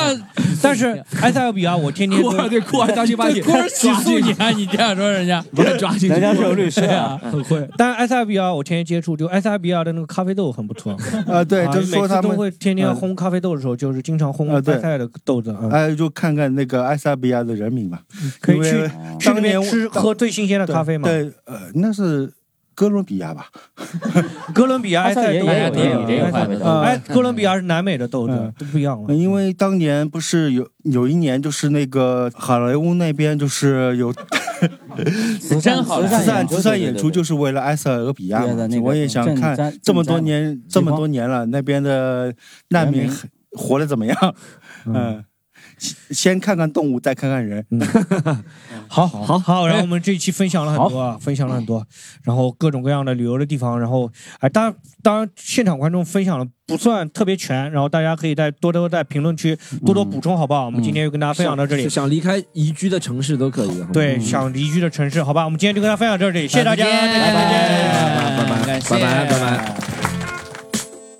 Speaker 3: 但是埃塞俄比亚，我天 天
Speaker 1: 酷儿对酷儿当心把
Speaker 3: 对
Speaker 1: 你
Speaker 3: 酷儿起诉你
Speaker 2: 啊！你这样说人家，
Speaker 1: 不是抓进去，
Speaker 2: 啊
Speaker 3: 很会。啊但是埃塞俄比亚我天天接触，就埃塞俄比亚的那个咖啡豆很不错。
Speaker 10: 啊对
Speaker 3: 啊
Speaker 10: 就是说
Speaker 3: 每次
Speaker 10: 他们
Speaker 3: 都会天天
Speaker 10: 嗯
Speaker 3: 烘咖啡豆的时候，就是经常烘
Speaker 10: 啊对
Speaker 3: 埃塞的豆子，嗯
Speaker 10: 哎，就看看那个埃塞俄比亚的人民吧，
Speaker 3: 可以
Speaker 10: 因为
Speaker 3: 去去那
Speaker 10: 当
Speaker 3: 边
Speaker 10: 年
Speaker 3: 吃
Speaker 10: 当
Speaker 3: 喝最新鲜的咖啡嘛。
Speaker 10: 对，呃，那是哥伦比亚吧？
Speaker 3: 哥伦比亚、埃塞
Speaker 10: 也
Speaker 3: 都
Speaker 10: 有也有也有也有
Speaker 3: 埃塞
Speaker 10: 也有
Speaker 3: 豆，哎
Speaker 10: 嗯，
Speaker 3: 哥伦比亚是南美的豆子
Speaker 10: 嗯，
Speaker 3: 都不一样了。
Speaker 10: 因为当年不是有有一年，就是那个好莱坞那边就是有
Speaker 5: 慈善好莱坞
Speaker 10: 慈善
Speaker 5: 对
Speaker 10: 慈善
Speaker 5: 对对
Speaker 10: 演
Speaker 5: 对
Speaker 10: 出，就是为了埃塞俄比亚
Speaker 5: 对
Speaker 10: 嘛
Speaker 5: 的那。个
Speaker 10: 我也想
Speaker 5: 赈
Speaker 10: 看
Speaker 5: 灾
Speaker 10: 这么多
Speaker 5: 赈灾
Speaker 10: 年这么多年了，那边的难民
Speaker 5: 人民
Speaker 10: 活得怎么样？嗯，先先看看动物，再看看
Speaker 3: 嗯
Speaker 10: 人。
Speaker 3: 好好好，然后我
Speaker 1: 哎
Speaker 3: 们这一期分享了很多，啊，分享了很多，然后各种各样的旅游的地方，然后哎，当然当然现场观众分享了不算特别全，然后大家可以在多多在评论区多
Speaker 1: 嗯
Speaker 3: 多补充，好不好？我们今天就跟大家分享到这里
Speaker 1: 想。嗯想离开宜居的城市都可以。嗯
Speaker 3: 对，想离居的城市，好吧，我们今天就跟大家分享到这里，谢谢大家，再见，再见。
Speaker 1: 拜拜。拜拜拜拜。